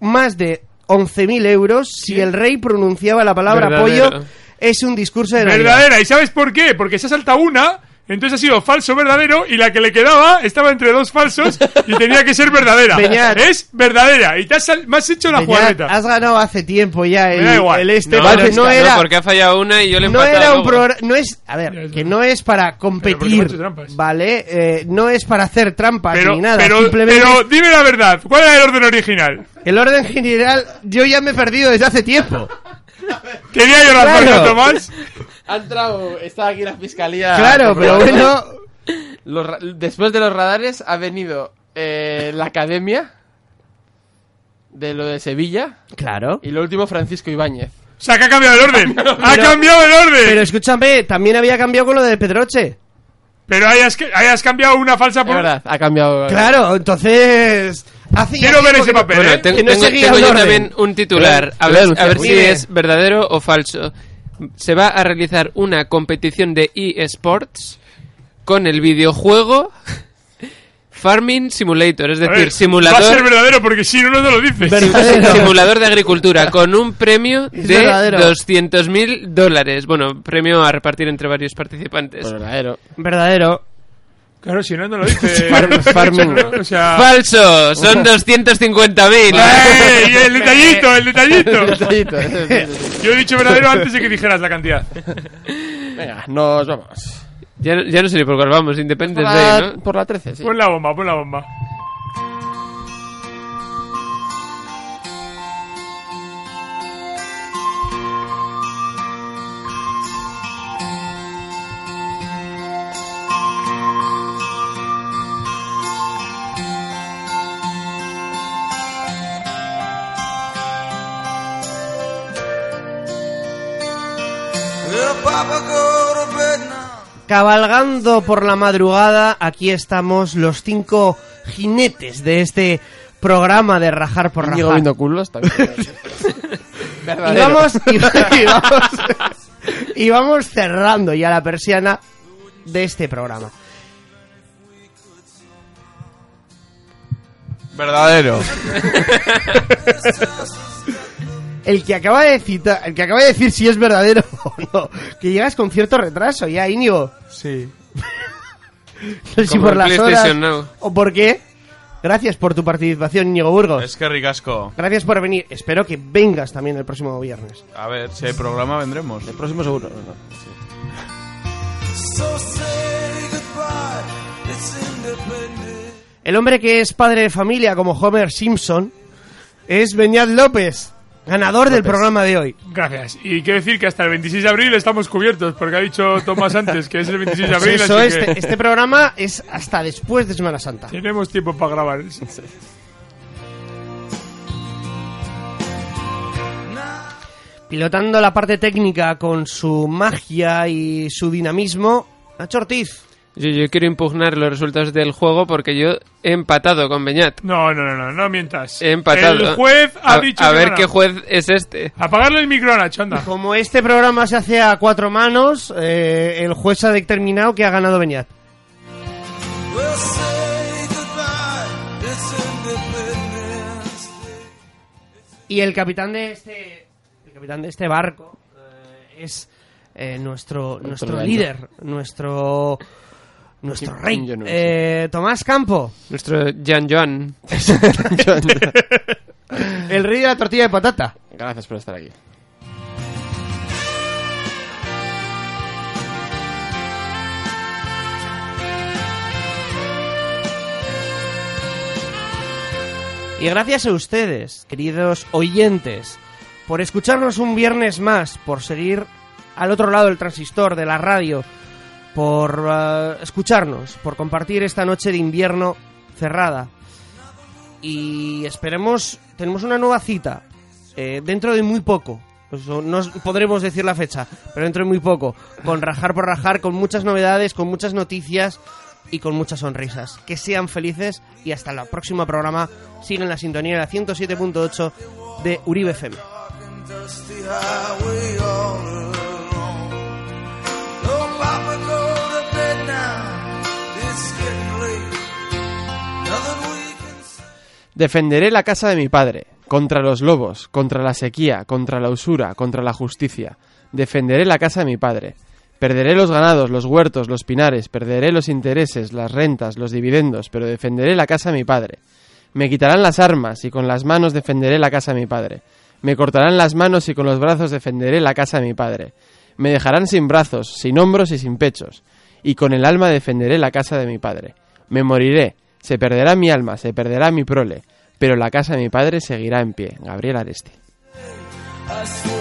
[SPEAKER 2] más de 11.000 euros si el rey pronunciaba la palabra
[SPEAKER 4] Verdadero.
[SPEAKER 2] apoyo. Es un discurso de Navidad.
[SPEAKER 6] Verdadera. ¿Y sabes por qué? Porque se ha saltado una, entonces ha sido falso verdadero y la que le quedaba estaba entre dos falsos y tenía que ser verdadera.
[SPEAKER 2] Peñat.
[SPEAKER 6] (laughs) Es verdadera. Y te has, sal- me has hecho la
[SPEAKER 2] Ya
[SPEAKER 6] jugarreta.
[SPEAKER 2] has ganado hace tiempo ya
[SPEAKER 6] Me da
[SPEAKER 2] el,
[SPEAKER 6] igual.
[SPEAKER 2] el este,
[SPEAKER 4] no,
[SPEAKER 2] pero
[SPEAKER 4] no,
[SPEAKER 2] no, era,
[SPEAKER 4] porque ha fallado una y yo le he
[SPEAKER 2] no
[SPEAKER 4] empatado
[SPEAKER 2] era un
[SPEAKER 4] luego.
[SPEAKER 2] programa, no es, a ver, que no es para
[SPEAKER 6] porque me ha
[SPEAKER 2] competir,
[SPEAKER 6] hecho trampas.
[SPEAKER 2] ¿vale? Eh, no es para hacer trampas
[SPEAKER 6] Pero,
[SPEAKER 2] ni nada,
[SPEAKER 6] pero,
[SPEAKER 2] simplemente
[SPEAKER 6] pero dime la verdad. ¿Cuál era el orden original?
[SPEAKER 2] el orden general, yo ya me he perdido desde
[SPEAKER 6] (laughs)
[SPEAKER 2] hace tiempo.
[SPEAKER 6] ¿Tenía yo razón,
[SPEAKER 2] Claro.
[SPEAKER 6] ¿no, Tomás?
[SPEAKER 3] Ha entrado, está aquí la fiscalía.
[SPEAKER 2] claro, pero bueno,
[SPEAKER 3] Los ra- después de los radares ha venido eh, la academia de lo de Sevilla
[SPEAKER 2] claro.
[SPEAKER 3] y lo último Francisco Ibáñez.
[SPEAKER 6] O sea, que ha
[SPEAKER 2] (laughs)
[SPEAKER 6] cambiado el
[SPEAKER 3] (laughs)
[SPEAKER 6] orden. ¡Ha cambiado el orden!
[SPEAKER 2] Pero escúchame, también había cambiado con lo de Pedroche.
[SPEAKER 6] Pero hayas, que- hayas cambiado una falsa
[SPEAKER 3] Es
[SPEAKER 6] por...
[SPEAKER 3] verdad, ha cambiado.
[SPEAKER 2] Claro, entonces hace ya
[SPEAKER 6] Quiero ver
[SPEAKER 2] tiempo
[SPEAKER 6] ese
[SPEAKER 2] que no-
[SPEAKER 6] papel,
[SPEAKER 4] Bueno,
[SPEAKER 6] ¿eh?
[SPEAKER 4] tengo,
[SPEAKER 2] Que no
[SPEAKER 4] tengo-
[SPEAKER 2] seguía
[SPEAKER 4] tengo
[SPEAKER 2] el
[SPEAKER 4] yo
[SPEAKER 2] orden.
[SPEAKER 4] también un
[SPEAKER 3] Te
[SPEAKER 4] titular.
[SPEAKER 3] voy a-
[SPEAKER 4] A
[SPEAKER 3] te voy a
[SPEAKER 4] ver,
[SPEAKER 3] denunciar.
[SPEAKER 4] a ver si
[SPEAKER 2] Muy bien.
[SPEAKER 4] es verdadero o falso. Se va a realizar una competición de eSports con el videojuego (laughs) Farming Simulator, es
[SPEAKER 6] A
[SPEAKER 4] decir,
[SPEAKER 6] ver, Va a ser
[SPEAKER 4] simulador,
[SPEAKER 6] verdadero porque si no, no te lo dices.
[SPEAKER 4] (laughs)
[SPEAKER 2] Verdadero.
[SPEAKER 4] simulador de agricultura, con un premio
[SPEAKER 2] Es
[SPEAKER 4] de
[SPEAKER 2] verdadero.
[SPEAKER 4] 200.000 dólares. Bueno, premio a repartir entre varios participantes.
[SPEAKER 3] Pues verdadero.
[SPEAKER 2] Verdadero.
[SPEAKER 6] Claro, si no, no lo dices.
[SPEAKER 3] (laughs)
[SPEAKER 6] (laughs)
[SPEAKER 3] Farming.
[SPEAKER 6] O sea...
[SPEAKER 4] Falso, son 250.000.
[SPEAKER 6] (laughs) ¡Ey! El detallito, el
[SPEAKER 4] (laughs)
[SPEAKER 6] detallito.
[SPEAKER 3] Detallito, detallito.
[SPEAKER 6] (laughs) Yo he dicho verdadero antes de que dijeras la cantidad.
[SPEAKER 3] Venga, Ah, nos vamos.
[SPEAKER 4] ya, ya no sé ni por cuál vamos,
[SPEAKER 3] Por
[SPEAKER 4] Independence Day,
[SPEAKER 3] la,
[SPEAKER 4] ¿no?
[SPEAKER 3] por la 13, sí.
[SPEAKER 6] Pon la bomba, pon la bomba.
[SPEAKER 2] Cabalgando por la madrugada, aquí estamos los cinco jinetes de este programa de rajar por
[SPEAKER 3] Diego
[SPEAKER 2] rajar.
[SPEAKER 3] viendo culos también.
[SPEAKER 4] (laughs)
[SPEAKER 2] Y
[SPEAKER 3] Verdadero.
[SPEAKER 2] vamos, y, y vamos, y vamos cerrando ya la persiana de
[SPEAKER 4] (laughs)
[SPEAKER 2] este programa.
[SPEAKER 6] (laughs)
[SPEAKER 5] Verdadero.
[SPEAKER 2] El que acaba de citar, el que acaba de decir si es verdadero (laughs) o no, que llegas con cierto retraso ya, Íñigo.
[SPEAKER 5] Sí.
[SPEAKER 2] No sé si
[SPEAKER 4] Como
[SPEAKER 2] por
[SPEAKER 4] el
[SPEAKER 2] las horas
[SPEAKER 4] PlayStation Now.
[SPEAKER 2] o por qué. Gracias por tu participación, Íñigo Burgos.
[SPEAKER 5] Es que ricasco.
[SPEAKER 2] Gracias por venir. Espero que vengas también el próximo viernes.
[SPEAKER 5] A ver, si hay programa vendremos.
[SPEAKER 3] El próximo seguro. no, no.
[SPEAKER 18] So say goodbye. pride that's independent.
[SPEAKER 2] El hombre que es padre de familia, como Homer Simpson, es Beñat López, ganador del programa de hoy.
[SPEAKER 6] Gracias. Y quiero decir que hasta el 26 de abril estamos cubiertos, porque ha dicho Tomás antes que es el 26 de
[SPEAKER 2] Pues
[SPEAKER 6] abril.
[SPEAKER 2] eso,
[SPEAKER 6] así
[SPEAKER 2] este,
[SPEAKER 6] que
[SPEAKER 2] este programa es hasta después de Semana Santa.
[SPEAKER 6] Tenemos tiempo para grabar.
[SPEAKER 2] Pilotando la parte técnica con su magia y su dinamismo, Nacho Ortiz.
[SPEAKER 4] Yo, yo quiero impugnar los resultados del juego porque yo he empatado con Beñat.
[SPEAKER 6] No, no, no, no, no mientas.
[SPEAKER 4] He empatado.
[SPEAKER 6] El juez ha
[SPEAKER 4] A-
[SPEAKER 6] dicho
[SPEAKER 4] A
[SPEAKER 6] que
[SPEAKER 4] ver
[SPEAKER 6] gana.
[SPEAKER 4] qué juez es este.
[SPEAKER 6] Apagarle el micro a Nacho, anda.
[SPEAKER 2] Como este programa se hace a cuatro manos, eh, el juez ha determinado que ha ganado Beñat.
[SPEAKER 18] We'll say goodbye, it's independence.
[SPEAKER 2] Y el capitán de este, el capitán de este barco eh, es eh, nuestro, nuestro
[SPEAKER 4] gallo.
[SPEAKER 2] líder, nuestro, nuestro
[SPEAKER 4] Kim-
[SPEAKER 2] rey,
[SPEAKER 4] Kim Jong-un, sí.
[SPEAKER 2] eh, Tomás Campo.
[SPEAKER 4] Nuestro Jan
[SPEAKER 3] (laughs)
[SPEAKER 4] Joan.
[SPEAKER 6] (laughs)
[SPEAKER 2] El rey de la tortilla de patata.
[SPEAKER 3] Gracias por estar aquí.
[SPEAKER 2] Y gracias a ustedes, queridos oyentes, por escucharnos un viernes más, por seguir al otro lado del transistor, de la radio, por eh, escucharnos, por compartir esta noche de invierno cerrada. Y esperemos, tenemos una nueva cita eh, dentro de muy poco. Pues, o no os podremos decir la fecha, pero dentro de muy poco. Con Rajar por Rajar, con muchas novedades, con muchas noticias y con muchas sonrisas. Que sean felices y hasta el próximo programa. Sigan la sintonía de la 107.8 de Uribe FM.
[SPEAKER 18] dusty highway all alone. No papa go to bed now. It's getting late. Nothing we can
[SPEAKER 3] Defenderé la casa de mi padre, contra los lobos, contra la sequía, contra la usura, contra la justicia. Defenderé la casa de mi padre. Perderé los ganados, los huertos, los pinares, perderé los intereses, las rentas, los dividendos, pero defenderé la casa de mi padre. Me quitarán las armas y con las manos defenderé la casa de mi padre. Me cortarán las manos y con los brazos defenderé la casa de mi padre. Me dejarán sin brazos, sin hombros y sin pechos. Y con el alma defenderé la casa de mi padre. Me moriré, se perderá mi alma, se perderá mi prole, pero la casa de mi padre seguirá en pie. Gabriel Aresti.
[SPEAKER 18] I swear